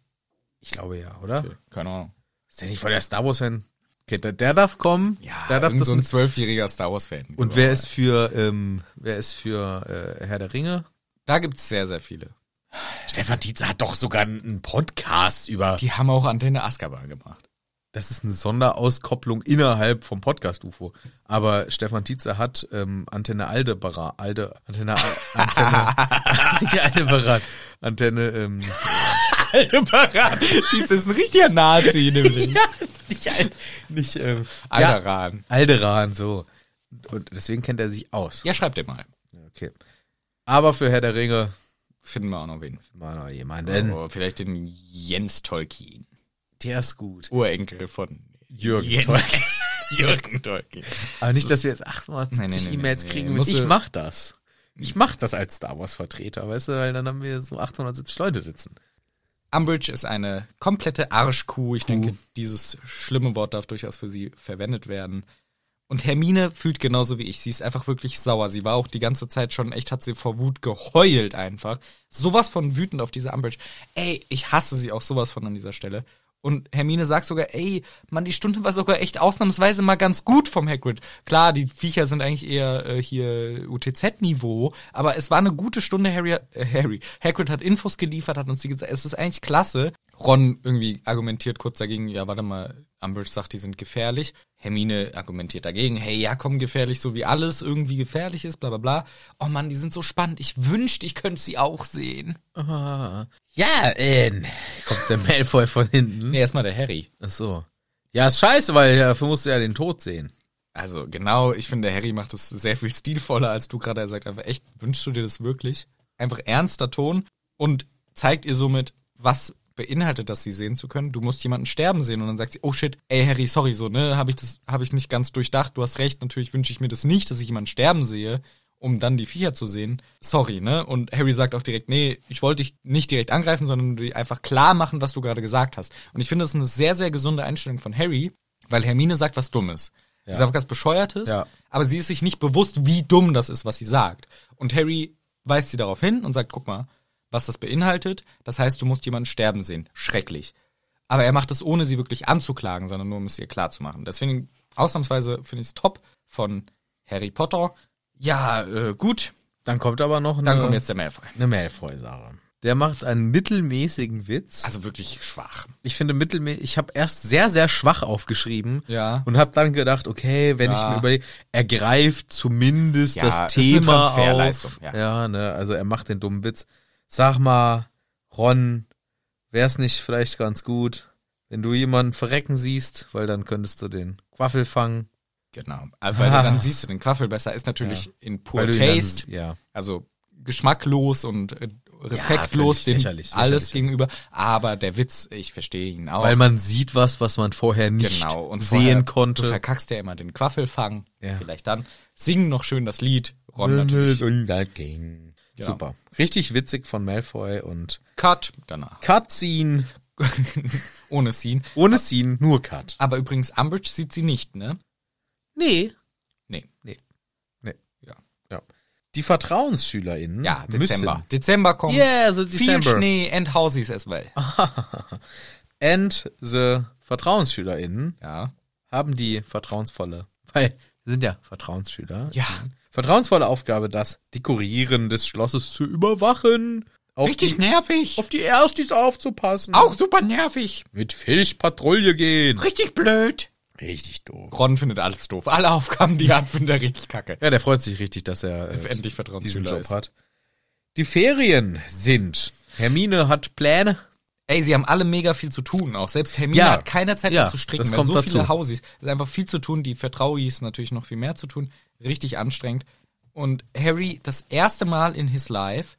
Speaker 1: Ich glaube ja, oder?
Speaker 2: Keine Ahnung.
Speaker 1: Ist der nicht voll der Star Wars-Fan? Okay, der, der darf kommen. der darf
Speaker 2: irgend
Speaker 1: das.
Speaker 2: so ein zwölfjähriger Star Wars-Fan.
Speaker 1: und wer ist für, ähm, wer ist für äh, Herr der Ringe?
Speaker 2: Da gibt's sehr, sehr viele.
Speaker 1: Stefan Tietze hat doch sogar einen Podcast über.
Speaker 2: Die haben auch Antenne Azkaban gemacht.
Speaker 1: Das ist eine Sonderauskopplung innerhalb vom Podcast UFO. Aber Stefan Tietze hat ähm, Antenne Aldebaran, Alde, Antenne, Al- Antenne, nicht Aldebaran, Antenne, ähm,
Speaker 2: Aldebaran. Dietz ist ein richtiger Nazi, nämlich. ja.
Speaker 1: nicht, Al- nicht ähm, ja,
Speaker 2: Alderan.
Speaker 1: Alderan, so. Und deswegen kennt er sich aus.
Speaker 2: Ja, schreib dir mal.
Speaker 1: Okay. Aber für Herr der Ringe,
Speaker 2: Finden wir auch noch wen.
Speaker 1: mal noch jemanden.
Speaker 2: Oh, vielleicht den Jens Tolkien.
Speaker 1: Der ist gut.
Speaker 2: Urenkel von
Speaker 1: Jürgen
Speaker 2: Jens-
Speaker 1: Tolkien.
Speaker 2: Jürgen Tolkien.
Speaker 1: Aber nicht, dass wir jetzt 870
Speaker 2: Nein, nein, nein,
Speaker 1: E-Mails
Speaker 2: nein,
Speaker 1: kriegen.
Speaker 2: nein.
Speaker 1: mit,
Speaker 2: Musst
Speaker 1: ich
Speaker 2: du-
Speaker 1: mach das. Ich mach das als Star Wars-Vertreter, weißt du, weil dann haben wir so 870 Leute sitzen.
Speaker 2: Umbridge ist eine komplette Arschkuh. Ich denke, dieses schlimme Wort darf durchaus für sie verwendet werden. Und Hermine fühlt genauso wie ich. Sie ist einfach wirklich sauer. Sie war auch die ganze Zeit schon echt, hat sie vor Wut geheult einfach. Sowas von wütend auf diese Umbridge. Ey, ich hasse sie auch sowas von an dieser Stelle. Und Hermine sagt sogar, ey, Mann, die Stunde war sogar echt ausnahmsweise mal ganz gut vom Hagrid. Klar, die Viecher sind eigentlich eher äh, hier UTZ-Niveau, aber es war eine gute Stunde, Harry, hat- äh, Harry. Hagrid hat Infos geliefert, hat uns die gesagt, es ist eigentlich klasse. Ron irgendwie argumentiert kurz dagegen, ja, warte mal, Umbridge sagt, die sind gefährlich. Hermine argumentiert dagegen, hey, ja, komm, gefährlich, so wie alles irgendwie gefährlich ist, bla bla bla. Oh Mann, die sind so spannend, ich wünschte, ich könnte sie auch sehen.
Speaker 1: Ja, äh, kommt der Malfoy von hinten.
Speaker 2: Nee, erstmal der Harry.
Speaker 1: Ach so. Ja, ist scheiße, weil dafür musst du ja den Tod sehen.
Speaker 2: Also genau, ich finde, Harry macht das sehr viel stilvoller als du gerade. Er sagt einfach, echt, wünschst du dir das wirklich? Einfach ernster Ton und zeigt ihr somit, was beinhaltet das, sie sehen zu können. Du musst jemanden sterben sehen und dann sagt sie, oh shit, ey Harry, sorry, so, ne, habe ich das, habe ich nicht ganz durchdacht. Du hast recht, natürlich wünsche ich mir das nicht, dass ich jemanden sterben sehe, um dann die Viecher zu sehen. Sorry, ne? Und Harry sagt auch direkt, nee, ich wollte dich nicht direkt angreifen, sondern dir einfach klar machen, was du gerade gesagt hast. Und ich finde, das ist eine sehr, sehr gesunde Einstellung von Harry, weil Hermine sagt was Dummes. Sie sagt was Bescheuertes,
Speaker 1: Ja.
Speaker 2: aber sie ist sich nicht bewusst, wie dumm das ist, was sie sagt. Und Harry weist sie darauf hin und sagt, guck mal, was das beinhaltet. Das heißt, du musst jemanden sterben sehen. Schrecklich. Aber er macht es, ohne sie wirklich anzuklagen, sondern nur, um es ihr klarzumachen. Deswegen, ausnahmsweise finde ich es top von Harry Potter. Ja, äh, gut.
Speaker 1: Dann kommt aber noch eine,
Speaker 2: Dann kommt jetzt der Malfoy.
Speaker 1: eine Malfoy-Sache. Der macht einen mittelmäßigen Witz.
Speaker 2: Also wirklich schwach.
Speaker 1: ich finde mittelmäßig, ich habe erst sehr, sehr schwach aufgeschrieben
Speaker 2: Ja.
Speaker 1: und habe dann gedacht, okay, wenn
Speaker 2: Ja.
Speaker 1: ich mir überlege, er greift zumindest
Speaker 2: Ja,
Speaker 1: das
Speaker 2: ist eine
Speaker 1: Thema
Speaker 2: Transferleistung,
Speaker 1: auf.
Speaker 2: ja.
Speaker 1: ne, also er macht den dummen Witz. Sag mal, Ron, wär's nicht vielleicht ganz gut, wenn du jemanden verrecken siehst, weil dann könntest du den Quaffel fangen.
Speaker 2: Genau. Also, weil
Speaker 1: Ah.
Speaker 2: dann siehst du den Quaffel besser. Ist natürlich in poor
Speaker 1: weil du ihn dann-
Speaker 2: taste.
Speaker 1: ja.
Speaker 2: also geschmacklos und äh,
Speaker 1: Ja, völlig
Speaker 2: respektlos dem
Speaker 1: lächerlich,
Speaker 2: alles
Speaker 1: lächerlich.
Speaker 2: gegenüber. Aber der Witz, ich verstehe ihn auch.
Speaker 1: Weil man sieht was, was man vorher nicht
Speaker 2: genau und vorher,
Speaker 1: sehen
Speaker 2: Du
Speaker 1: konnte.
Speaker 2: verkackst ja immer den Quaffelfang.
Speaker 1: Ja.
Speaker 2: Vielleicht dann singen noch schön das Lied. Ron natürlich. Ja.
Speaker 1: Super. Richtig witzig von Malfoy und
Speaker 2: Cut danach.
Speaker 1: Cutscene.
Speaker 2: Ohne Scene.
Speaker 1: Ohne Scene, nur Cut.
Speaker 2: Aber übrigens, Umbridge sieht sie nicht, ne?
Speaker 1: Nee.
Speaker 2: Nee.
Speaker 1: Nee.
Speaker 2: Ja.
Speaker 1: Ja. Die VertrauensschülerInnen.
Speaker 2: Ja, Dezember. Ah. Dezember kommt.
Speaker 1: Müssen. Yeah, so
Speaker 2: Viel
Speaker 1: December.
Speaker 2: Schnee and Housies as well.
Speaker 1: and the VertrauensschülerInnen
Speaker 2: Ja.
Speaker 1: haben die vertrauensvolle, weil sie sind ja Vertrauensschüler,
Speaker 2: Ja.
Speaker 1: vertrauensvolle Aufgabe, das Dekorieren des Schlosses zu überwachen, auf,
Speaker 2: Richtig
Speaker 1: die,
Speaker 2: nervig.
Speaker 1: auf die Erstis aufzupassen,
Speaker 2: Auch super nervig.
Speaker 1: mit Fisch Patrouille gehen.
Speaker 2: Richtig blöd.
Speaker 1: Richtig doof.
Speaker 2: Ron findet alles doof. Alle Aufgaben, die er hat, findet er richtig kacke.
Speaker 1: Ja, der freut sich richtig, dass er äh,
Speaker 2: Endlich
Speaker 1: diesen
Speaker 2: Vertrauensschüler
Speaker 1: Job
Speaker 2: ist.
Speaker 1: hat. Die Ferien sind. Hermine hat Pläne.
Speaker 2: Ey, sie haben alle mega viel zu tun auch. Selbst Hermine
Speaker 1: Ja.
Speaker 2: hat keine Zeit
Speaker 1: Ja,
Speaker 2: mehr zu stricken.
Speaker 1: das
Speaker 2: Wenn
Speaker 1: kommt
Speaker 2: so viele
Speaker 1: dazu.
Speaker 2: Hausis, ist einfach viel zu tun. Die Vertrauis natürlich noch viel mehr zu tun. Richtig anstrengend. Und Harry, das erste Mal in his life,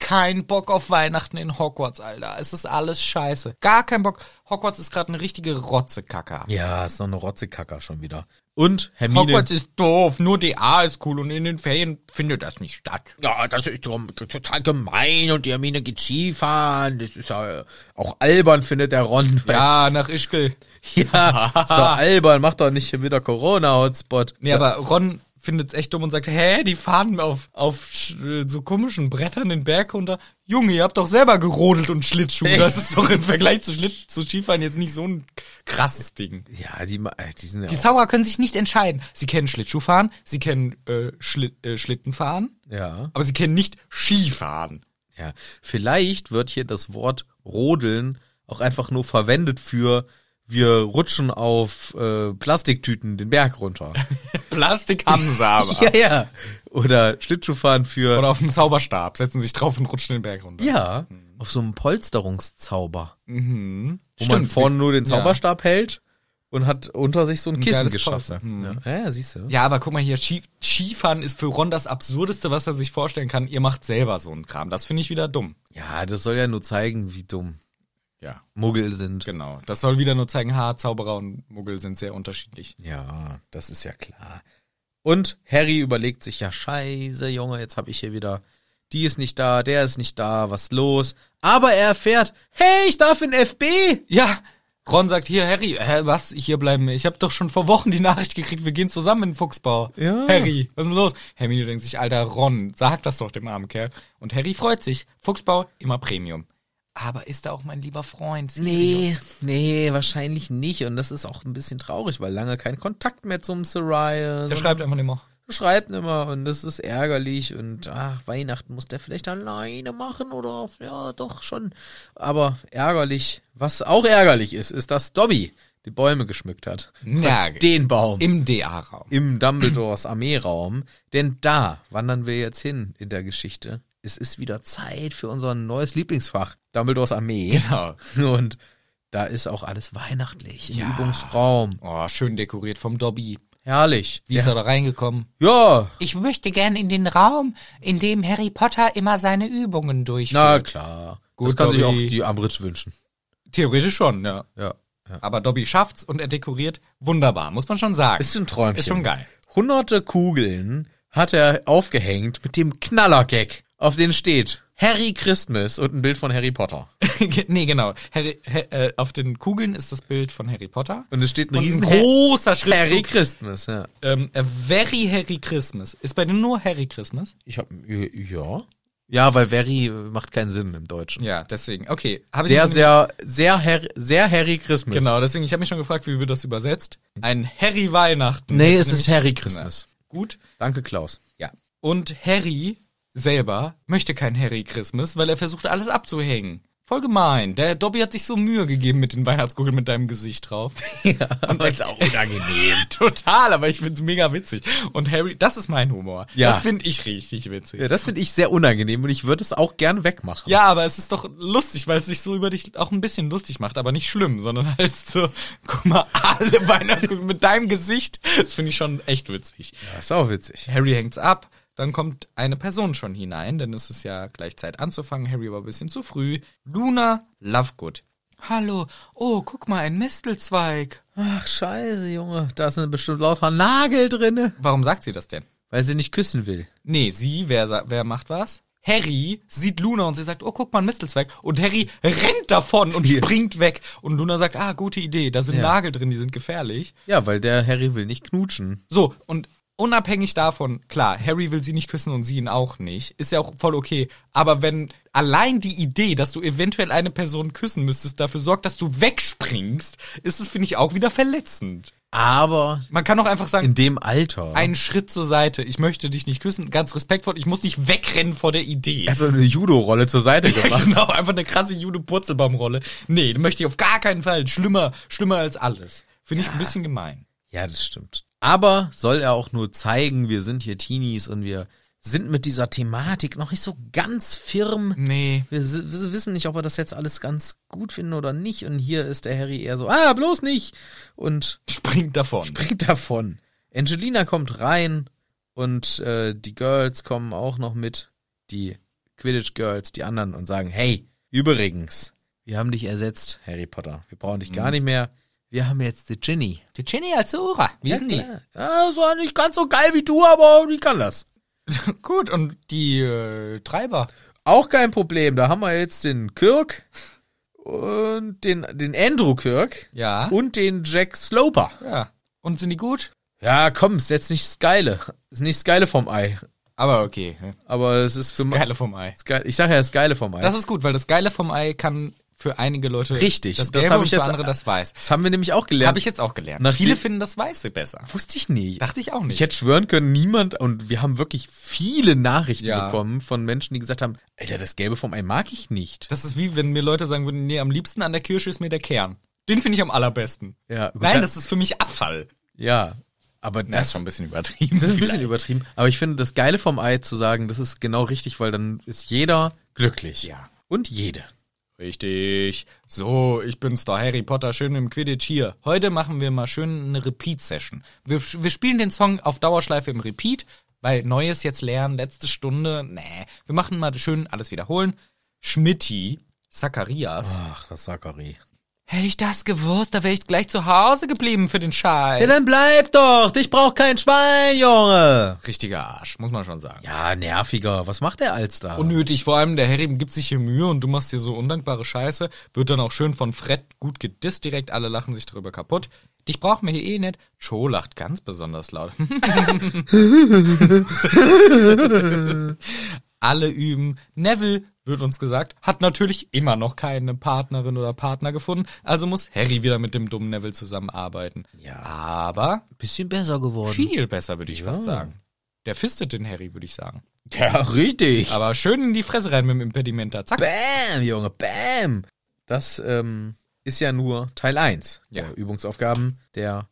Speaker 2: kein Bock auf Weihnachten in Hogwarts, Alter. Es ist alles scheiße. Gar kein Bock. Hogwarts ist gerade eine richtige Rotzekacke.
Speaker 1: Ja, ist noch eine Rotzekacker schon wieder. Und Hermine.
Speaker 2: Hogwarts ist doof, nur DA ist cool und in den Ferien findet das nicht statt.
Speaker 1: ja, das ist doch total gemein und die Hermine geht Skifahren. Das ist ja äh, auch albern, findet der Ron.
Speaker 2: Ja, nach Ischgl.
Speaker 1: ja ist doch albern. Macht doch nicht hier wieder Corona-Hotspot.
Speaker 2: Nee,
Speaker 1: So.
Speaker 2: aber Ron findet es echt dumm und sagt, hä, die fahren auf, auf sch- so komischen Brettern den Berg runter. Junge, ihr habt doch selber gerodelt und Schlittschuhe. Das ist doch im Vergleich zu, Schlitt, zu Skifahren jetzt nicht so ein krasses Ding.
Speaker 1: ja, die, ma- äh, die sind ja
Speaker 2: Die
Speaker 1: auch,
Speaker 2: Zauberer können sich nicht entscheiden. Sie kennen Schlittschuhfahren, sie kennen äh, Schli äh, Schlittenfahren,
Speaker 1: ja,
Speaker 2: aber sie kennen nicht Skifahren.
Speaker 1: ja. Vielleicht wird hier das Wort Rodeln auch einfach nur verwendet für wir rutschen auf äh, Plastiktüten den Berg runter.
Speaker 2: Plastik haben sie aber.
Speaker 1: Ja, ja. Oder Schlittschuhfahren für.
Speaker 2: Oder auf dem Zauberstab, setzen sich drauf und rutschen den Berg runter.
Speaker 1: ja, auf so einem Polsterungszauber.
Speaker 2: Mhm.
Speaker 1: Wo man
Speaker 2: Stimmt.
Speaker 1: vorne nur den Zauberstab hält und hat unter sich so ein Kissen
Speaker 2: geiles
Speaker 1: geschaffen.
Speaker 2: Polster. Mhm.
Speaker 1: Ja, ja, siehst du.
Speaker 2: Ja, aber guck mal hier, Ski Skifahren ist für Ron das Absurdeste, was er sich vorstellen kann. Ihr macht selber so einen Kram. Das finde ich wieder dumm.
Speaker 1: Ja, das soll ja nur zeigen, wie dumm
Speaker 2: Ja.
Speaker 1: Muggel sind.
Speaker 2: Genau. Das soll wieder nur zeigen, ha, Zauberer und Muggel sind sehr unterschiedlich.
Speaker 1: Ja, das ist ja klar. Und Harry überlegt sich, ja, scheiße, Junge, jetzt hab ich hier wieder, die ist nicht da, der ist nicht da, was los? Aber er erfährt, hey, ich darf in FB.
Speaker 2: Ja, Ron sagt hier, Harry, hä, was? Hier bleiben wir. Ich habe doch schon vor Wochen die Nachricht gekriegt, wir gehen zusammen in den Fuchsbau.
Speaker 1: Ja.
Speaker 2: Harry, was ist denn los? Hermine denkt sich, alter Ron, sag das doch dem armen Kerl. Und Harry freut sich. Fuchsbau, immer Premium. Aber ist da auch mein lieber Freund?
Speaker 1: Nee, nee, wahrscheinlich nicht. Und das ist auch ein bisschen traurig, weil lange kein Kontakt mehr zum Sariah.
Speaker 2: Der schreibt einfach nicht mehr.
Speaker 1: schreibt immer und das ist ärgerlich und ach, Weihnachten muss der vielleicht alleine machen oder ja, doch schon. Aber ärgerlich, was auch ärgerlich ist, ist, dass Dobby die Bäume geschmückt hat.
Speaker 2: Ja,
Speaker 1: Den Baum
Speaker 2: im DA-Raum.
Speaker 1: im Dumbledores Armeeraum, denn da wandern wir jetzt hin in der Geschichte. Es ist wieder Zeit für unser neues Lieblingsfach, Dumbledores Armee.
Speaker 2: Genau.
Speaker 1: Und da ist auch alles weihnachtlich im Übungsraum.
Speaker 2: Oh, schön dekoriert vom Dobby.
Speaker 1: Herrlich.
Speaker 2: Wie ist er da reingekommen?
Speaker 1: Ja,
Speaker 4: Ich möchte gern in den Raum, in dem Harry Potter immer seine Übungen durchführt.
Speaker 1: na klar.
Speaker 2: Gut,
Speaker 1: das kann sich auch
Speaker 2: Dobby.
Speaker 1: die Ambridge wünschen.
Speaker 2: Theoretisch schon, ja.
Speaker 1: Ja. ja.
Speaker 2: Aber Dobby schafft's und er dekoriert wunderbar, muss man schon sagen.
Speaker 1: Ist ein Träumchen.
Speaker 2: Ist schon geil.
Speaker 1: Hunderte Kugeln hat er aufgehängt mit dem Knallergag, auf den steht Harry Christmas und ein Bild von Harry Potter.
Speaker 2: nee, genau. Harry, Har- äh, auf den Kugeln ist das Bild von Harry Potter.
Speaker 1: Und es steht ein
Speaker 2: Und
Speaker 1: riesen
Speaker 2: großer Schriftzug.
Speaker 1: Harry Christmas, ja.
Speaker 2: ähm, a very Harry Christmas. Ist bei dir nur Harry Christmas?
Speaker 1: Ich hab, ja. Ja, weil Very macht keinen Sinn im Deutschen.
Speaker 2: Ja, deswegen. Okay. Hab
Speaker 1: Sehr,
Speaker 2: ich
Speaker 1: sehr, sehr, Harry, sehr Harry Christmas.
Speaker 2: Genau, deswegen, ich habe mich schon gefragt, wie wird das übersetzt? Ein Harry Weihnachten.
Speaker 1: Nee,
Speaker 2: Hätte
Speaker 1: es ist
Speaker 2: nämlich-
Speaker 1: Harry Christmas.
Speaker 2: Na, Gut.
Speaker 1: Danke, Klaus.
Speaker 2: Ja. Und Harry selber möchte kein Harry Christmas, weil er versucht, alles abzuhängen. Voll gemein. Der Dobby hat sich so Mühe gegeben mit den Weihnachtskugeln mit deinem Gesicht drauf.
Speaker 1: Ja, aber ist auch unangenehm.
Speaker 2: Total, aber ich find's mega witzig. Und Harry, das ist mein Humor.
Speaker 1: Ja.
Speaker 2: Das find ich richtig witzig.
Speaker 1: ja, das finde ich sehr unangenehm und ich würde es auch gern wegmachen.
Speaker 2: Ja, aber es ist doch lustig, weil es sich so über dich auch ein bisschen lustig macht, aber nicht schlimm, sondern halt so, guck mal, alle Weihnachtskugeln mit deinem Gesicht. Das finde ich schon echt witzig.
Speaker 1: Ja, ist auch witzig.
Speaker 2: Harry hängt's ab, dann kommt eine Person schon hinein, denn es ist ja gleich Zeit anzufangen. Harry war ein bisschen zu früh. Luna Lovegood. Hallo, oh, guck mal, ein Mistelzweig.
Speaker 1: Ach, scheiße, Junge. Da sind bestimmt lauter Nagel drinne.
Speaker 2: Warum sagt sie das denn?
Speaker 1: Weil sie nicht küssen will.
Speaker 2: Nee, sie, wer, sa- wer macht was? Harry sieht Luna und sie sagt, oh, guck mal, ein Mistelzweig. Und Harry rennt davon und
Speaker 1: Ja.
Speaker 2: springt weg. Und Luna sagt, ah, gute Idee, da sind
Speaker 1: Ja.
Speaker 2: Nagel drin, die sind gefährlich.
Speaker 1: Ja, weil der Harry will nicht knutschen.
Speaker 2: So, und unabhängig davon, klar, Harry will sie nicht küssen und sie ihn auch nicht, ist ja auch voll okay. Aber wenn allein die Idee, dass du eventuell eine Person küssen müsstest, dafür sorgt, dass du wegspringst, ist es, finde ich, auch wieder verletzend.
Speaker 1: Aber
Speaker 2: Man kann auch einfach sagen,
Speaker 1: in dem Alter.
Speaker 2: einen Schritt zur Seite, ich möchte dich nicht küssen, ganz respektvoll, ich muss nicht wegrennen vor der Idee.
Speaker 1: also eine Judo-Rolle zur Seite
Speaker 2: Ja,
Speaker 1: gemacht.
Speaker 2: genau, einfach eine krasse jude purzelbaumrolle Nee, den möchte ich auf gar keinen Fall. Schlimmer, schlimmer als alles. Finde ich ein bisschen gemein.
Speaker 1: ja, das stimmt. Aber soll er auch nur zeigen, wir sind hier Teenies und wir sind mit dieser Thematik noch nicht so ganz firm.
Speaker 2: Nee.
Speaker 1: Wir, s- wir wissen nicht, ob wir das jetzt alles ganz gut finden oder nicht. Und hier ist der Harry eher so, ah, bloß nicht. Und
Speaker 2: Springt davon.
Speaker 1: springt davon. Angelina kommt rein und äh, die Girls kommen auch noch mit, die Quidditch Girls, die anderen und sagen, hey, übrigens, wir haben dich ersetzt, Harry Potter. Wir brauchen dich gar nicht mehr. Wir haben jetzt die Ginny.
Speaker 4: Die Ginny als Zora. Wie
Speaker 1: Ja,
Speaker 4: ist denn die?
Speaker 1: klar. Ja, so nicht ganz so geil wie du, aber die kann das.
Speaker 2: Gut, und die äh, Treiber.
Speaker 1: Auch kein Problem. Da haben wir jetzt den Kirk und den, den Andrew Kirk
Speaker 2: Ja.
Speaker 1: und den Jack Sloper.
Speaker 2: ja. Und sind die gut?
Speaker 1: Ja, komm, ist jetzt nicht das Geile. Ist nicht das Geile vom Ei.
Speaker 2: Aber okay. ne?
Speaker 1: Aber es ist für
Speaker 2: Das
Speaker 1: ma-
Speaker 2: Geile vom Ei.
Speaker 1: Das Geil- Ich sage ja, das Geile vom Ei.
Speaker 2: Das ist gut, weil das Geile vom Ei kann für einige Leute
Speaker 1: Richtig,
Speaker 2: das,
Speaker 1: das
Speaker 2: Gelbe
Speaker 1: hab
Speaker 2: und
Speaker 1: ich
Speaker 2: für
Speaker 1: jetzt-
Speaker 2: andere das Weiß.
Speaker 1: Das haben wir nämlich auch gelernt.
Speaker 2: Habe ich jetzt auch gelernt.
Speaker 1: Nachdem-
Speaker 2: Viele finden das Weiße besser.
Speaker 1: wusste ich nie.
Speaker 2: Dachte ich auch
Speaker 1: ich
Speaker 2: nicht.
Speaker 1: hätte schwören können, niemand, und wir haben wirklich viele Nachrichten
Speaker 2: Ja.
Speaker 1: bekommen von Menschen, die gesagt haben, Alter, das Gelbe vom Ei mag ich nicht.
Speaker 2: das ist wie, wenn mir Leute sagen würden, nee, am liebsten an der Kirsche ist mir der Kern. Den finde ich am allerbesten.
Speaker 1: Ja, gut,
Speaker 2: Nein,
Speaker 1: da-
Speaker 2: das ist für mich Abfall.
Speaker 1: Ja, aber
Speaker 2: Na,
Speaker 1: das,
Speaker 2: bisschen übertrieben.
Speaker 1: das ist ein bisschen übertrieben. Aber ich finde, das Geile vom Ei zu sagen, das ist genau richtig, weil dann ist jeder glücklich.
Speaker 2: Ja.
Speaker 1: Und jede.
Speaker 2: Richtig. So, ich bin's da, Harry Potter, schön im Quidditch hier. Heute machen wir mal schön eine Repeat-Session. Wir, wir spielen den Song auf Dauerschleife im Repeat, weil Neues jetzt lernen, letzte Stunde, nee. Wir machen mal schön alles wiederholen. Schmitty, Zacharias.
Speaker 1: Ach, das Zachary.
Speaker 2: Hätte ich das gewusst, da wäre ich gleich zu Hause geblieben für den Scheiß.
Speaker 1: Ja, dann bleib doch! Dich braucht kein Schwein, Junge!
Speaker 2: Richtiger Arsch, muss man schon sagen.
Speaker 1: Ja, nerviger. Was macht der Alster?
Speaker 2: Unnötig, vor allem der Harry gibt sich hier Mühe und du machst hier so undankbare Scheiße. Wird dann auch schön von Fred gut gedisst direkt, alle lachen sich darüber kaputt. Dich brauchen wir hier eh nicht. Cho lacht ganz besonders laut. alle üben. Neville, wird uns gesagt, hat natürlich immer noch keine Partnerin oder Partner gefunden, also muss Harry wieder mit dem dummen Neville zusammenarbeiten.
Speaker 1: Ja.
Speaker 2: Aber
Speaker 1: bisschen besser geworden.
Speaker 2: viel besser, würde ich fast sagen. Der fistet den Harry, würde ich sagen.
Speaker 1: Ja, richtig.
Speaker 2: Aber schön in die Fresse rein mit dem Impedimenta. Zack.
Speaker 1: Bam, Junge, bam. Das ähm, ist ja nur Teil 1
Speaker 2: Ja.
Speaker 1: der Übungsaufgaben. Der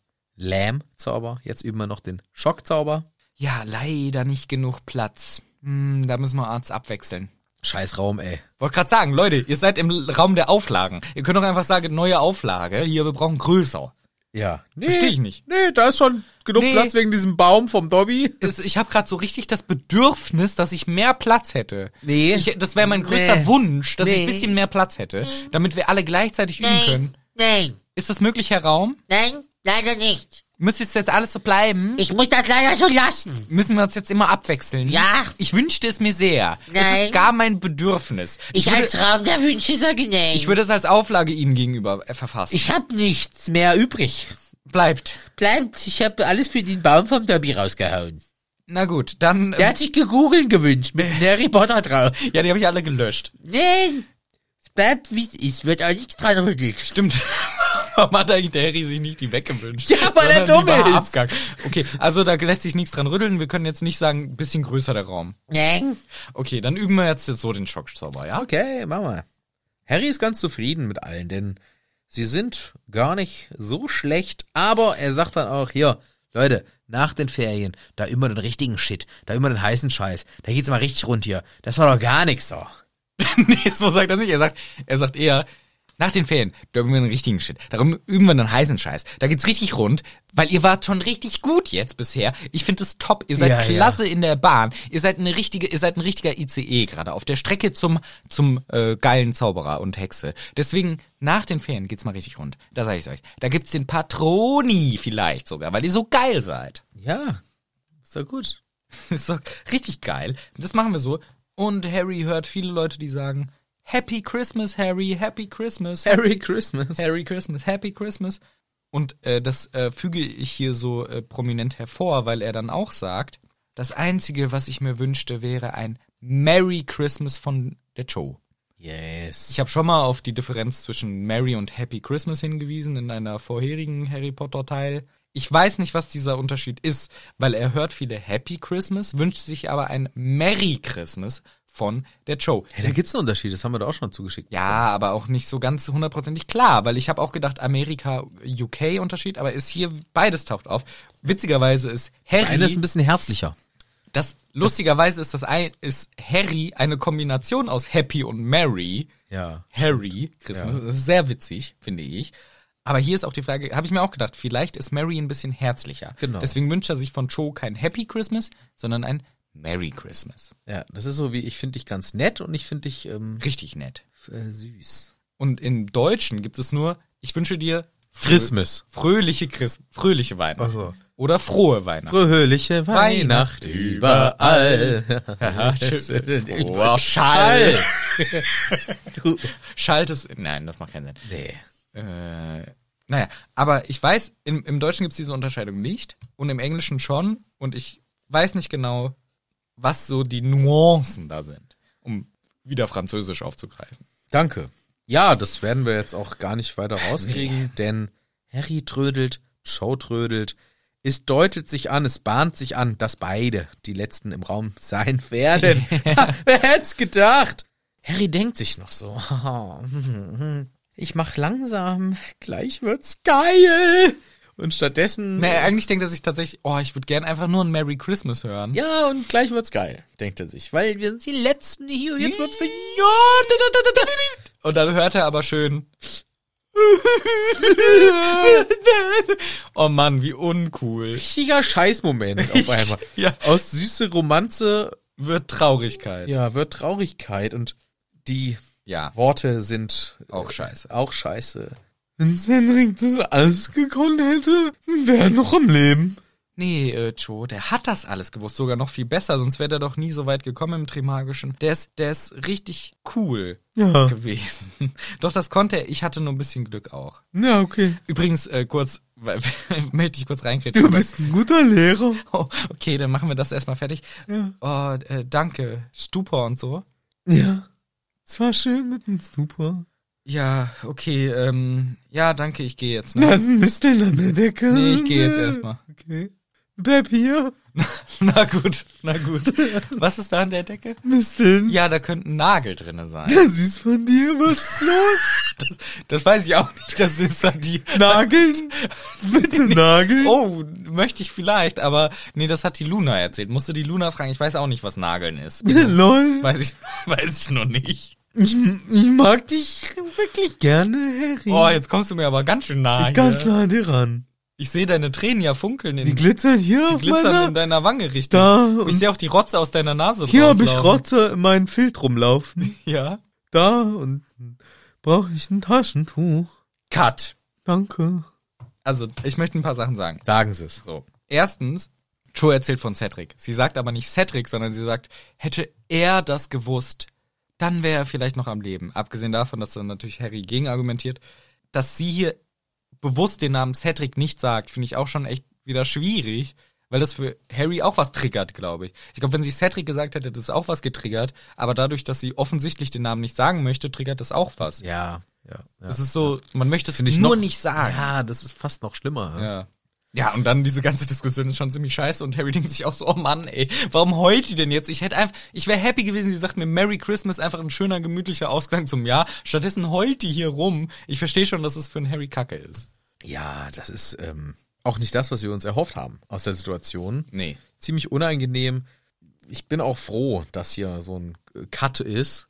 Speaker 1: Lamb-Zauber. Jetzt üben wir noch den Schockzauber.
Speaker 2: Ja, leider nicht genug Platz. Hm, da müssen wir Arzt abwechseln.
Speaker 1: Scheiß Raum, ey.
Speaker 2: Wollte gerade sagen, Leute, ihr seid im Raum der Auflagen. Ihr könnt doch einfach sagen, neue Auflage. Hier, wir brauchen größer.
Speaker 1: Ja. Nee,
Speaker 2: Versteh ich nicht.
Speaker 1: Nee, da ist schon genug
Speaker 2: Nee.
Speaker 1: Platz wegen diesem Baum vom Dobby.
Speaker 2: Das, ich habe gerade so richtig das Bedürfnis, dass ich mehr Platz hätte.
Speaker 1: Nee.
Speaker 2: Ich, das wäre mein größter
Speaker 1: Nee.
Speaker 2: Wunsch, dass ich ein
Speaker 1: Nee.
Speaker 2: bisschen mehr Platz hätte, damit wir alle gleichzeitig üben können.
Speaker 5: Nein,
Speaker 2: Ist das möglich, Herr Raum?
Speaker 5: nein, leider nicht.
Speaker 2: Müsste es jetzt alles so bleiben?
Speaker 5: Ich muss das leider so lassen.
Speaker 2: Müssen wir uns jetzt immer abwechseln?
Speaker 5: Ja.
Speaker 2: Ich wünschte es mir sehr. Es
Speaker 5: Nein.
Speaker 2: ist gar mein Bedürfnis.
Speaker 5: Ich,
Speaker 2: würde-
Speaker 5: als Raum der Wünsche sage nein.
Speaker 2: Ich würde es als Auflage Ihnen gegenüber äh, verfassen.
Speaker 5: ich hab nichts mehr übrig.
Speaker 2: Bleibt.
Speaker 5: Bleibt, ich habe alles für den Baum vom Derby rausgehauen.
Speaker 2: Na gut, dann.
Speaker 5: Der
Speaker 2: ähm,
Speaker 5: hat sich gegoogelt gewünscht mit einem Harry Potter drauf.
Speaker 2: ja, die habe ich alle gelöscht.
Speaker 5: Nein, es bleibt wie es ist, wird auch nichts dran rüttelt.
Speaker 2: Stimmt. Warum hat eigentlich der Harry sich nicht die weggewünscht?
Speaker 5: Ja, weil
Speaker 2: Sondern die
Speaker 5: er dumm
Speaker 2: war
Speaker 5: ist.
Speaker 2: Abgang. Okay, also da lässt sich nichts dran rütteln. Wir können jetzt nicht sagen, ein bisschen größer der Raum.
Speaker 5: Nein,
Speaker 2: Okay, dann üben wir jetzt, jetzt so den Schockzauber, ja?
Speaker 1: Okay, machen wir. Harry ist ganz zufrieden mit allen, denn sie sind gar nicht so schlecht, aber er sagt dann auch, hier, Leute, nach den Ferien, da immer den richtigen Shit, da immer den heißen Scheiß, da geht's mal richtig rund hier. Das war doch gar nichts da.
Speaker 2: nee, so sagt er nicht. Er sagt, er sagt eher, nach den Ferien, da üben wir den richtigen Shit. Darum üben wir dann heißen Scheiß. Da geht's richtig rund, weil ihr wart schon richtig gut jetzt bisher. Ich finde es top. Ihr seid
Speaker 1: Ja, ja.
Speaker 2: klasse in der Bahn. Ihr seid eine richtige, ihr seid ein richtiger ICE gerade auf der Strecke zum zum äh, geilen Zauberer und Hexe. Deswegen nach den Ferien geht's mal richtig rund. Da sage ich euch. Da gibt's den Patroni vielleicht sogar, weil ihr so geil seid.
Speaker 1: Ja, ist doch gut.
Speaker 2: ist doch richtig geil. Das machen wir so. Und Harry hört viele Leute, die sagen, Happy Christmas, Harry, Happy Christmas,
Speaker 1: Merry Christmas.
Speaker 2: Harry Christmas, Happy Christmas. Und äh, das äh, füge ich hier so äh, prominent hervor, weil er dann auch sagt, das Einzige, was ich mir wünschte, wäre ein Merry Christmas von der Joe.
Speaker 1: Yes.
Speaker 2: Ich habe schon mal auf die Differenz zwischen Merry und Happy Christmas hingewiesen in einer vorherigen Harry Potter Teil. Ich weiß nicht, was dieser Unterschied ist, weil er hört viele Happy Christmas, wünscht sich aber ein Merry Christmas von der Joe.
Speaker 1: Hey, da gibt's einen Unterschied, das haben wir da auch schon zugeschickt.
Speaker 2: Ja, aber auch nicht so ganz hundertprozentig klar, weil ich habe auch gedacht, Amerika, UK Unterschied, aber ist hier beides taucht auf. Witzigerweise ist Harry
Speaker 1: Das eine ist ein bisschen herzlicher.
Speaker 2: das lustigerweise ist das ein, ist Harry eine Kombination aus Happy und Merry.
Speaker 1: Ja.
Speaker 2: Harry Christmas. Das ist sehr witzig, finde ich. Aber hier ist auch die Frage, habe ich mir auch gedacht, vielleicht ist Mary ein bisschen herzlicher.
Speaker 1: Genau.
Speaker 2: Deswegen wünscht er sich von Joe kein Happy Christmas, sondern ein Merry Christmas.
Speaker 1: Ja, das ist so wie, ich finde dich ganz nett und ich finde dich ähm,
Speaker 2: Richtig nett.
Speaker 1: äh, süß.
Speaker 2: Und im Deutschen gibt es nur, ich wünsche dir frö-
Speaker 1: Christmas.
Speaker 2: fröhliche Christ, fröhliche Weihnachten.
Speaker 1: Ach so.
Speaker 2: Oder frohe Weihnachten.
Speaker 1: Fröhliche
Speaker 2: Weihnacht
Speaker 1: überall.
Speaker 2: Froher Schall. Schalt es. Nein, das macht keinen Sinn.
Speaker 1: Nee.
Speaker 2: Äh, naja, aber ich weiß, im, im Deutschen gibt es diese Unterscheidung nicht und im Englischen schon und ich weiß nicht genau, was so die Nuancen da sind, um wieder Französisch aufzugreifen.
Speaker 1: Danke. Ja, das werden wir jetzt auch gar nicht weiter rauskriegen, denn Harry trödelt, Joe trödelt. Es deutet sich an, es bahnt sich an, dass beide die Letzten im Raum sein werden. Ha, Wer hätt's gedacht? Harry denkt sich noch so. Ich mach langsam, gleich wird's geil. Und stattdessen.
Speaker 2: Naja, eigentlich denkt er sich tatsächlich, oh, ich würde gern einfach nur ein Merry Christmas hören.
Speaker 1: Ja, und gleich wird's geil, denkt er sich. Weil wir sind die Letzten hier, jetzt wird's... Ja,
Speaker 2: Und dann hört er aber schön. oh Mann, wie uncool.
Speaker 1: richtiger Scheißmoment auf einmal.
Speaker 2: Ja.
Speaker 1: Aus süße Romanze
Speaker 2: Wird Traurigkeit.
Speaker 1: ja, wird Traurigkeit und die
Speaker 2: Ja.
Speaker 1: Worte sind äh,
Speaker 2: Auch scheiße.
Speaker 1: Auch scheiße. Wenn Cedric das alles gekonnt hätte, wäre er noch am Leben.
Speaker 2: Nee, äh, Joe, der hat das alles gewusst, sogar noch viel besser, sonst wäre der doch nie so weit gekommen im Trimagischen. Der ist, der ist richtig cool
Speaker 1: Ja.
Speaker 2: gewesen. Doch das konnte er, ich hatte nur ein bisschen Glück auch.
Speaker 1: Ja, okay.
Speaker 2: Übrigens, äh, kurz, weil- möchte ich kurz reinkriegen.
Speaker 1: Du bist ein guter Lehrer.
Speaker 2: Oh, okay, dann machen wir das erstmal fertig. Oh, äh, danke, Stupor und so.
Speaker 1: Ja. Es war schön mit dem Super.
Speaker 2: Ja, okay, ähm, ja, danke, ich gehe jetzt. Ne?
Speaker 1: Da ist ein Misteln an der Decke.
Speaker 2: Nee, ich gehe jetzt erstmal.
Speaker 1: Okay. Bleib hier.
Speaker 2: na gut, na gut. Was ist da an der Decke?
Speaker 1: Misteln.
Speaker 2: Ja, da könnte ein Nagel drinne sein.
Speaker 1: Süß von dir, was ist los?
Speaker 2: Das, das weiß ich auch nicht. Das ist dann die.
Speaker 1: Nageln? Bitte Nageln?
Speaker 2: Oh, möchte ich vielleicht, aber nee, das hat die Luna erzählt. Musste die Luna fragen. Ich weiß auch nicht, was Nageln ist. Genau.
Speaker 1: Lol.
Speaker 2: weiß ich, weiß ich noch nicht.
Speaker 1: Ich, ich mag dich wirklich gerne, Harry.
Speaker 2: Oh, jetzt kommst du mir aber ganz schön nahe.
Speaker 1: ich ganz
Speaker 2: hier.
Speaker 1: nah an dir ran.
Speaker 2: Ich sehe deine Tränen ja funkeln in,
Speaker 1: Die glitzern hier auf
Speaker 2: glitzern in
Speaker 1: meiner...
Speaker 2: deiner Wange richtig.
Speaker 1: Da
Speaker 2: ich
Speaker 1: und-
Speaker 2: sehe auch die Rotze aus deiner Nase
Speaker 1: Hier habe ich
Speaker 2: rauslaufen.
Speaker 1: Rotze in meinem Filt rumlaufen.
Speaker 2: Ja.
Speaker 1: Da und brauche ich ein Taschentuch.
Speaker 2: Cut.
Speaker 1: Danke.
Speaker 2: Also, ich möchte ein paar Sachen sagen.
Speaker 1: Sagen Sie es.
Speaker 2: So. Erstens, Joe erzählt von Cedric. Sie sagt aber nicht Cedric, sondern sie sagt, hätte er das gewusst, dann wäre er vielleicht noch am Leben. Abgesehen davon, dass dann natürlich Harry gegen argumentiert, dass sie hier bewusst den Namen Cedric nicht sagt, finde ich auch schon echt wieder schwierig, weil das für Harry auch was triggert, glaube ich. Ich glaube, wenn sie Cedric gesagt hätte, hätte das auch was getriggert, aber dadurch, dass sie offensichtlich den Namen nicht sagen möchte, triggert das auch was.
Speaker 1: Ja, ja. ja.
Speaker 2: Das ist so, man möchte es
Speaker 1: Finde ich
Speaker 2: nur
Speaker 1: noch-
Speaker 2: nicht sagen.
Speaker 1: Ja, das ist fast noch schlimmer. Ja.
Speaker 2: Ja. Ja, und dann diese ganze Diskussion ist schon ziemlich scheiße und Harry denkt sich auch so, oh Mann, ey, warum heult die denn jetzt? Ich hätte einfach, ich wäre happy gewesen, sie sagt mir Merry Christmas, einfach ein schöner, gemütlicher Ausgang zum Jahr. Stattdessen heult die hier rum. Ich verstehe schon, dass es für einen Harry Kacke ist.
Speaker 1: ja, das ist ähm, auch nicht das, was wir uns erhofft haben aus der Situation.
Speaker 2: Nee.
Speaker 1: ziemlich unangenehm. Ich bin auch froh, dass hier so ein äh, Cut ist.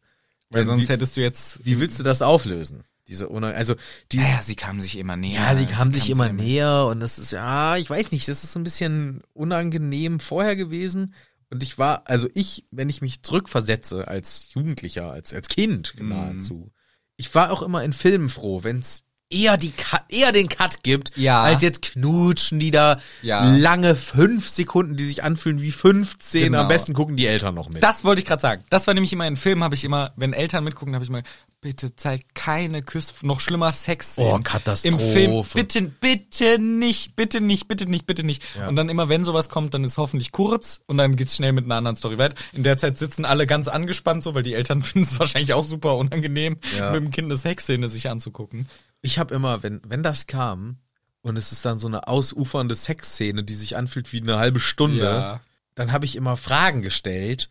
Speaker 2: Weil
Speaker 1: Denn
Speaker 2: sonst
Speaker 1: wie,
Speaker 2: hättest du jetzt,
Speaker 1: wie willst du das auflösen? Diese Una also die
Speaker 2: naja, sie kamen sich immer näher.
Speaker 1: ja, sie kamen sich immer
Speaker 2: näher.
Speaker 1: näher und das ist ja, ich weiß nicht, das ist so ein bisschen unangenehm vorher gewesen und ich war, also ich, wenn ich mich zurückversetze
Speaker 2: Mhm.
Speaker 1: als Jugendlicher, als als Kind nahezu, ich war auch immer in Filmen froh, wenn es eher, die Cut, eher den Cut gibt,
Speaker 2: Ja.
Speaker 1: als jetzt knutschen die da
Speaker 2: Ja.
Speaker 1: lange fünf Sekunden, die sich anfühlen wie 15.
Speaker 2: Genau.
Speaker 1: Am besten gucken die Eltern noch mit.
Speaker 2: Das wollte ich gerade sagen. Das war nämlich immer in Filmen, habe ich immer, wenn Eltern mitgucken, habe ich mal, bitte zeig keine Küsse, noch schlimmer Sex.
Speaker 1: Oh, Katastrophe.
Speaker 2: Im Film, bitte, bitte nicht, bitte nicht, bitte nicht, bitte nicht.
Speaker 1: Ja.
Speaker 2: Und dann immer, wenn sowas kommt, dann ist hoffentlich kurz und dann geht's schnell mit einer anderen Story weiter. In der Zeit sitzen alle ganz angespannt so, weil die Eltern finden es wahrscheinlich auch super unangenehm,
Speaker 1: Ja.
Speaker 2: mit dem Kind eine Sexszene sich anzugucken.
Speaker 1: Ich habe immer, wenn, wenn das kam und es ist dann so eine ausufernde Sexszene, die sich anfühlt wie eine halbe Stunde,
Speaker 2: Ja.
Speaker 1: dann habe ich immer Fragen gestellt.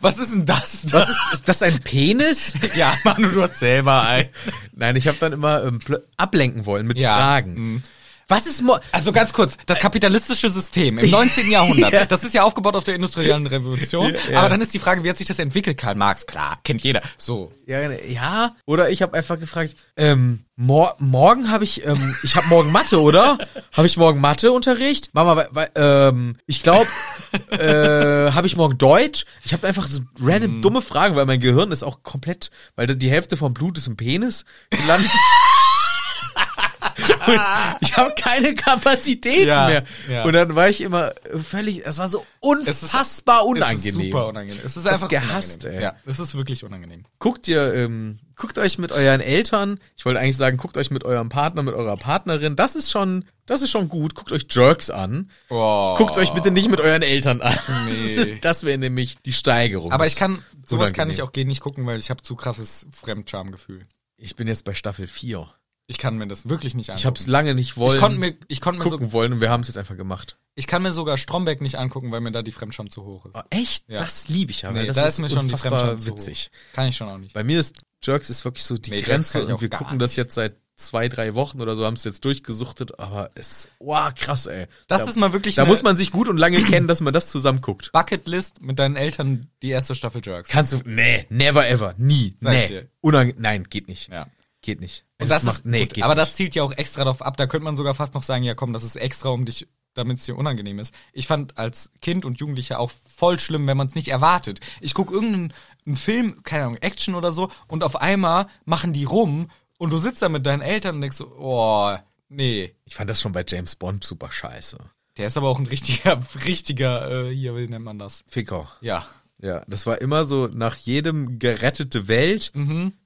Speaker 2: Was ist denn das?
Speaker 1: Was ist, ist das ein Penis?
Speaker 2: ja, Manu, du hast selber ein.
Speaker 1: Nein, ich habe dann immer ähm, pl- ablenken wollen mit
Speaker 2: Ja. mm.
Speaker 1: Fragen. Was ist Mo
Speaker 2: Also ganz kurz, das kapitalistische System im 19. Jahrhundert, das ist ja aufgebaut auf der industriellen Revolution,
Speaker 1: Ja, ja.
Speaker 2: aber dann ist die Frage, wie hat sich das entwickelt, Karl Marx? Klar, kennt jeder. So.
Speaker 1: Ja, genau. ja. Oder ich habe einfach gefragt, ähm, mor morgen habe ich, ähm, ich habe morgen Mathe, oder? Habe ich morgen Matheunterricht? Mama, weil, weil, ähm, ich glaube, äh, habe ich morgen Deutsch? Ich habe einfach so random
Speaker 2: Mhm.
Speaker 1: dumme Fragen, weil mein Gehirn ist auch komplett, weil die Hälfte vom Blut ist im Penis gelandet. Und ich habe keine Kapazitäten
Speaker 2: Ja,
Speaker 1: mehr.
Speaker 2: ja.
Speaker 1: Und dann war ich immer völlig, es war so
Speaker 2: Es ist-
Speaker 1: unfassbar
Speaker 2: Es
Speaker 1: unangenehm.
Speaker 2: ist super unangenehm. Es ist
Speaker 1: Das
Speaker 2: einfach
Speaker 1: gehasst,
Speaker 2: unangenehm.
Speaker 1: ey.
Speaker 2: Ja, es ist wirklich unangenehm.
Speaker 1: guckt ihr, ähm, guckt euch mit euren Eltern, ich wollte eigentlich sagen, guckt euch mit eurem Partner, mit eurer Partnerin, das ist schon, das ist schon gut, guckt euch Jerks an.
Speaker 2: Oh.
Speaker 1: Guckt euch bitte nicht mit euren Eltn an.
Speaker 2: Nee.
Speaker 1: Das ist- Das wäre nämlich die Steigerung.
Speaker 2: Aber
Speaker 1: Das-
Speaker 2: ich kann sowas kann
Speaker 1: unangenehm.
Speaker 2: ich auch gehen nicht gucken, weil ich habe zu krasses Fremdschamgefühl.
Speaker 1: Ich bin jetzt bei Staffel 4.
Speaker 2: Ich kann mir das wirklich nicht angucken.
Speaker 1: Ich habe es lange nicht wollen.
Speaker 2: Also, ich konnte mir ich konnte mir so,
Speaker 1: gucken wollen und wir haben es jetzt einfach gemacht.
Speaker 2: ich kann mir sogar Stromberg nicht angucken, weil mir da die Fremdscham zu hoch ist.
Speaker 1: echt?
Speaker 2: Ja.
Speaker 1: Das liebe ich ja. weil
Speaker 2: Nee,
Speaker 1: Ah, das
Speaker 2: da
Speaker 1: ist,
Speaker 2: ist mir schon die
Speaker 1: unfassbar
Speaker 2: Fremdscham zu hoch.
Speaker 1: witzig.
Speaker 2: Kann ich schon auch nicht.
Speaker 1: Bei mir ist Jerks ist wirklich so die
Speaker 2: Nee, Jerks kann
Speaker 1: Grenze
Speaker 2: ich
Speaker 1: und
Speaker 2: auch
Speaker 1: wir
Speaker 2: gar
Speaker 1: gucken das
Speaker 2: nicht.
Speaker 1: jetzt seit zwei, drei Wochen oder so, haben es jetzt durchgesuchtet, aber es, wow, krass, ey.
Speaker 2: Das
Speaker 1: Da-
Speaker 2: ist mal wirklich
Speaker 1: Da
Speaker 2: eine
Speaker 1: muss man sich gut und lange kennen, dass man das zusammen guckt.
Speaker 2: Bucketlist mit deinen Eltern die erste Staffel Jerks.
Speaker 1: Kannst du. Nee, never ever. Nie.
Speaker 2: Sag ich
Speaker 1: nee.
Speaker 2: dir.
Speaker 1: Unang Nein, geht nicht.
Speaker 2: Ja.
Speaker 1: Geht nicht.
Speaker 2: Und
Speaker 1: Es
Speaker 2: das ist,
Speaker 1: nee,
Speaker 2: gut,
Speaker 1: geht
Speaker 2: aber
Speaker 1: nicht.
Speaker 2: das zielt ja auch extra darauf ab. Da könnte man sogar fast noch sagen, ja komm, das ist extra, um dich, damit es dir unangenehm ist. Ich fand als Kind und Jugendlicher auch voll schlimm, wenn man es nicht erwartet. Ich guck irgendeinen einen Film, keine Ahnung, Action oder so, und auf einmal machen die rum und du sitzt da mit deinen Eltern und denkst so, oh, nee.
Speaker 1: Ich fand das schon bei James Bond super scheiße.
Speaker 2: Der ist aber auch ein richtiger, richtiger, äh, hier, wie nennt man das?
Speaker 1: Ficker.
Speaker 2: Ja.
Speaker 1: Ja, das war immer so, nach jedem gerettete Welt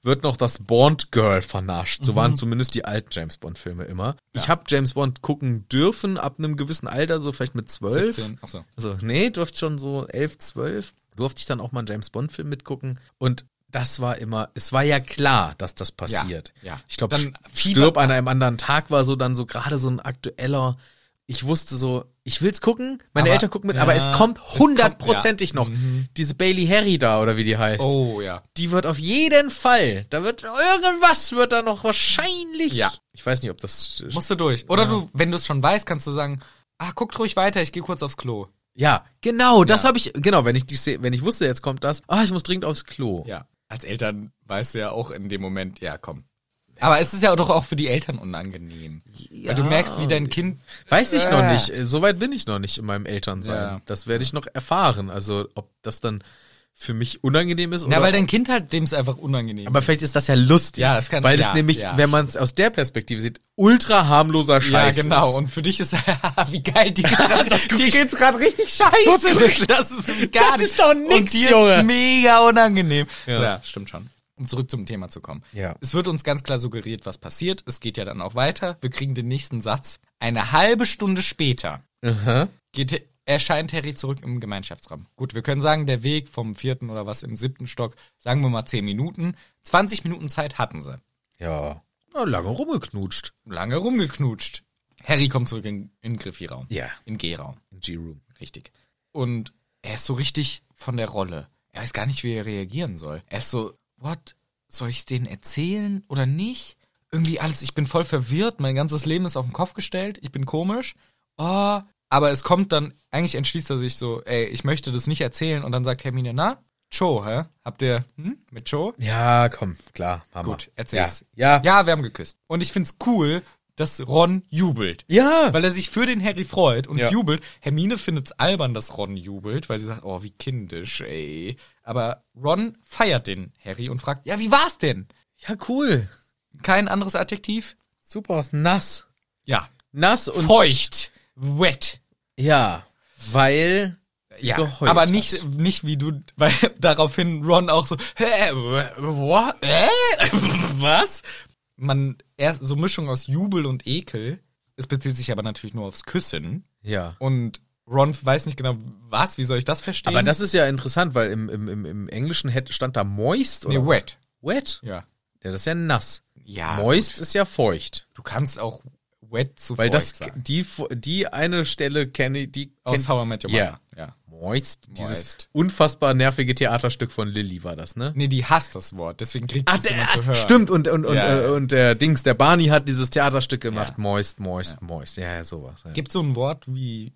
Speaker 1: wird noch das Bond-Girl vernascht. So waren zumindest die alten James-Bond-Filme immer. Ich habe James-Bond gucken dürfen ab einem gewissen Alter, so vielleicht mit zwölf.
Speaker 2: 17. Achso.
Speaker 1: Also, nee, durfte schon so 11, 12. Durfte ich dann auch mal einen James Bond-Film mitgucken. Und das war immer, es war ja klar, dass das passiert.
Speaker 2: ja.
Speaker 1: Ich glaube,
Speaker 2: Dann
Speaker 1: stirb an einem anderen Tag war so dann so gerade so ein aktueller. Ich wusste so, ich will's gucken, meine
Speaker 2: Aber-
Speaker 1: Eltern gucken mit,
Speaker 2: ja,
Speaker 1: aber es kommt
Speaker 2: es kommt,
Speaker 1: hundertprozentig noch. Diese Bailey Harry da oder wie die heißt.
Speaker 2: Oh, ja.
Speaker 1: Die wird auf jeden Fall, da wird irgendwas wird da noch wahrscheinlich.
Speaker 2: Ja.
Speaker 1: Ich weiß nicht, ob das
Speaker 2: Musst du durch. Oder du, wenn du es schon weißt, kannst du sagen, ah, guckt ruhig weiter, ich gehe kurz aufs Klo.
Speaker 1: Ja, genau, das hab habe ich genau, wenn ich die Se- wenn ich wusste, jetzt kommt das. Ah, ich muss dringend aufs Klo.
Speaker 2: Ja, als Eltern weißt du ja auch in dem Moment, ja, komm. Aber es ist ja doch auch für die Eltern unangenehm. Weil du merkst, wie dein Kind.
Speaker 1: Weiß ich noch
Speaker 2: Äh.
Speaker 1: nicht, Äh, soweit bin ich noch nicht in meinem Elternsein.
Speaker 2: Ja.
Speaker 1: Das werde ich noch erfahren, also ob das dann für mich unangenehm ist oder
Speaker 2: Na, weil dein Kind halt dem ist einfach unangenehm.
Speaker 1: aber vielleicht ist das ja lustig,
Speaker 2: Ja, es kann-
Speaker 1: weil
Speaker 2: ja,
Speaker 1: das nämlich,
Speaker 2: ja.
Speaker 1: wenn man es aus der Perspektive sieht, ultra harmloser
Speaker 2: ja,
Speaker 1: Scheiß
Speaker 2: genau.
Speaker 1: ist.
Speaker 2: Und für dich ist wie geil, die dir geht's gerade richtig scheiße. das, das ist für mich gar
Speaker 1: Das
Speaker 2: nicht-
Speaker 1: ist doch nix,
Speaker 2: Und dir
Speaker 1: Junge.
Speaker 2: ist mega unangenehm.
Speaker 1: Ja.
Speaker 2: stimmt schon. Um zurück zum Thema zu kommen.
Speaker 1: Ja.
Speaker 2: Es wird uns ganz klar suggeriert, was passiert. Es geht ja dann auch weiter. Wir kriegen den nächsten Satz. Eine halbe Stunde später
Speaker 1: Aha.
Speaker 2: geht, erscheint Harry zurück im Gemeinschaftsraum. Gut, wir können sagen, der Weg vom vierten oder was im siebten Stock, sagen wir mal zehn Minuten. 20 Minuten Zeit hatten sie.
Speaker 1: Ja. Na, lange rumgeknutscht.
Speaker 2: Lange rumgeknutscht. Harry kommt zurück in, in Griffiraum.
Speaker 1: Ja.
Speaker 2: In G-Raum.
Speaker 1: G-Room.
Speaker 2: Richtig. Und er ist so richtig von der Rolle. Er weiß gar nicht, wie er reagieren soll. Er ist so, what? Soll ich denen erzählen oder nicht? Irgendwie alles, ich bin voll verwirrt, mein ganzes Leben ist auf den Kopf gestellt, ich bin komisch. Oh, aber es kommt dann, eigentlich entschließt er sich so, ey, ich möchte das nicht erzählen und dann sagt Hermine, na, Joe, hä? Habt ihr, hm, mit Joe?
Speaker 1: Ja, komm, klar, Mama.
Speaker 2: Gut, erzähl's.
Speaker 1: Ja. Ja.
Speaker 2: Ja, wir haben geküsst. Und ich find's cool, dass Ron jubelt.
Speaker 1: Ja.
Speaker 2: Weil er sich für den Harry freut und
Speaker 1: Ja.
Speaker 2: jubelt. Hermine findet's albern, dass Ron jubelt, weil sie sagt, oh, wie kindisch, ey. Aber Ron feiert den Harry und fragt, ja, wie war's denn?
Speaker 1: ja, cool.
Speaker 2: Kein anderes Adjektiv?
Speaker 1: Super ist nass.
Speaker 2: Ja.
Speaker 1: Nass und
Speaker 2: Feucht. Wet.
Speaker 1: Ja, weil
Speaker 2: Ja,
Speaker 1: geheult
Speaker 2: aber
Speaker 1: hat.
Speaker 2: nicht, nicht wie du, weil daraufhin Ron auch so, hä, wh- what, hä, was? Man, erst so Mischung aus Jubel und Ekel, es bezieht sich aber natürlich nur aufs Küssen
Speaker 1: ja.
Speaker 2: und Ron weiß nicht genau, was, wie soll ich das verstehen?
Speaker 1: Aber das ist ja interessant, weil im, im, im, im Englischen hätte- stand da moist
Speaker 2: nee,
Speaker 1: oder
Speaker 2: wet.
Speaker 1: wet.
Speaker 2: Ja.
Speaker 1: Ja, das ist ja nass.
Speaker 2: Ja.
Speaker 1: moist ist ja feucht,
Speaker 2: Du kannst auch wet zu
Speaker 1: weil
Speaker 2: feucht
Speaker 1: das
Speaker 2: sagen.
Speaker 1: die die eine Stelle kenne ich, die
Speaker 2: Aus
Speaker 1: kennt
Speaker 2: How I Met Your
Speaker 1: Ja.
Speaker 2: Mother. Ja.
Speaker 1: moist, dieses
Speaker 2: Moist.
Speaker 1: unfassbar nervige Theaterstück von Lilly war das, ne? Ah,
Speaker 2: Nee, die hasst das Wort, deswegen kriegt sie es immer zu hören.
Speaker 1: stimmt und und und,
Speaker 2: Ja,
Speaker 1: äh,
Speaker 2: ja.
Speaker 1: und der Dings, der Barney hat dieses Theaterstück gemacht,
Speaker 2: Ja.
Speaker 1: moist, moist, moist. Ja, ja sowas. Ja.
Speaker 2: Gibt so ein Wort wie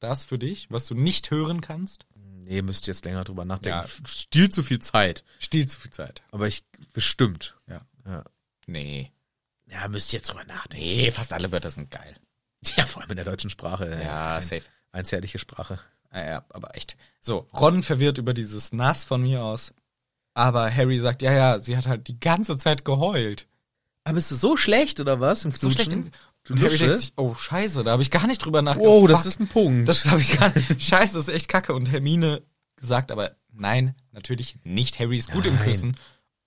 Speaker 2: das für dich, was du nicht hören kannst?
Speaker 1: Nee, müsst ihr jetzt länger drüber nachdenken.
Speaker 2: Ja.
Speaker 1: F- Stiehlt zu viel Zeit,
Speaker 2: Still zu viel Zeit.
Speaker 1: aber ich bestimmt.
Speaker 2: Ja.
Speaker 1: Ja.
Speaker 2: Nee.
Speaker 1: Ja, müsst ihr jetzt drüber nachdenken.
Speaker 2: Nee, fast alle Wörter sind geil.
Speaker 1: Ja, vor allem in der deutschen Sprache. ey.
Speaker 2: Ja,
Speaker 1: ein,
Speaker 2: safe.
Speaker 1: Eins herrliche Sprache.
Speaker 2: Ja, Ah, ja, aber echt. So, Ron verwirrt über dieses Nass von mir aus. Aber Harry sagt, ja, ja, sie hat halt die ganze Zeit geheult.
Speaker 1: Aber ist es so schlecht oder was? Im
Speaker 2: So schlecht.
Speaker 1: Knutschen? Du
Speaker 2: Und Harry
Speaker 1: Lusche?
Speaker 2: denkt sich, oh scheiße, da habe ich gar nicht drüber nachgedacht.
Speaker 1: Wow, das
Speaker 2: Fuck,
Speaker 1: ist ein Punkt.
Speaker 2: Oh, Das habe ich gar nicht. Scheiße, das ist echt kacke. Und Hermine sagt aber, nein, natürlich nicht. Harry ist gut im
Speaker 1: Nein.
Speaker 2: Küssen.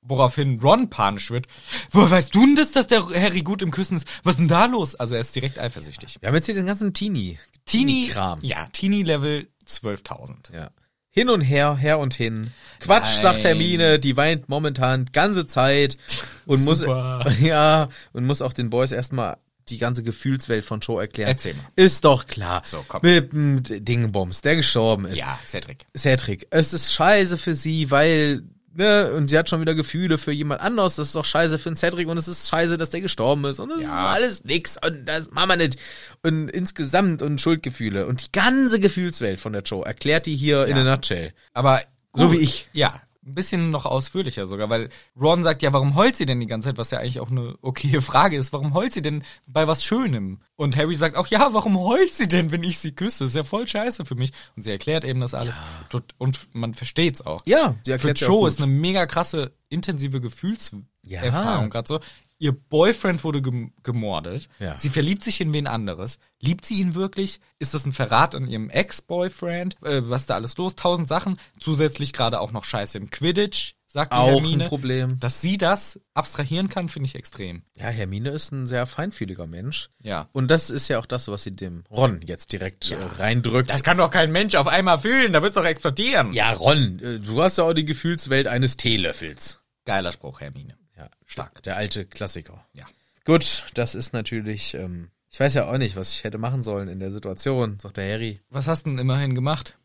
Speaker 2: Woraufhin Ron panisch wird. Woher weißt du denn das, dass der Harry gut im Küssen ist? Was ist denn da los? Also er ist direkt eifersüchtig.
Speaker 1: Wir haben jetzt hier den ganzen Teenie.
Speaker 2: Teenie,
Speaker 1: Kram.
Speaker 2: ja, Teenie-Level 12.000.
Speaker 1: Ja. Hin und her, her und hin. Quatsch,
Speaker 2: Nein.
Speaker 1: sagt Hermine, die weint momentan ganze Zeit und muss
Speaker 2: Super.
Speaker 1: ja und muss auch den Boys erstmal die ganze Gefühlswelt von Joe erklären.
Speaker 2: Erzähl mal.
Speaker 1: Ist doch klar.
Speaker 2: So, komm.
Speaker 1: Mit dem Dingenbombs, der gestorben ist.
Speaker 2: Ja, Cedric.
Speaker 1: Cedric, es ist scheiße für sie, weil, ne, und sie hat schon wieder Gefühle für jemand anderes, das ist doch scheiße für den Cedric und es ist scheiße, dass der gestorben ist und es
Speaker 2: Ja.
Speaker 1: ist alles nix und das machen wir nicht. Und insgesamt und Schuldgefühle und die ganze Gefühlswelt von der Joe erklärt die hier in a nutshell.
Speaker 2: Aber
Speaker 1: So wie ich.
Speaker 2: Ja, ein bisschen noch ausführlicher sogar, weil Ron sagt ja, warum heult sie denn die ganze Zeit, was ja eigentlich auch eine okaye Frage ist. Warum heult sie denn bei was Schönem? Und Harry sagt auch, ja, warum heult sie denn, wenn ich sie küsse? Ist ja voll scheiße für mich. Und sie erklärt eben das alles. Tut- Und man versteht's auch.
Speaker 1: Ja, sie
Speaker 2: Für
Speaker 1: erklärt ja auch
Speaker 2: Joe
Speaker 1: gut.
Speaker 2: ist eine mega krasse, intensive Gefühlserfahrung
Speaker 1: Ja.
Speaker 2: gerade so. Ihr Boyfriend wurde gem gemordet.
Speaker 1: Ja.
Speaker 2: Sie verliebt sich in wen anderes. Liebt sie ihn wirklich? Ist das ein Verrat an ihrem Ex-Boyfriend? Äh, was da alles los? Tausend Sachen. Zusätzlich gerade auch noch Scheiße im Quidditch, sagt die
Speaker 1: Auch
Speaker 2: Hermine.
Speaker 1: ein Problem.
Speaker 2: Dass sie das abstrahieren kann, finde ich extrem.
Speaker 1: Ja, Hermine ist ein sehr feinfühliger Mensch.
Speaker 2: Ja.
Speaker 1: Und das ist ja auch das, was sie dem Ron jetzt direkt äh, reindrückt.
Speaker 2: Das kann doch kein Mensch auf einmal fühlen. Da wird's doch explodieren.
Speaker 1: ja, Ron, äh, du hast ja auch die Gefühlswelt eines Teelöffels.
Speaker 2: Geiler Spruch, Hermine.
Speaker 1: Ja,
Speaker 2: Stark.
Speaker 1: Der alte Klassiker.
Speaker 2: Ja.
Speaker 1: Gut, das ist natürlich, ähm, ich weiß ja auch nicht, was ich hätte machen sollen in der Situation, sagt der Harry.
Speaker 2: Was hast du denn immerhin gemacht?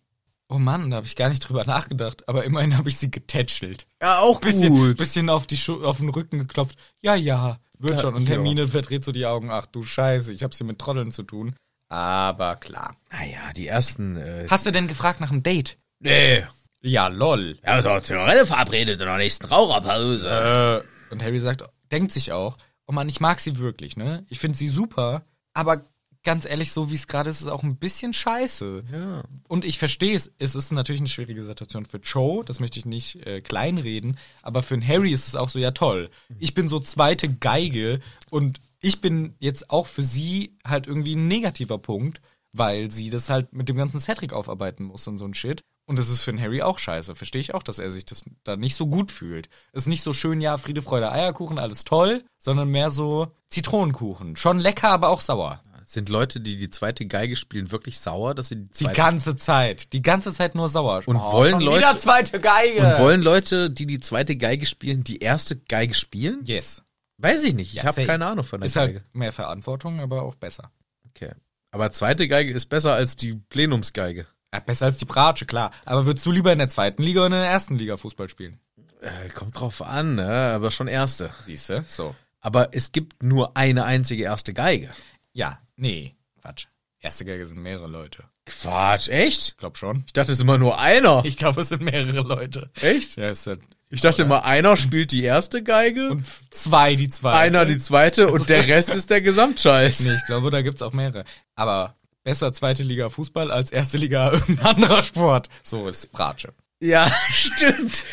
Speaker 2: Oh Mann, da habe ich gar nicht drüber nachgedacht. Aber immerhin habe ich sie getätschelt.
Speaker 1: Ja, auch
Speaker 2: bisschen, bisschen auf, die Schu auf den Rücken geklopft. Ja, ja, wird
Speaker 1: Ja,
Speaker 2: schon. Und
Speaker 1: ja.
Speaker 2: Hermine verdreht so die Augen. Ach du Scheiße, ich hab's hier mit Trotteln zu tun. Aber klar.
Speaker 1: Naja, die ersten, äh,
Speaker 2: Hast du denn gefragt nach einem Date?
Speaker 1: nee,
Speaker 2: Ja, lol.
Speaker 1: wir haben uns auch Zigarette verabredet in der nächsten Raucherpause.
Speaker 2: Äh, Und Harry sagt, denkt sich auch, oh Mann, ich mag sie wirklich, ne? Ich finde sie super, aber ganz ehrlich, so wie es gerade ist, ist es auch ein bisschen scheiße.
Speaker 1: Ja.
Speaker 2: Und ich verstehe es, es ist natürlich eine schwierige Situation für Joe, das möchte ich nicht äh, kleinreden, aber für einen Harry ist es auch so, ja toll, ich bin so zweite Geige und ich bin jetzt auch für sie halt irgendwie ein negativer Punkt, weil sie das halt mit dem ganzen Cedric aufarbeiten muss und so ein Shit. Und das ist für einen Harry auch scheiße. Verstehe ich auch, dass er sich das da nicht so gut fühlt. Ist nicht so schön, ja, Friede, Freude, Eierkuchen, alles toll, sondern mehr so Zitronenkuchen. Schon lecker, aber auch sauer.
Speaker 1: Äh, Sind Leute, die die zweite Geige spielen, wirklich sauer, dass sie die
Speaker 2: Die
Speaker 1: zweite
Speaker 2: ganze Zeit. Die ganze Zeit nur sauer. Oh,
Speaker 1: Und wollen
Speaker 2: schon
Speaker 1: Leute-
Speaker 2: Wieder zweite Geige.
Speaker 1: und wollen Leute, die die zweite Geige spielen, die erste Geige spielen?
Speaker 2: yes.
Speaker 1: Weiß ich nicht. Ich
Speaker 2: Ja,
Speaker 1: habe
Speaker 2: safe.
Speaker 1: keine Ahnung von der
Speaker 2: Ist
Speaker 1: Geige.
Speaker 2: halt mehr Verantwortung, aber auch besser.
Speaker 1: Okay. Aber zweite Geige ist besser als die Plenumsgeige.
Speaker 2: Ja, besser als die Bratsche, klar. Aber würdest du lieber in der zweiten Liga oder in der ersten Liga Fußball spielen?
Speaker 1: Äh, kommt drauf an, ne? aber schon erste.
Speaker 2: Siehste? So.
Speaker 1: Aber es gibt nur eine einzige erste Geige.
Speaker 2: Ja, nee. Quatsch. Erste Geige sind mehrere Leute.
Speaker 1: Quatsch, echt?
Speaker 2: Glaub schon.
Speaker 1: Ich dachte, es ist immer nur einer.
Speaker 2: Ich glaube, es sind mehrere Leute.
Speaker 1: Echt?
Speaker 2: Ja, ist halt
Speaker 1: Ich dachte immer, einer spielt die erste Geige,
Speaker 2: Und zwei, die zwei.
Speaker 1: einer die zweite und der Rest ist der Gesamtscheiß.
Speaker 2: Nee, ich glaube, da gibt's auch mehrere. Aber besser zweite Liga Fußball als erste Liga irgendein anderer Sport. So ist Bratsche. Äh,
Speaker 5: Ja, stimmt.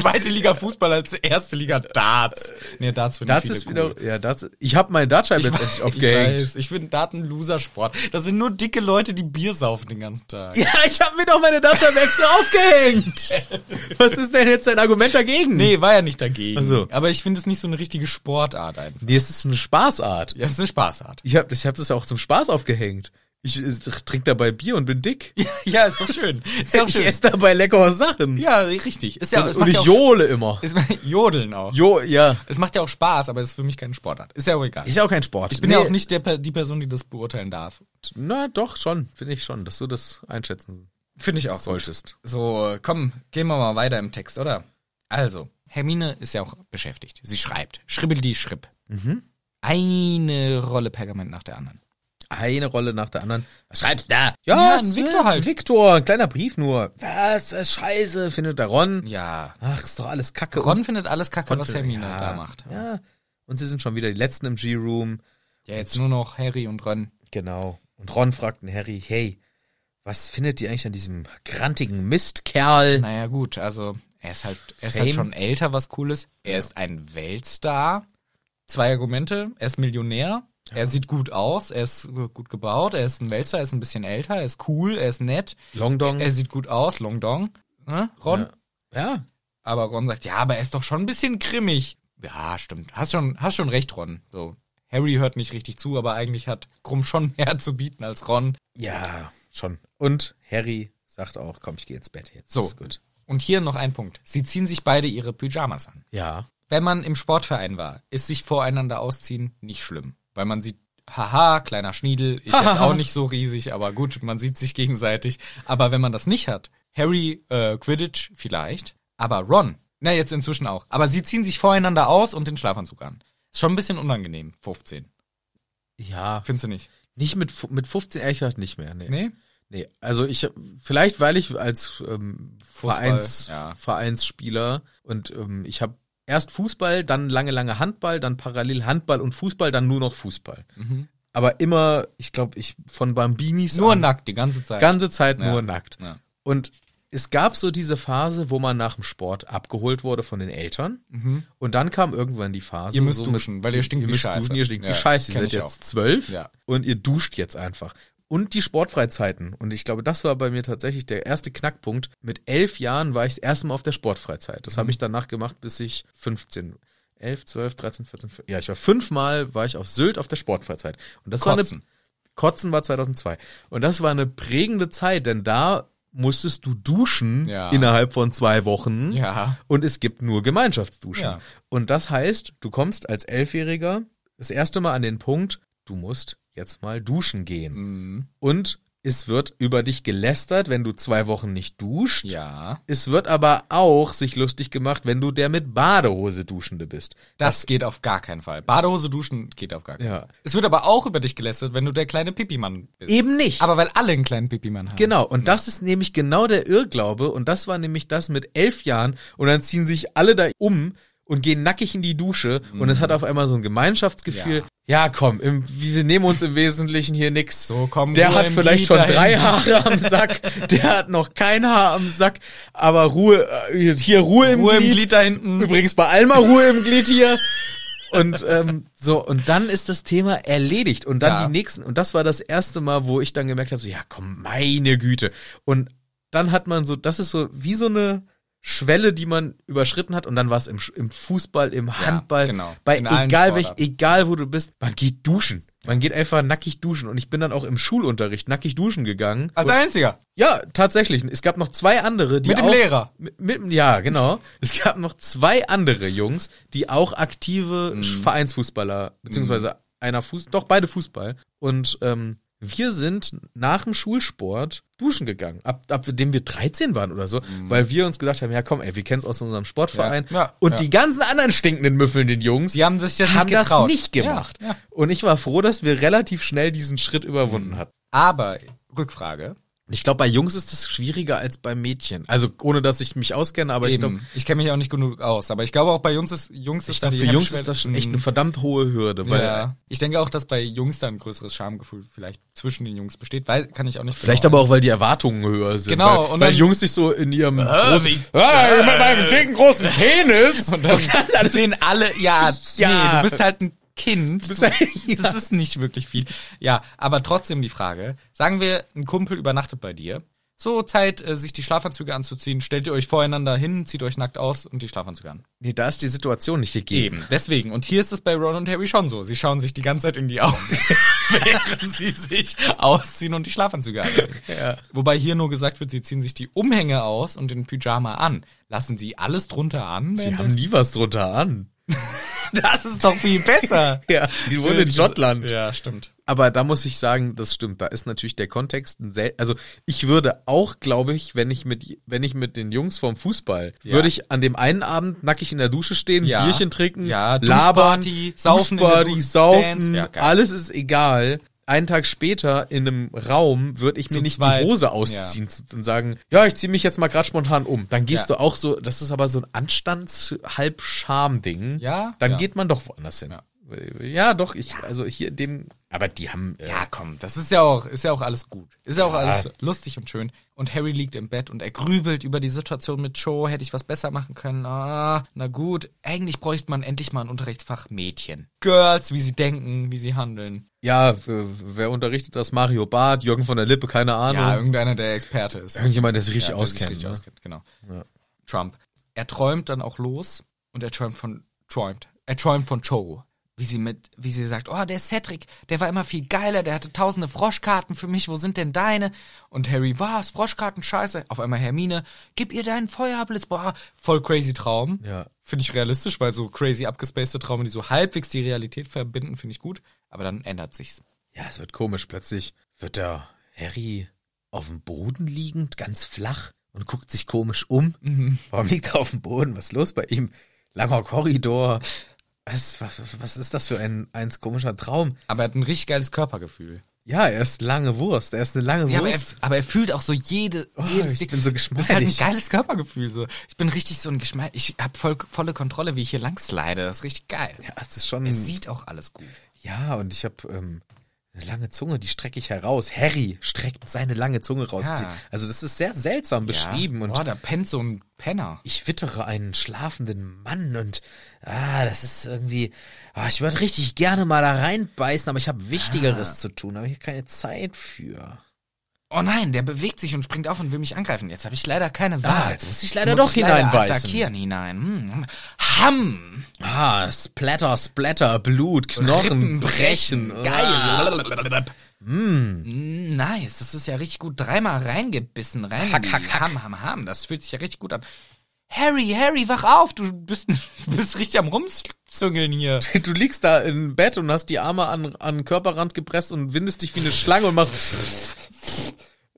Speaker 2: Zweite Liga Fußball als erste Liga Darts. Nee, Darts finde ich
Speaker 1: Äh, Darts
Speaker 2: viele
Speaker 1: ist
Speaker 2: cool.
Speaker 1: wieder, ja, Darts, ich habe meine Dartscheibe jetzt endlich
Speaker 2: Ich,
Speaker 1: aufgehängt.
Speaker 2: weiß, ich finde Daten Losersport. Das sind nur dicke Leute, die Bier saufen den ganzen Tag.
Speaker 1: Ja, ich habe mir doch meine Dartscheibe extra aufgehängt. Was ist denn jetzt dein Argument dagegen?
Speaker 2: Nee, war ja nicht dagegen.
Speaker 1: Ach so.
Speaker 2: Aber ich finde es nicht so eine richtige Sportart einfach.
Speaker 1: Nee, es ist eine Spaßart.
Speaker 2: Ja, das ist eine Spaßart.
Speaker 1: Ich habe ich hab das ja auch zum Spaß aufgehängt. Ich, ich trinke dabei Bier und bin dick.
Speaker 2: Ja, ist doch schön. Ist ja auch
Speaker 1: ich
Speaker 2: schön.
Speaker 1: esse dabei leckere Sachen.
Speaker 2: Ja, richtig. Ist ja, es
Speaker 1: und
Speaker 2: macht
Speaker 1: und ich
Speaker 2: ja auch
Speaker 1: johle immer.
Speaker 2: Es macht- Jodeln auch.
Speaker 1: Jo, ja.
Speaker 2: Es macht ja auch Spaß, aber es ist für mich keine Sportart. Ist ja auch egal.
Speaker 1: Ist ja auch kein Sport.
Speaker 2: Ich bin ja auch nicht der, Per- die Person, die das beurteilen darf.
Speaker 1: Na doch, schon. Finde ich schon, dass du das einschätzen
Speaker 2: Finde ich auch.
Speaker 1: solltest.
Speaker 2: Gut. So, komm, gehen wir mal weiter im Text, oder? Also, Hermine ist ja auch beschäftigt. Sie schreibt. Schribbel die Schripp. Eine Rolle Pergament nach der anderen.
Speaker 1: Eine Rolle nach der anderen. Was schreibst du da?
Speaker 2: Ja, ein
Speaker 1: es-
Speaker 2: Viktor halt.
Speaker 1: Viktor, ein kleiner Brief nur. Was? Das ist scheiße, findet der Ron.
Speaker 2: Ja.
Speaker 1: Ach, ist doch alles Kacke.
Speaker 2: Ron findet alles kacke,
Speaker 1: Und-
Speaker 2: was Hermine
Speaker 1: ja,
Speaker 2: da macht.
Speaker 1: Ja. Und sie sind schon wieder die Letzten im G-Room.
Speaker 2: Ja, jetzt nur noch Harry und Ron.
Speaker 1: Genau. Und Ron fragt den Harry, hey, was findet ihr eigentlich an diesem grantigen Mistkerl?
Speaker 2: Naja, gut, also er ist halt, er ist
Speaker 1: Fame.
Speaker 2: halt schon älter, was cool ist. Er ist ein Weltstar. Zwei Argumente. Er ist Millionär. Er sieht gut aus. Er ist äh, gut gebaut. Er ist ein Weltstar. Er ist ein bisschen älter. Er ist cool. Er ist nett.
Speaker 1: Longdong.
Speaker 2: Er sieht gut aus. Long Dong. Ne, Ron?
Speaker 1: Mhm. ja.
Speaker 2: Aber Ron sagt, ja, aber er ist doch schon ein bisschen grimmig. Ja, stimmt. Hast schon, hast schon recht, Ron. So. Harry hört nicht richtig zu, aber eigentlich hat Krumm schon mehr zu bieten als Ron.
Speaker 1: Ja, schon. Und Harry sagt auch, komm, ich gehe ins Bett jetzt.
Speaker 2: So.
Speaker 1: Ist gut.
Speaker 2: Und hier noch ein Punkt. Sie ziehen sich beide ihre Pyjamas an.
Speaker 1: Ja.
Speaker 2: Wenn man im Sportverein war, ist sich voreinander ausziehen nicht schlimm, weil man sieht, haha, kleiner Schniedel, ich jetzt auch nicht so riesig, aber gut, man sieht sich gegenseitig. Aber wenn man das nicht hat, Harry äh, Quidditch vielleicht, aber Ron, na jetzt inzwischen auch, aber sie ziehen sich voreinander aus und den Schlafanzug an. Ist schon ein bisschen unangenehm, 15.
Speaker 1: Ja.
Speaker 2: Findest du nicht?
Speaker 1: Nicht mit, fu- mit 15 ehrlich gesagt nicht mehr. Nee.
Speaker 2: Nee?
Speaker 1: Nee, also ich vielleicht weil ich als ähm,
Speaker 2: Fußball,
Speaker 1: Vereins,
Speaker 2: ja.
Speaker 1: Vereinsspieler und ähm, ich habe erst Fußball, dann lange lange Handball, dann parallel Handball und Fußball, dann nur noch Fußball. Aber immer, ich glaube, ich von Bambinis
Speaker 2: Mhm. Nur
Speaker 1: an,
Speaker 2: nackt die ganze Zeit.
Speaker 1: ganze Zeit
Speaker 2: Ja.
Speaker 1: nur nackt.
Speaker 2: Ja.
Speaker 1: Und es gab so diese Phase, wo man nach dem Sport abgeholt wurde von den Eltern. Und dann kam irgendwann die Phase.
Speaker 2: Mhm. Ihr müsst
Speaker 1: so
Speaker 2: duschen, weil ihr stinkt
Speaker 1: ihr
Speaker 2: wie
Speaker 1: müsst
Speaker 2: Scheiße.
Speaker 1: Duschen, ihr stinkt
Speaker 2: Ja,
Speaker 1: wie Scheiße. Ihr
Speaker 2: kenn
Speaker 1: seid
Speaker 2: ich
Speaker 1: jetzt
Speaker 2: auch.
Speaker 1: zwölf
Speaker 2: Ja.
Speaker 1: und ihr duscht jetzt einfach. Und die Sportfreizeiten. Und ich glaube, das war bei mir tatsächlich der erste Knackpunkt. Mit elf Jahren war ich das erste Mal auf der Sportfreizeit. Das
Speaker 2: Mhm.
Speaker 1: habe ich danach gemacht, bis ich 15. 11, 12, 13, 14, 15. Ja, ich war fünfmal war ich auf Sylt auf der Sportfreizeit. Und das war eine
Speaker 2: Kotzen.
Speaker 1: Kotzen war 2002. Und das war eine prägende Zeit, denn da musstest du duschen
Speaker 2: Ja.
Speaker 1: innerhalb von zwei Wochen.
Speaker 2: Ja.
Speaker 1: Und es gibt nur Gemeinschaftsduschen.
Speaker 2: Ja.
Speaker 1: Und das heißt, du kommst als Elfjähriger das erste Mal an den Punkt, du musst jetzt mal duschen gehen.
Speaker 2: Mhm.
Speaker 1: Und es wird über dich gelästert, wenn du zwei Wochen nicht duscht.
Speaker 2: Ja.
Speaker 1: Es wird aber auch sich lustig gemacht, wenn du der mit Badehose duschende bist.
Speaker 2: Das geht auf gar keinen Fall. Badehose duschen geht auf gar keinen
Speaker 1: Ja.
Speaker 2: Fall. Es wird aber auch über dich gelästert, wenn du der kleine Pipi-Mann bist.
Speaker 1: Eben nicht.
Speaker 2: Aber weil alle einen kleinen Pipi-Mann haben.
Speaker 1: Genau, und das ist nämlich genau der Irrglaube und das war nämlich das mit elf Jahren und dann ziehen sich alle da um und gehen nackig in die Dusche und es hat
Speaker 2: Mhm.
Speaker 1: auf einmal so ein Gemeinschaftsgefühl. Ja, komm, im, wir nehmen uns im Wesentlichen hier nix.
Speaker 2: So, komm,
Speaker 1: der
Speaker 2: Ruhe
Speaker 1: hat
Speaker 2: im
Speaker 1: vielleicht
Speaker 2: Glied
Speaker 1: schon
Speaker 2: dahin.
Speaker 1: drei Haare am Sack, der hat noch kein Haar am Sack, aber Ruhe, äh, hier Ruhe,
Speaker 2: Ruhe
Speaker 1: im Glied.
Speaker 2: da hinten.
Speaker 1: Übrigens bei Alma Ruhe im Glied hier. Und ähm, so, und dann ist das Thema erledigt. Und dann
Speaker 2: Ja.
Speaker 1: die nächsten, und das war das erste Mal, wo ich dann gemerkt habe: so, ja, komm, meine Güte. Und dann hat man so, das ist so wie so eine Schwelle, die man überschritten hat. Und dann war es im, Sch- im Fußball, im Handball,
Speaker 2: genau.
Speaker 1: bei
Speaker 2: In allen
Speaker 1: egal welch,
Speaker 2: Sportarten.
Speaker 1: egal wo du bist, man geht duschen. Man geht einfach nackig duschen. Und ich bin dann auch im Schulunterricht nackig duschen gegangen.
Speaker 2: Als einziger.
Speaker 1: Ja, tatsächlich. Es gab noch zwei andere, die
Speaker 2: Also Mit dem
Speaker 1: auch,
Speaker 2: Lehrer.
Speaker 1: Mit, mit, dem- ja, genau. Es gab noch zwei andere Jungs, die auch aktive
Speaker 2: Mhm.
Speaker 1: Sch- Vereinsfußballer, beziehungsweise einer Fuß, doch beide Fußball. Und ähm, wir sind nach dem Schulsport duschen gegangen, ab, ab dem wir 13 waren oder so, weil wir uns gedacht haben, ja komm, ey, wir kennen's aus unserem Sportverein.
Speaker 2: Mhm. Ja, ja,
Speaker 1: Und
Speaker 2: ja.
Speaker 1: die ganzen anderen stinkenden Müffeln, den Jungs,
Speaker 2: Die haben sich das nicht
Speaker 1: haben
Speaker 2: getraut.
Speaker 1: das nicht gemacht.
Speaker 2: Ja, Mhm. ja.
Speaker 1: Und ich war froh, dass wir relativ schnell diesen Schritt überwunden hatten.
Speaker 2: Aber, Rückfrage.
Speaker 1: Ich glaube, bei Jungs ist das schwieriger als bei Mädchen. Also ohne, dass ich mich auskenne, aber ich glaube,
Speaker 2: Eben. Ich kenne mich auch nicht genug aus, aber ich glaube auch bei Jungs ist Jungs
Speaker 1: ich
Speaker 2: ist
Speaker 1: glaub,
Speaker 2: da die
Speaker 1: für Jungs
Speaker 2: Hemmschwelle- Hm.
Speaker 1: ist das schon echt eine verdammt hohe Hürde. Weil
Speaker 2: ja. Ich denke auch, dass bei Jungs da ein größeres Schamgefühl vielleicht zwischen den Jungs besteht, weil kann ich auch nicht.
Speaker 1: Vielleicht
Speaker 2: genau
Speaker 1: aber auch, weil die Erwartungen höher sind.
Speaker 2: Genau,
Speaker 1: Weil,
Speaker 2: und
Speaker 1: weil
Speaker 2: dann-
Speaker 1: Jungs sich so in ihrem großen,
Speaker 2: wie-
Speaker 1: ah, mit meinem dicken großen Penis.
Speaker 2: Und dann, sehen alle, ja,
Speaker 1: Ja.
Speaker 2: nee, du bist halt ein Kind.
Speaker 1: bist halt-
Speaker 2: Das ist nicht wirklich viel. Ja, aber trotzdem die Frage, sagen wir, ein Kumpel übernachtet bei dir. So Zeit, äh, sich die Schlafanzüge anzuziehen. Stellt ihr euch voreinander hin, zieht euch nackt aus und die Schlafanzüge an.
Speaker 1: Nee, da ist die Situation nicht gegeben.
Speaker 2: Deswegen. Und hier ist es bei Ron und Harry schon so. Sie schauen sich die ganze Zeit in die Augen, während sie sich ausziehen und die Schlafanzüge anziehen. Wobei hier nur gesagt wird, sie ziehen sich die Umhänge aus und den Pyjama an. Lassen sie alles drunter an?
Speaker 1: Die
Speaker 2: während
Speaker 1: haben nie was drunter an.
Speaker 2: Das ist doch viel besser.
Speaker 1: Ja, die wohnen in Schottland.
Speaker 2: Ja, stimmt.
Speaker 1: Aber da muss ich sagen, das stimmt. Da ist natürlich der Kontext ein sel Also ich würde auch, glaube ich, wenn ich mit wenn ich mit den Jungs vom Fußball,
Speaker 2: Ja.
Speaker 1: würde ich an dem einen Abend nackig in der Dusche stehen,
Speaker 2: Ja.
Speaker 1: Bierchen trinken,
Speaker 2: Ja,
Speaker 1: labern,
Speaker 2: Duschparty, saufen in der
Speaker 1: Duschparty,
Speaker 2: Dusche,
Speaker 1: saufen,
Speaker 2: Dance. Ja, geil.
Speaker 1: alles ist egal. Einen Tag später in einem Raum würde ich mir
Speaker 2: Zu
Speaker 1: nicht
Speaker 2: zweit.
Speaker 1: die Hose ausziehen und sagen, ja, ich ziehe mich jetzt mal gerade spontan um. Dann gehst
Speaker 2: Ja.
Speaker 1: du auch so, das ist aber so ein Anstands-Halb-Scham-Ding.
Speaker 2: Ja,
Speaker 1: Dann
Speaker 2: ja.
Speaker 1: geht man doch woanders hin. Ja, doch, ich, also hier in dem, aber die haben, äh,
Speaker 2: Ja, komm, das ist ja auch, ist ja auch alles gut. Ist ja auch alles lustig und schön. Und Harry liegt im Bett und er grübelt über die Situation mit Joe. Hätte ich was besser machen können? Ah, na gut. Eigentlich bräuchte man endlich mal ein Unterrichtsfach Mädchen. Girls, wie sie denken, wie sie handeln.
Speaker 1: ja, w- wer unterrichtet das? Mario Barth, Jürgen von der Lippe, keine Ahnung.
Speaker 2: Ja, irgendeiner, der Experte ist.
Speaker 1: Irgendjemand, der sich richtig
Speaker 2: Ja, der sich
Speaker 1: auskennt.
Speaker 2: richtig
Speaker 1: ne?
Speaker 2: auskennt, genau. Trump. Er träumt dann auch los und er träumt von träumt. Er träumt von Cho. Wie sie mit, wie sie sagt, oh, der Cedric, der war immer viel geiler, der hatte tausende Froschkarten für mich, wo sind denn deine? Und Harry, was, Froschkarten, scheiße. Auf einmal Hermine, gib ihr deinen Feuerblitz, boah, voll crazy Traum.
Speaker 1: Ja.
Speaker 2: Finde ich realistisch, weil so crazy abgespacede Traume, die so halbwegs die Realität verbinden, finde ich gut. Aber dann ändert sich's.
Speaker 1: Ja, es wird komisch. Plötzlich wird der Harry auf dem Boden liegend, ganz flach und guckt sich komisch um.
Speaker 2: Mhm.
Speaker 1: Warum liegt er auf dem Boden? Was ist los bei ihm? Langer Korridor. Was, was, was ist das für ein, eins komischer Traum?
Speaker 2: Aber er hat ein richtig geiles Körpergefühl.
Speaker 1: Ja, er ist lange Wurst. Er ist eine lange
Speaker 2: Ja, aber er,
Speaker 1: Wurst.
Speaker 2: aber er fühlt auch so jede,
Speaker 1: Oh,
Speaker 2: jedes
Speaker 1: ich
Speaker 2: Ding.
Speaker 1: bin so
Speaker 2: Das ist halt ein
Speaker 1: geschmeidig.
Speaker 2: geiles Körpergefühl. So. Ich bin richtig so ein Geschmeidig. Ich habe voll, volle Kontrolle, wie ich hier lang slide. Das ist richtig geil.
Speaker 1: ja, es ist schon.
Speaker 2: Es sieht auch alles gut.
Speaker 1: Ja, und ich habe ähm, eine lange Zunge, die strecke ich heraus. Harry streckt seine lange Zunge raus.
Speaker 2: Ja.
Speaker 1: Die, also das ist sehr seltsam beschrieben
Speaker 2: Ja.
Speaker 1: und
Speaker 2: Boah, Oh, da pennt so ein Penner.
Speaker 1: ich wittere einen schlafenden Mann und ah, das ist irgendwie, ah, ich würde richtig gerne mal da reinbeißen, aber ich habe
Speaker 2: Ah.
Speaker 1: Wichtigeres zu tun, habe ich keine Zeit für.
Speaker 2: Oh nein, der bewegt sich und springt auf und will mich angreifen. Jetzt habe ich leider keine Wahl.
Speaker 1: Ah, jetzt muss ich leider doch hineinbeißen.
Speaker 2: Attackieren hinein. Hm. Ham.
Speaker 1: Ah, Splatter, Splatter, Blut, Knochen
Speaker 2: Rippen
Speaker 1: brechen.
Speaker 2: brechen.
Speaker 1: Ah.
Speaker 2: Geil. Mm. Nice. Das ist ja richtig gut. Dreimal reingebissen. Rein. Hack, hack, hack. Ham, ham, ham. Das fühlt sich ja richtig gut an. Harry, Harry, wach auf. Du bist, du bist richtig am Rumzüngeln hier.
Speaker 1: Du liegst da im Bett und hast die Arme an, an den Körperrand gepresst und windest dich wie eine Schlange und
Speaker 2: Oh,
Speaker 1: machst.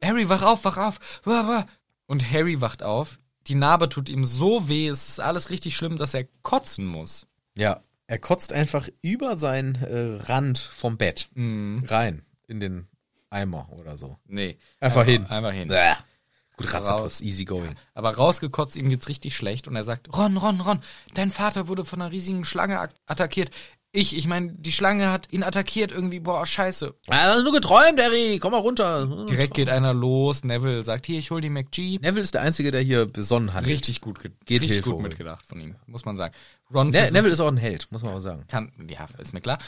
Speaker 2: Harry, wach auf, wach auf. Wah, wah. Und Harry wacht auf. Die Narbe tut ihm so weh. Es ist alles richtig schlimm, dass er kotzen muss.
Speaker 1: Ja, er kotzt einfach über seinen äh, Rand vom Bett rein in den Eimer oder so.
Speaker 2: Nee.
Speaker 1: Einfach hin.
Speaker 2: Einfach hin.
Speaker 1: Bäh. Gut, Ratzeputz,
Speaker 2: Raus.
Speaker 1: easy going.
Speaker 2: Aber rausgekotzt, ihm geht's richtig schlecht und er sagt, Ron, Ron, Ron, dein Vater wurde von einer riesigen Schlange at- attackiert. Ich, ich meine, die Schlange hat ihn attackiert irgendwie, boah, scheiße.
Speaker 1: Ah, hast nur geträumt, Harry, komm mal runter. Mhm.
Speaker 2: Direkt geht einer los, Neville sagt, hier, ich hol die McGee.
Speaker 1: Neville ist der Einzige, der hier besonnen hat.
Speaker 2: Richtig gut, ge
Speaker 1: Geht
Speaker 2: richtig
Speaker 1: Hilfe
Speaker 2: gut
Speaker 1: holen.
Speaker 2: mitgedacht von ihm, muss man sagen. Ron
Speaker 1: Ne
Speaker 2: versucht-
Speaker 1: Neville ist auch ein Held, muss man auch sagen.
Speaker 2: kann, ja, ist mir klar.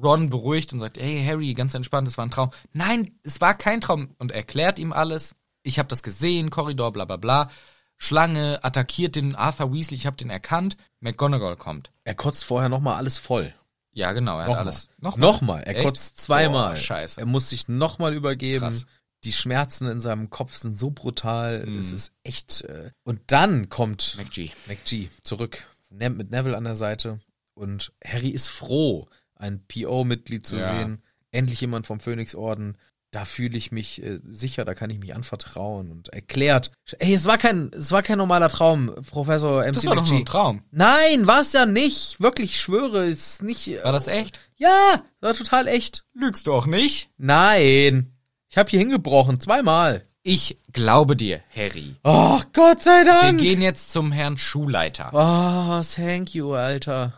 Speaker 2: Ron beruhigt und sagt, hey Harry, ganz entspannt, es war ein Traum. Nein, es war kein Traum und erklärt ihm alles. Ich habe das gesehen, Korridor, bla bla bla. Schlange attackiert den Arthur Weasley, ich habe den erkannt. McGonagall kommt.
Speaker 1: Er kotzt vorher nochmal alles voll.
Speaker 2: Ja, genau, er hat
Speaker 1: Nochmal.
Speaker 2: alles.
Speaker 1: Nochmal. Er
Speaker 2: Echt?
Speaker 1: kotzt zweimal.
Speaker 2: Boah, scheiße.
Speaker 1: Er muss sich nochmal übergeben.
Speaker 2: Krass.
Speaker 1: Die Schmerzen in seinem Kopf sind so brutal. Es
Speaker 2: Mhm.
Speaker 1: ist echt. Äh und dann kommt
Speaker 2: McG.
Speaker 1: McG zurück ne mit Neville an der Seite. Und Harry ist froh, ein PO-Mitglied zu
Speaker 2: Ja.
Speaker 1: sehen. Endlich jemand vom Phönixorden. Da fühle ich mich äh, sicher, da kann ich mich anvertrauen und erklärt. Ey, es war kein, es war kein normaler Traum, Professor MC
Speaker 2: Das war doch
Speaker 1: McG.
Speaker 2: nur ein Traum.
Speaker 1: Nein, war es ja nicht. Wirklich, ich schwöre, es ist nicht.
Speaker 2: War das echt?
Speaker 1: Ja, war total echt.
Speaker 2: Lügst du auch nicht?
Speaker 1: Nein. Ich habe hier hingebrochen, zweimal.
Speaker 2: Ich glaube dir, Harry.
Speaker 1: Oh, Gott sei
Speaker 2: Wir
Speaker 1: Dank.
Speaker 2: gehen jetzt zum Herrn Schulleiter.
Speaker 1: Oh, thank you, Alter.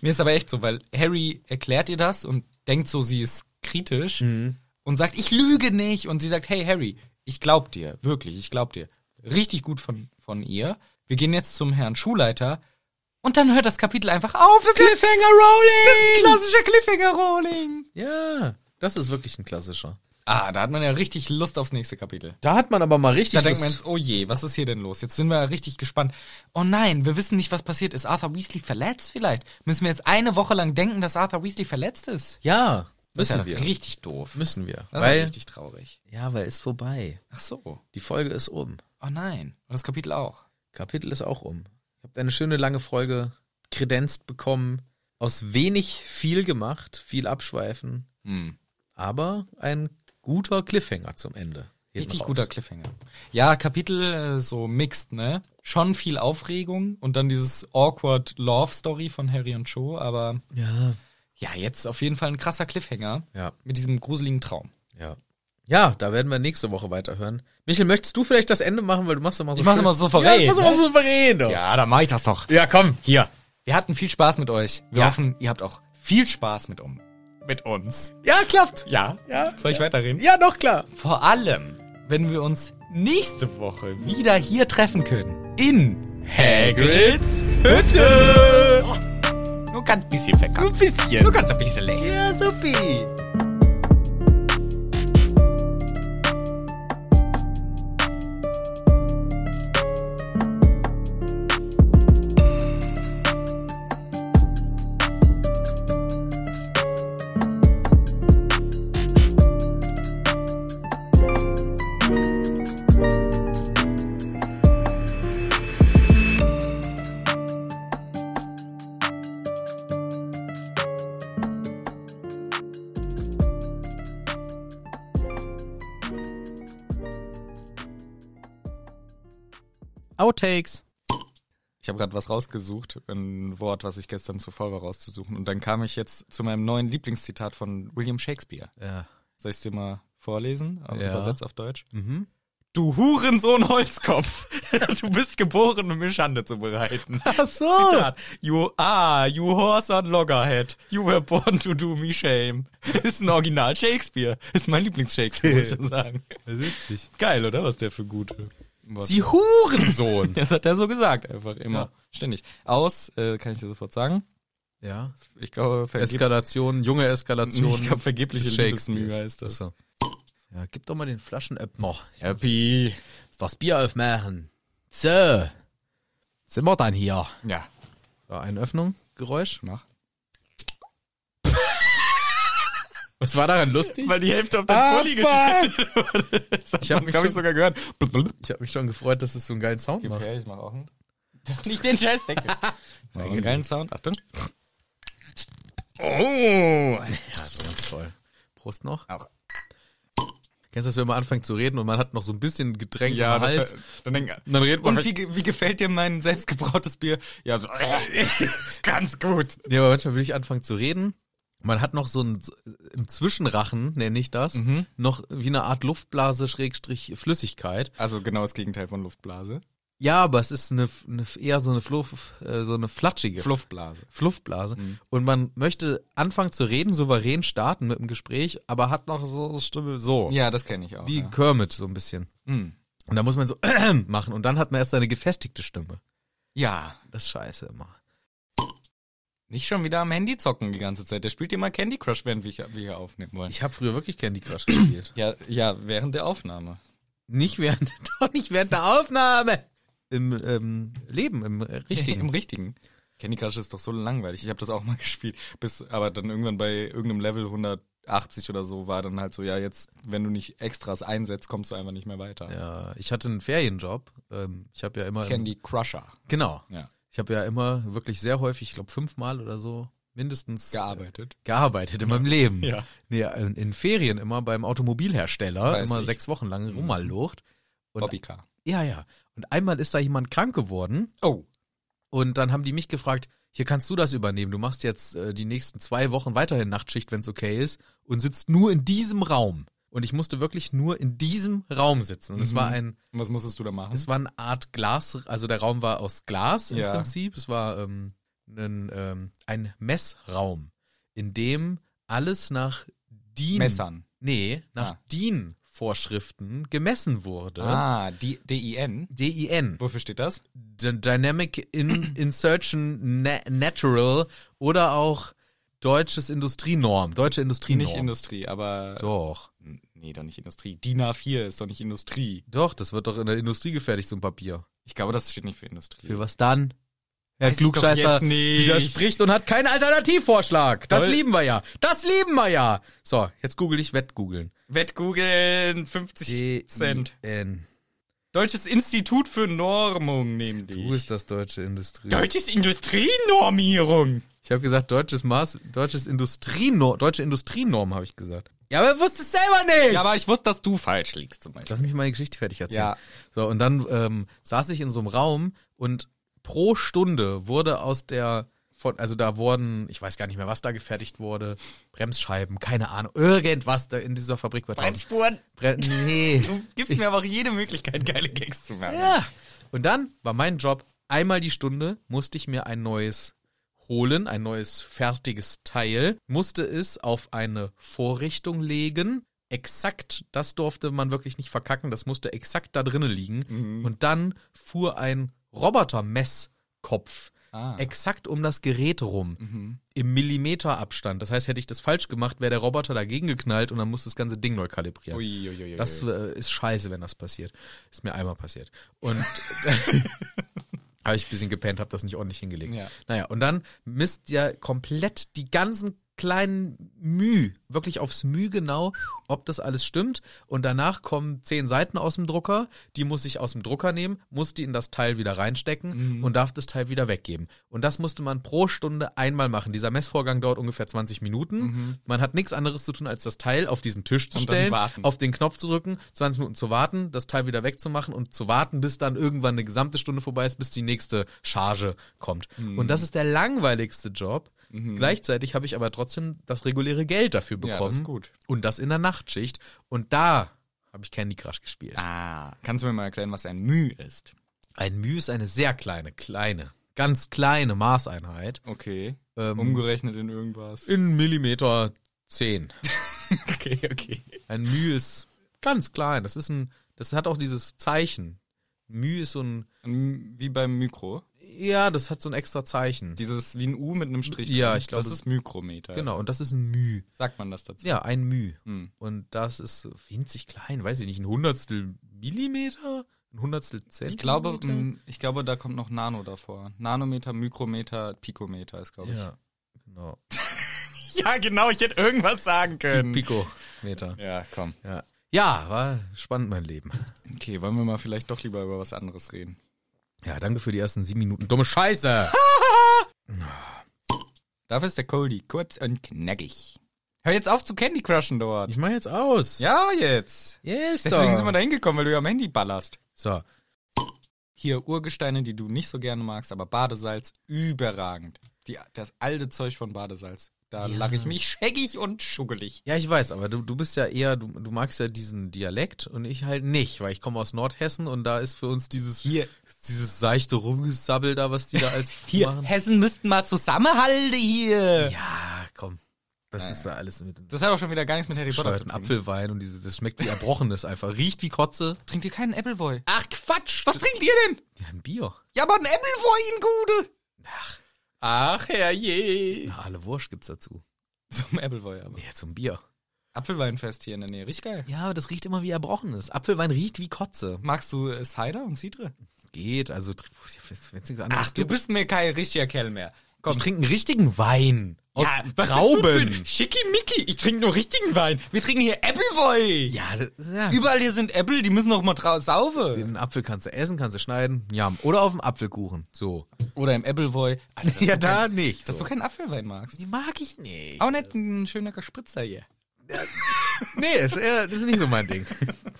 Speaker 2: Mir ist aber echt so, weil Harry erklärt ihr das und denkt so, sie ist kritisch und sagt, ich lüge nicht. Und sie sagt, hey Harry, ich glaub dir, wirklich, ich glaub dir. Richtig gut von, von ihr. Wir gehen jetzt zum Herrn Schulleiter und dann hört das Kapitel einfach auf. Das ist
Speaker 1: Cliffhanger Rolling!
Speaker 2: klassischer Cliffhanger-Rolling.
Speaker 1: Ja, das ist wirklich ein klassischer.
Speaker 2: Ah, da hat man ja richtig Lust aufs nächste Kapitel.
Speaker 1: Da hat man aber mal richtig
Speaker 2: Da denkt man
Speaker 1: Lust.
Speaker 2: jetzt, oh je, was ist hier denn los? Jetzt sind wir ja richtig gespannt. Oh nein, wir wissen nicht, was passiert. Ist Arthur Weasley verletzt vielleicht? Müssen wir jetzt eine Woche lang denken, dass Arthur Weasley verletzt ist?
Speaker 1: Ja,
Speaker 2: Das ist
Speaker 1: müssen
Speaker 2: ja
Speaker 1: wir.
Speaker 2: Richtig doof.
Speaker 1: Müssen wir.
Speaker 2: Das
Speaker 1: weil,
Speaker 2: ist richtig traurig.
Speaker 1: ja, weil ist vorbei.
Speaker 2: Ach so.
Speaker 1: Die Folge ist um.
Speaker 2: Oh nein. Und das Kapitel auch.
Speaker 1: Kapitel ist auch um. Ihr habt eine schöne lange Folge kredenzt bekommen. Aus wenig viel gemacht, viel abschweifen,
Speaker 2: Hm.
Speaker 1: aber ein guter Cliffhanger zum Ende. Hinten
Speaker 2: Richtig
Speaker 1: raus.
Speaker 2: guter Cliffhanger. Ja, Kapitel äh, so mixed, ne? Schon viel Aufregung und dann dieses awkward Love Story von Harry und Cho, aber
Speaker 1: Ja,
Speaker 2: ja, jetzt auf jeden Fall ein krasser Cliffhanger
Speaker 1: ja,
Speaker 2: mit diesem gruseligen Traum.
Speaker 1: ja. Ja, da werden wir nächste Woche weiterhören. Michel, möchtest du vielleicht das Ende machen, weil du machst immer so
Speaker 2: Ich mach's
Speaker 1: schön-
Speaker 2: immer so souverän, ne?
Speaker 1: Ja, du machst immer so souverän. doch.
Speaker 2: Ja, dann mach ich das doch.
Speaker 1: ja, komm.
Speaker 2: Hier. Wir hatten viel Spaß mit euch. Wir
Speaker 1: Ja.
Speaker 2: hoffen, ihr habt auch viel Spaß mit, um, mit uns.
Speaker 1: Ja, klappt.
Speaker 2: Ja.
Speaker 1: Ja.
Speaker 2: Soll ich weiterreden?
Speaker 1: Ja, doch klar.
Speaker 2: Vor allem, wenn wir uns nächste Woche wieder hier treffen können. In Hagrids Hütte. Oh, nur ganz bisschen Bäcker. Nur bisschen. Nur ganz ein bisschen länger.
Speaker 1: Ja, supi. Outtakes.
Speaker 2: Ich habe gerade was rausgesucht, ein Wort, was ich gestern zu faul war rauszusuchen. Und dann kam ich jetzt zu meinem neuen Lieblingszitat von William Shakespeare.
Speaker 1: Ja.
Speaker 2: Soll ich es dir mal vorlesen? Auf-
Speaker 1: Ja.
Speaker 2: Übersetzt auf Deutsch?
Speaker 1: Mhm.
Speaker 2: Du Hurensohn Holzkopf, du bist geboren, um mir Schande zu bereiten.
Speaker 1: Ach so.
Speaker 2: Zitat. You are, you horse on loggerhead. You were born to do me shame. Ist ein Original Shakespeare. Ist mein Lieblings-Shakespeare, muss ich schon sagen.
Speaker 1: Witzig.
Speaker 2: Geil, oder? Was der für gute. Was-
Speaker 1: Sie Hurensohn.
Speaker 2: Das hat er so gesagt, einfach immer.
Speaker 1: Ja.
Speaker 2: Ständig. Aus, äh, kann ich dir sofort sagen.
Speaker 1: ja.
Speaker 2: Ich glaube, vergib
Speaker 1: Eskalation, junge Eskalation.
Speaker 2: ich glaube, vergebliche
Speaker 1: des
Speaker 2: Liebesmühe
Speaker 1: Shakespeares.
Speaker 2: heißt das.
Speaker 1: Ach so. Ja, gib doch mal den Flaschenöppner.
Speaker 2: Happy.
Speaker 1: Ist das Bier aufmachen. So. Sind wir dann hier?
Speaker 2: Ja,
Speaker 1: So, eine Öffnung, Geräusch.
Speaker 2: mach.
Speaker 1: Was war daran lustig?
Speaker 2: Weil die Hälfte auf dein
Speaker 1: Ah,
Speaker 2: Pulli geschnitten wurde.
Speaker 1: Ich hab mich
Speaker 2: glaube
Speaker 1: schon-
Speaker 2: ich, sogar gehört.
Speaker 1: Ich habe mich schon gefreut, dass es so einen geilen Sound
Speaker 2: Gib
Speaker 1: macht.
Speaker 2: her, ich mach auch einen. Doch nicht den Scheißdeckel. mach einen geilen Sound, Achtung.
Speaker 1: Oh! Ja, das war ganz toll. Prost noch.
Speaker 2: Auch.
Speaker 1: Kennst du das, wenn man anfängt zu reden und man hat noch so ein bisschen Getränk im Hals?
Speaker 2: dann halt- denk,
Speaker 1: Und dann redet man.
Speaker 2: Und wie, ge- wie gefällt dir mein selbstgebrautes Bier? Ja, so, ist ganz gut.
Speaker 1: Ja, aber manchmal will ich anfangen zu reden. Man hat noch so ein, im Zwischenrachen, nenne ich das, noch wie eine Art Luftblase, Schrägstrich, Flüssigkeit.
Speaker 2: Also genau das Gegenteil von Luftblase.
Speaker 1: Ja, aber es ist eine, eine eher so eine Fluff, äh, so eine flatschige
Speaker 2: Fluffblase.
Speaker 1: Fluffblase. Und man möchte anfangen zu reden, souverän starten mit dem Gespräch, aber hat noch so eine Stimme so.
Speaker 2: Ja, das kenne ich auch.
Speaker 1: Wie
Speaker 2: ja.
Speaker 1: Kermit so ein bisschen.
Speaker 2: Hm.
Speaker 1: Und da muss man so machen und dann hat man erst seine gefestigte Stimme.
Speaker 2: ja,
Speaker 1: Das ist scheiße immer.
Speaker 2: nicht schon wieder am Handy zocken die ganze Zeit. Der spielt immer Candy Crush, während wir hier- wir hier aufnehmen wollen.
Speaker 1: Ich habe früher wirklich Candy Crush gespielt.
Speaker 2: Ja, ja, während der Aufnahme.
Speaker 1: Nicht während, doch nicht während der Aufnahme. Im ähm, Leben, im äh, richtigen.
Speaker 2: Im richtigen. Candy Crush ist doch so langweilig. Ich habe das auch mal gespielt, bis aber dann irgendwann bei irgendeinem Level 180 oder so war dann halt so, ja, jetzt wenn du nicht Extras einsetzt, kommst du einfach nicht mehr weiter.
Speaker 1: ja, ich hatte einen Ferienjob. Ähm, ich habe ja immer.
Speaker 2: Candy Crusher.
Speaker 1: Genau.
Speaker 2: Ja.
Speaker 1: Ich habe ja immer wirklich sehr häufig, ich glaube fünfmal oder so, mindestens
Speaker 2: Gearbeitet.
Speaker 1: äh, gearbeitet in meinem Leben.
Speaker 2: Ja.
Speaker 1: Nee, in, in Ferien immer beim Automobilhersteller,
Speaker 2: Weiß
Speaker 1: immer
Speaker 2: ich. Mhm.
Speaker 1: sechs Wochen lang rummallocht. Und
Speaker 2: Bobbycar.
Speaker 1: ja, ja. Und einmal ist da jemand krank geworden
Speaker 2: Oh.
Speaker 1: und dann haben die mich gefragt, hier kannst du das übernehmen. Du machst jetzt äh, die nächsten zwei Wochen weiterhin Nachtschicht, wenn es okay ist, und sitzt nur in diesem Raum. Und ich musste wirklich nur in diesem Raum sitzen. Und es
Speaker 2: Mhm.
Speaker 1: war ein
Speaker 2: Und was musstest du da machen?
Speaker 1: es war eine Art Glas, also der Raum war aus Glas im
Speaker 2: Ja.
Speaker 1: Prinzip. Es war ähm, ein, ähm, ein Messraum, in dem alles nach DIN.
Speaker 2: Messern.
Speaker 1: Nee, nach
Speaker 2: Ah.
Speaker 1: DIN-Vorschriften gemessen wurde.
Speaker 2: Ah, D- DIN.
Speaker 1: DIN.
Speaker 2: Wofür steht das?
Speaker 1: D Dynamic in Insertion Na Natural oder auch deutsches Industrienorm, deutsche Industrienorm.
Speaker 2: Nicht Industrie, aber.
Speaker 1: doch.
Speaker 2: Nee, doch nicht Industrie. DIN A4 ist doch nicht Industrie.
Speaker 1: Doch, das wird doch in der Industrie gefertigt, so ein Papier.
Speaker 2: Ich glaube, das steht nicht für Industrie.
Speaker 1: Für was dann? Herr
Speaker 2: Weiß ich doch
Speaker 1: Klugscheißer
Speaker 2: jetzt nicht.
Speaker 1: widerspricht und hat keinen Alternativvorschlag. Das
Speaker 2: Toll.
Speaker 1: lieben wir ja. Das lieben wir ja. So, jetzt google ich Wettgoogeln.
Speaker 2: Wettgoogeln, 50 Cent.
Speaker 1: DIN.
Speaker 2: Deutsches Institut für Normung nehmen die.
Speaker 1: Wo ist das deutsche Industrie?
Speaker 2: Deutsches Industrienormierung.
Speaker 1: Ich habe gesagt, deutsches Maß, deutsches Industrienorm, deutsche Industrienorm habe ich gesagt. Ja, aber ihr wusst es selber nicht.
Speaker 2: Ja, aber ich wusste, dass du falsch liegst zum Beispiel.
Speaker 1: Lass mich meine Geschichte fertig erzählen.
Speaker 2: Ja.
Speaker 1: So, und dann ähm, saß ich in so einem Raum und pro Stunde wurde aus der, von, also da wurden, ich weiß gar nicht mehr, was da gefertigt wurde, Bremsscheiben, keine Ahnung, irgendwas da in dieser Fabrik wird.
Speaker 2: Bremsspuren.
Speaker 1: Bre nee.
Speaker 2: Du gibst mir aber auch jede Möglichkeit, geile Gags zu machen.
Speaker 1: ja. Und dann war mein Job, einmal die Stunde musste ich mir ein neues holen, ein neues fertiges Teil, musste es auf eine Vorrichtung legen. Exakt, das durfte man wirklich nicht verkacken, das musste exakt da drinnen liegen.
Speaker 2: Mhm.
Speaker 1: Und dann fuhr ein Robotermesskopf
Speaker 2: Ah. Mhm.
Speaker 1: exakt um das Gerät rum, im Millimeterabstand. Das heißt, hätte ich das falsch gemacht, wäre der Roboter dagegen geknallt und dann musste das ganze Ding neu kalibrieren.
Speaker 2: Ui, ui, ui, ui.
Speaker 1: Das äh, ist scheiße, wenn das passiert. Ist mir einmal passiert. Und habe ich ein bisschen gepennt, habe das nicht ordentlich hingelegt.
Speaker 2: Ja.
Speaker 1: Naja, und dann misst ja komplett die ganzen kleinen Müh, wirklich aufs Müh genau, ob das alles stimmt. Und danach kommen zehn Seiten aus dem Drucker, die muss ich aus dem Drucker nehmen, muss die in das Teil wieder
Speaker 2: Mhm.
Speaker 1: reinstecken und darf das Teil wieder weggeben. Und das musste man pro Stunde einmal machen. Dieser Messvorgang dauert ungefähr 20 Minuten. Man hat nichts anderes zu tun, als das Teil auf diesen Tisch zu
Speaker 2: Mhm. Und dann
Speaker 1: stellen,
Speaker 2: warten.
Speaker 1: auf den Knopf zu drücken, 20 Minuten zu warten, das Teil wieder wegzumachen und zu warten, bis dann irgendwann eine gesamte Stunde vorbei ist, bis die nächste Charge kommt.
Speaker 2: Mhm.
Speaker 1: Und das ist der langweiligste Job. Gleichzeitig habe ich aber trotzdem das reguläre Geld dafür
Speaker 2: Ja,
Speaker 1: bekommen.
Speaker 2: das ist gut.
Speaker 1: Und das in der Nachtschicht. Und da habe ich Candy Crush gespielt.
Speaker 2: Ah, kannst du mir mal erklären, was ein Müh ist?
Speaker 1: Ein Mühe ist eine sehr kleine, kleine, ganz kleine Maßeinheit.
Speaker 2: Okay.
Speaker 1: Ähm,
Speaker 2: Umgerechnet in irgendwas.
Speaker 1: In Millimeter 10.
Speaker 2: Okay, okay.
Speaker 1: Ein Mühe ist ganz klein. Das ist ein, das hat auch dieses Zeichen. Mühe ist so ein
Speaker 2: Wie beim Mikro.
Speaker 1: Ja, das hat so ein extra Zeichen.
Speaker 2: Dieses wie ein U mit einem Strich.
Speaker 1: Ja,
Speaker 2: drin.
Speaker 1: ich glaube,
Speaker 2: Das
Speaker 1: das-
Speaker 2: ist Mikrometer.
Speaker 1: genau, und das ist ein Mü.
Speaker 2: Sagt man das dazu?
Speaker 1: Ja, ein Mü.
Speaker 2: Hm.
Speaker 1: Und das ist winzig klein, weiß ich nicht, ein Hundertstel Millimeter? Ein Hundertstel Zentimeter?
Speaker 2: Ich glaube, mm, ich glaube, da kommt noch Nano davor. Nanometer, Mikrometer, Pikometer ist, glaube
Speaker 1: ja, genau.
Speaker 2: ich. Ja, genau, ich hätte irgendwas sagen
Speaker 1: Pikometer.
Speaker 2: Ja, komm.
Speaker 1: Ja. ja, war spannend mein Leben.
Speaker 2: Okay, wollen wir mal vielleicht doch lieber über was anderes reden.
Speaker 1: Ja, danke für die ersten sieben Minuten. Dumme Scheiße!
Speaker 2: Dafür ist der Coldy kurz und knackig. Hör jetzt auf zu Candy Crushen dort.
Speaker 1: Ich mach jetzt aus.
Speaker 2: Ja, jetzt.
Speaker 1: Yes,
Speaker 2: Deswegen
Speaker 1: so.
Speaker 2: sind wir da hingekommen, weil du ja am Handy ballerst.
Speaker 1: So,
Speaker 2: Hier Urgesteine, die du nicht so gerne magst, aber Badesalz überragend. Die, das alte Zeug von Badesalz. Da lache ich mich scheckig und schuggelig.
Speaker 1: Ja, ich weiß, aber du, du bist ja eher, du, du magst ja diesen Dialekt und ich halt nicht, weil ich komme aus Nordhessen und da ist für uns dieses
Speaker 2: Hier.
Speaker 1: dieses seichte Rumgesabbel da, was die da als machen.
Speaker 2: Hessen müssten mal zusammenhalten hier.
Speaker 1: Ja, komm. Das ist ja alles mit dem
Speaker 2: Das hat auch schon wieder gar nichts mit Harry Potter zu
Speaker 1: bescheuerten
Speaker 2: tun.
Speaker 1: Apfelwein und diese, das schmeckt wie Erbrochenes einfach. Riecht wie Kotze.
Speaker 2: Trinkt ihr keinen Appleboy?
Speaker 1: Ach, Quatsch!
Speaker 2: Ah, Was trinkt ihr denn?
Speaker 1: Ja, ein Bier.
Speaker 2: Ja, aber ein Appleboy in Gude. Ach, herrje.
Speaker 1: Na, alle Wurst gibt's dazu.
Speaker 2: Zum Appleboy aber.
Speaker 1: Ja, zum Bier.
Speaker 2: Apfelweinfest hier in der Nähe. Richtig geil.
Speaker 1: Ja, aber das riecht immer wie Erbrochenes. Apfelwein riecht wie Kotze.
Speaker 2: Magst du äh, Cider und Cidre?
Speaker 1: Geht, also, tr- wenn's nichts anderes gibt.
Speaker 2: bist mir kein richtiger Kerl mehr. Komm.
Speaker 1: Ich trinke einen richtigen Wein. Aus Trauben.
Speaker 2: Schickimicki, ich trinke nur richtigen Wein. Wir trinken hier Appleboy.
Speaker 1: Ja, das, ja.
Speaker 2: Überall hier sind Äpfel, die müssen noch mal draußen saufen.
Speaker 1: Den Apfel kannst du essen, kannst du schneiden, ja. Oder auf dem Apfelkuchen. So.
Speaker 2: Oder im Appleboy. Alter, dass du kein-
Speaker 1: nicht.
Speaker 2: Dass
Speaker 1: So.
Speaker 2: du keinen Apfelwein magst.
Speaker 1: Die mag ich nicht.
Speaker 2: Auch nicht ein schöner Spritzer hier.
Speaker 1: nee, ist eher, das ist nicht so mein Ding.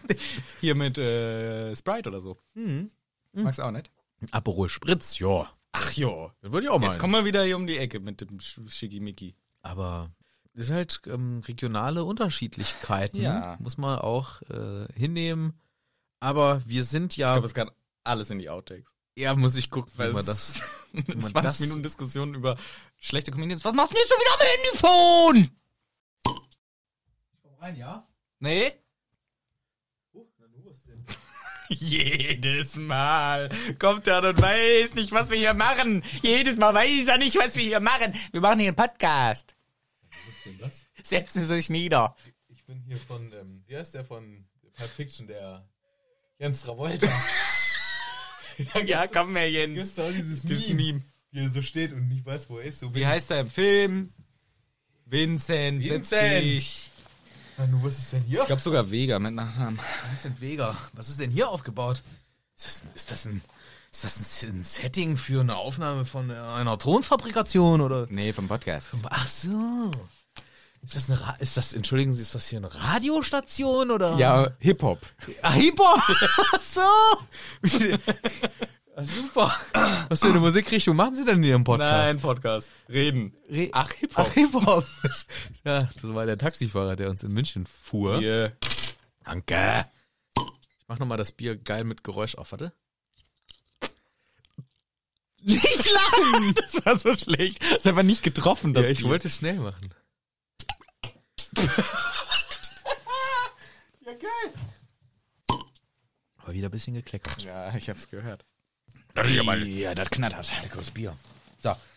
Speaker 2: Hier mit äh, Sprite oder so. Mhm. Magst du auch nicht?
Speaker 1: Ein Aperol Spritz, ja.
Speaker 2: Ach jo.
Speaker 1: Das würde ich auch mal.
Speaker 2: Jetzt kommen wir wieder hier um die Ecke mit dem Sch- Schickimicki.
Speaker 1: Aber ist halt ähm, regionale Unterschiedlichkeiten.
Speaker 2: Ja.
Speaker 1: Muss man auch äh, hinnehmen. Aber wir sind ja,
Speaker 2: glaube, es kann alles in die Outtakes.
Speaker 1: ja, muss ich gucken, wie man das
Speaker 2: das
Speaker 1: man
Speaker 2: 20
Speaker 1: das-
Speaker 2: Minuten Diskussion über schlechte Comedians. Was machst du denn jetzt schon wieder am Handyphone?
Speaker 1: Ein Jahr?
Speaker 2: Nee? Jedes Mal kommt er und weiß nicht, was wir hier machen. Jedes Mal weiß er nicht, was wir hier machen. Wir machen hier einen Podcast. Setzen Sie sich nieder.
Speaker 1: Ich bin hier von, ähm, wie heißt der von Pulp Fiction, der Jens Travolta.
Speaker 2: Ja, komm her, Jens.
Speaker 1: Jetzt da dieses,
Speaker 2: Dieses Meme.
Speaker 1: Meme, wie er so steht und nicht weiß, wo er ist. So
Speaker 2: Wie heißt er im Film? Vincent. setz
Speaker 1: Vincent.
Speaker 2: dich.
Speaker 1: Manu, halt was ist denn hier?
Speaker 2: Ich glaube sogar Vega mit Nachnamen.
Speaker 1: Vincent Vega. Was ist denn hier aufgebaut? Ist das, ist das, ein, ist das ein, ein Setting für eine Aufnahme von äh, einer Tonfabrikation oder?
Speaker 2: Nee, vom Podcast.
Speaker 1: Ach so. Ist das eine, Ra ist das, entschuldigen Sie, ist das hier eine Radiostation oder?
Speaker 2: Ja, Hip-Hop.
Speaker 1: Ah, Hip-Hop! Ach so! Ah, super. Was für eine Musikrichtung machen Sie denn in Ihrem Podcast?
Speaker 2: Nein, Podcast. Reden.
Speaker 1: Re-
Speaker 2: Ach, Hip-Hop.
Speaker 1: Ach, Hip-Hop. ja, das war der Taxifahrer, der uns in München fuhr.
Speaker 2: Yeah.
Speaker 1: Danke. Ich mach nochmal das Bier geil mit Geräusch auf, warte.
Speaker 2: Nicht lachen! Das war so schlecht. Das ist einfach nicht getroffen, das
Speaker 1: ja, ich
Speaker 2: Bier.
Speaker 1: wollte es schnell machen.
Speaker 2: Ja, geil.
Speaker 1: Aber wieder ein bisschen gekleckert.
Speaker 2: Ja, ich hab's gehört.
Speaker 1: Ja, das knattert. Leckeres Bier. So,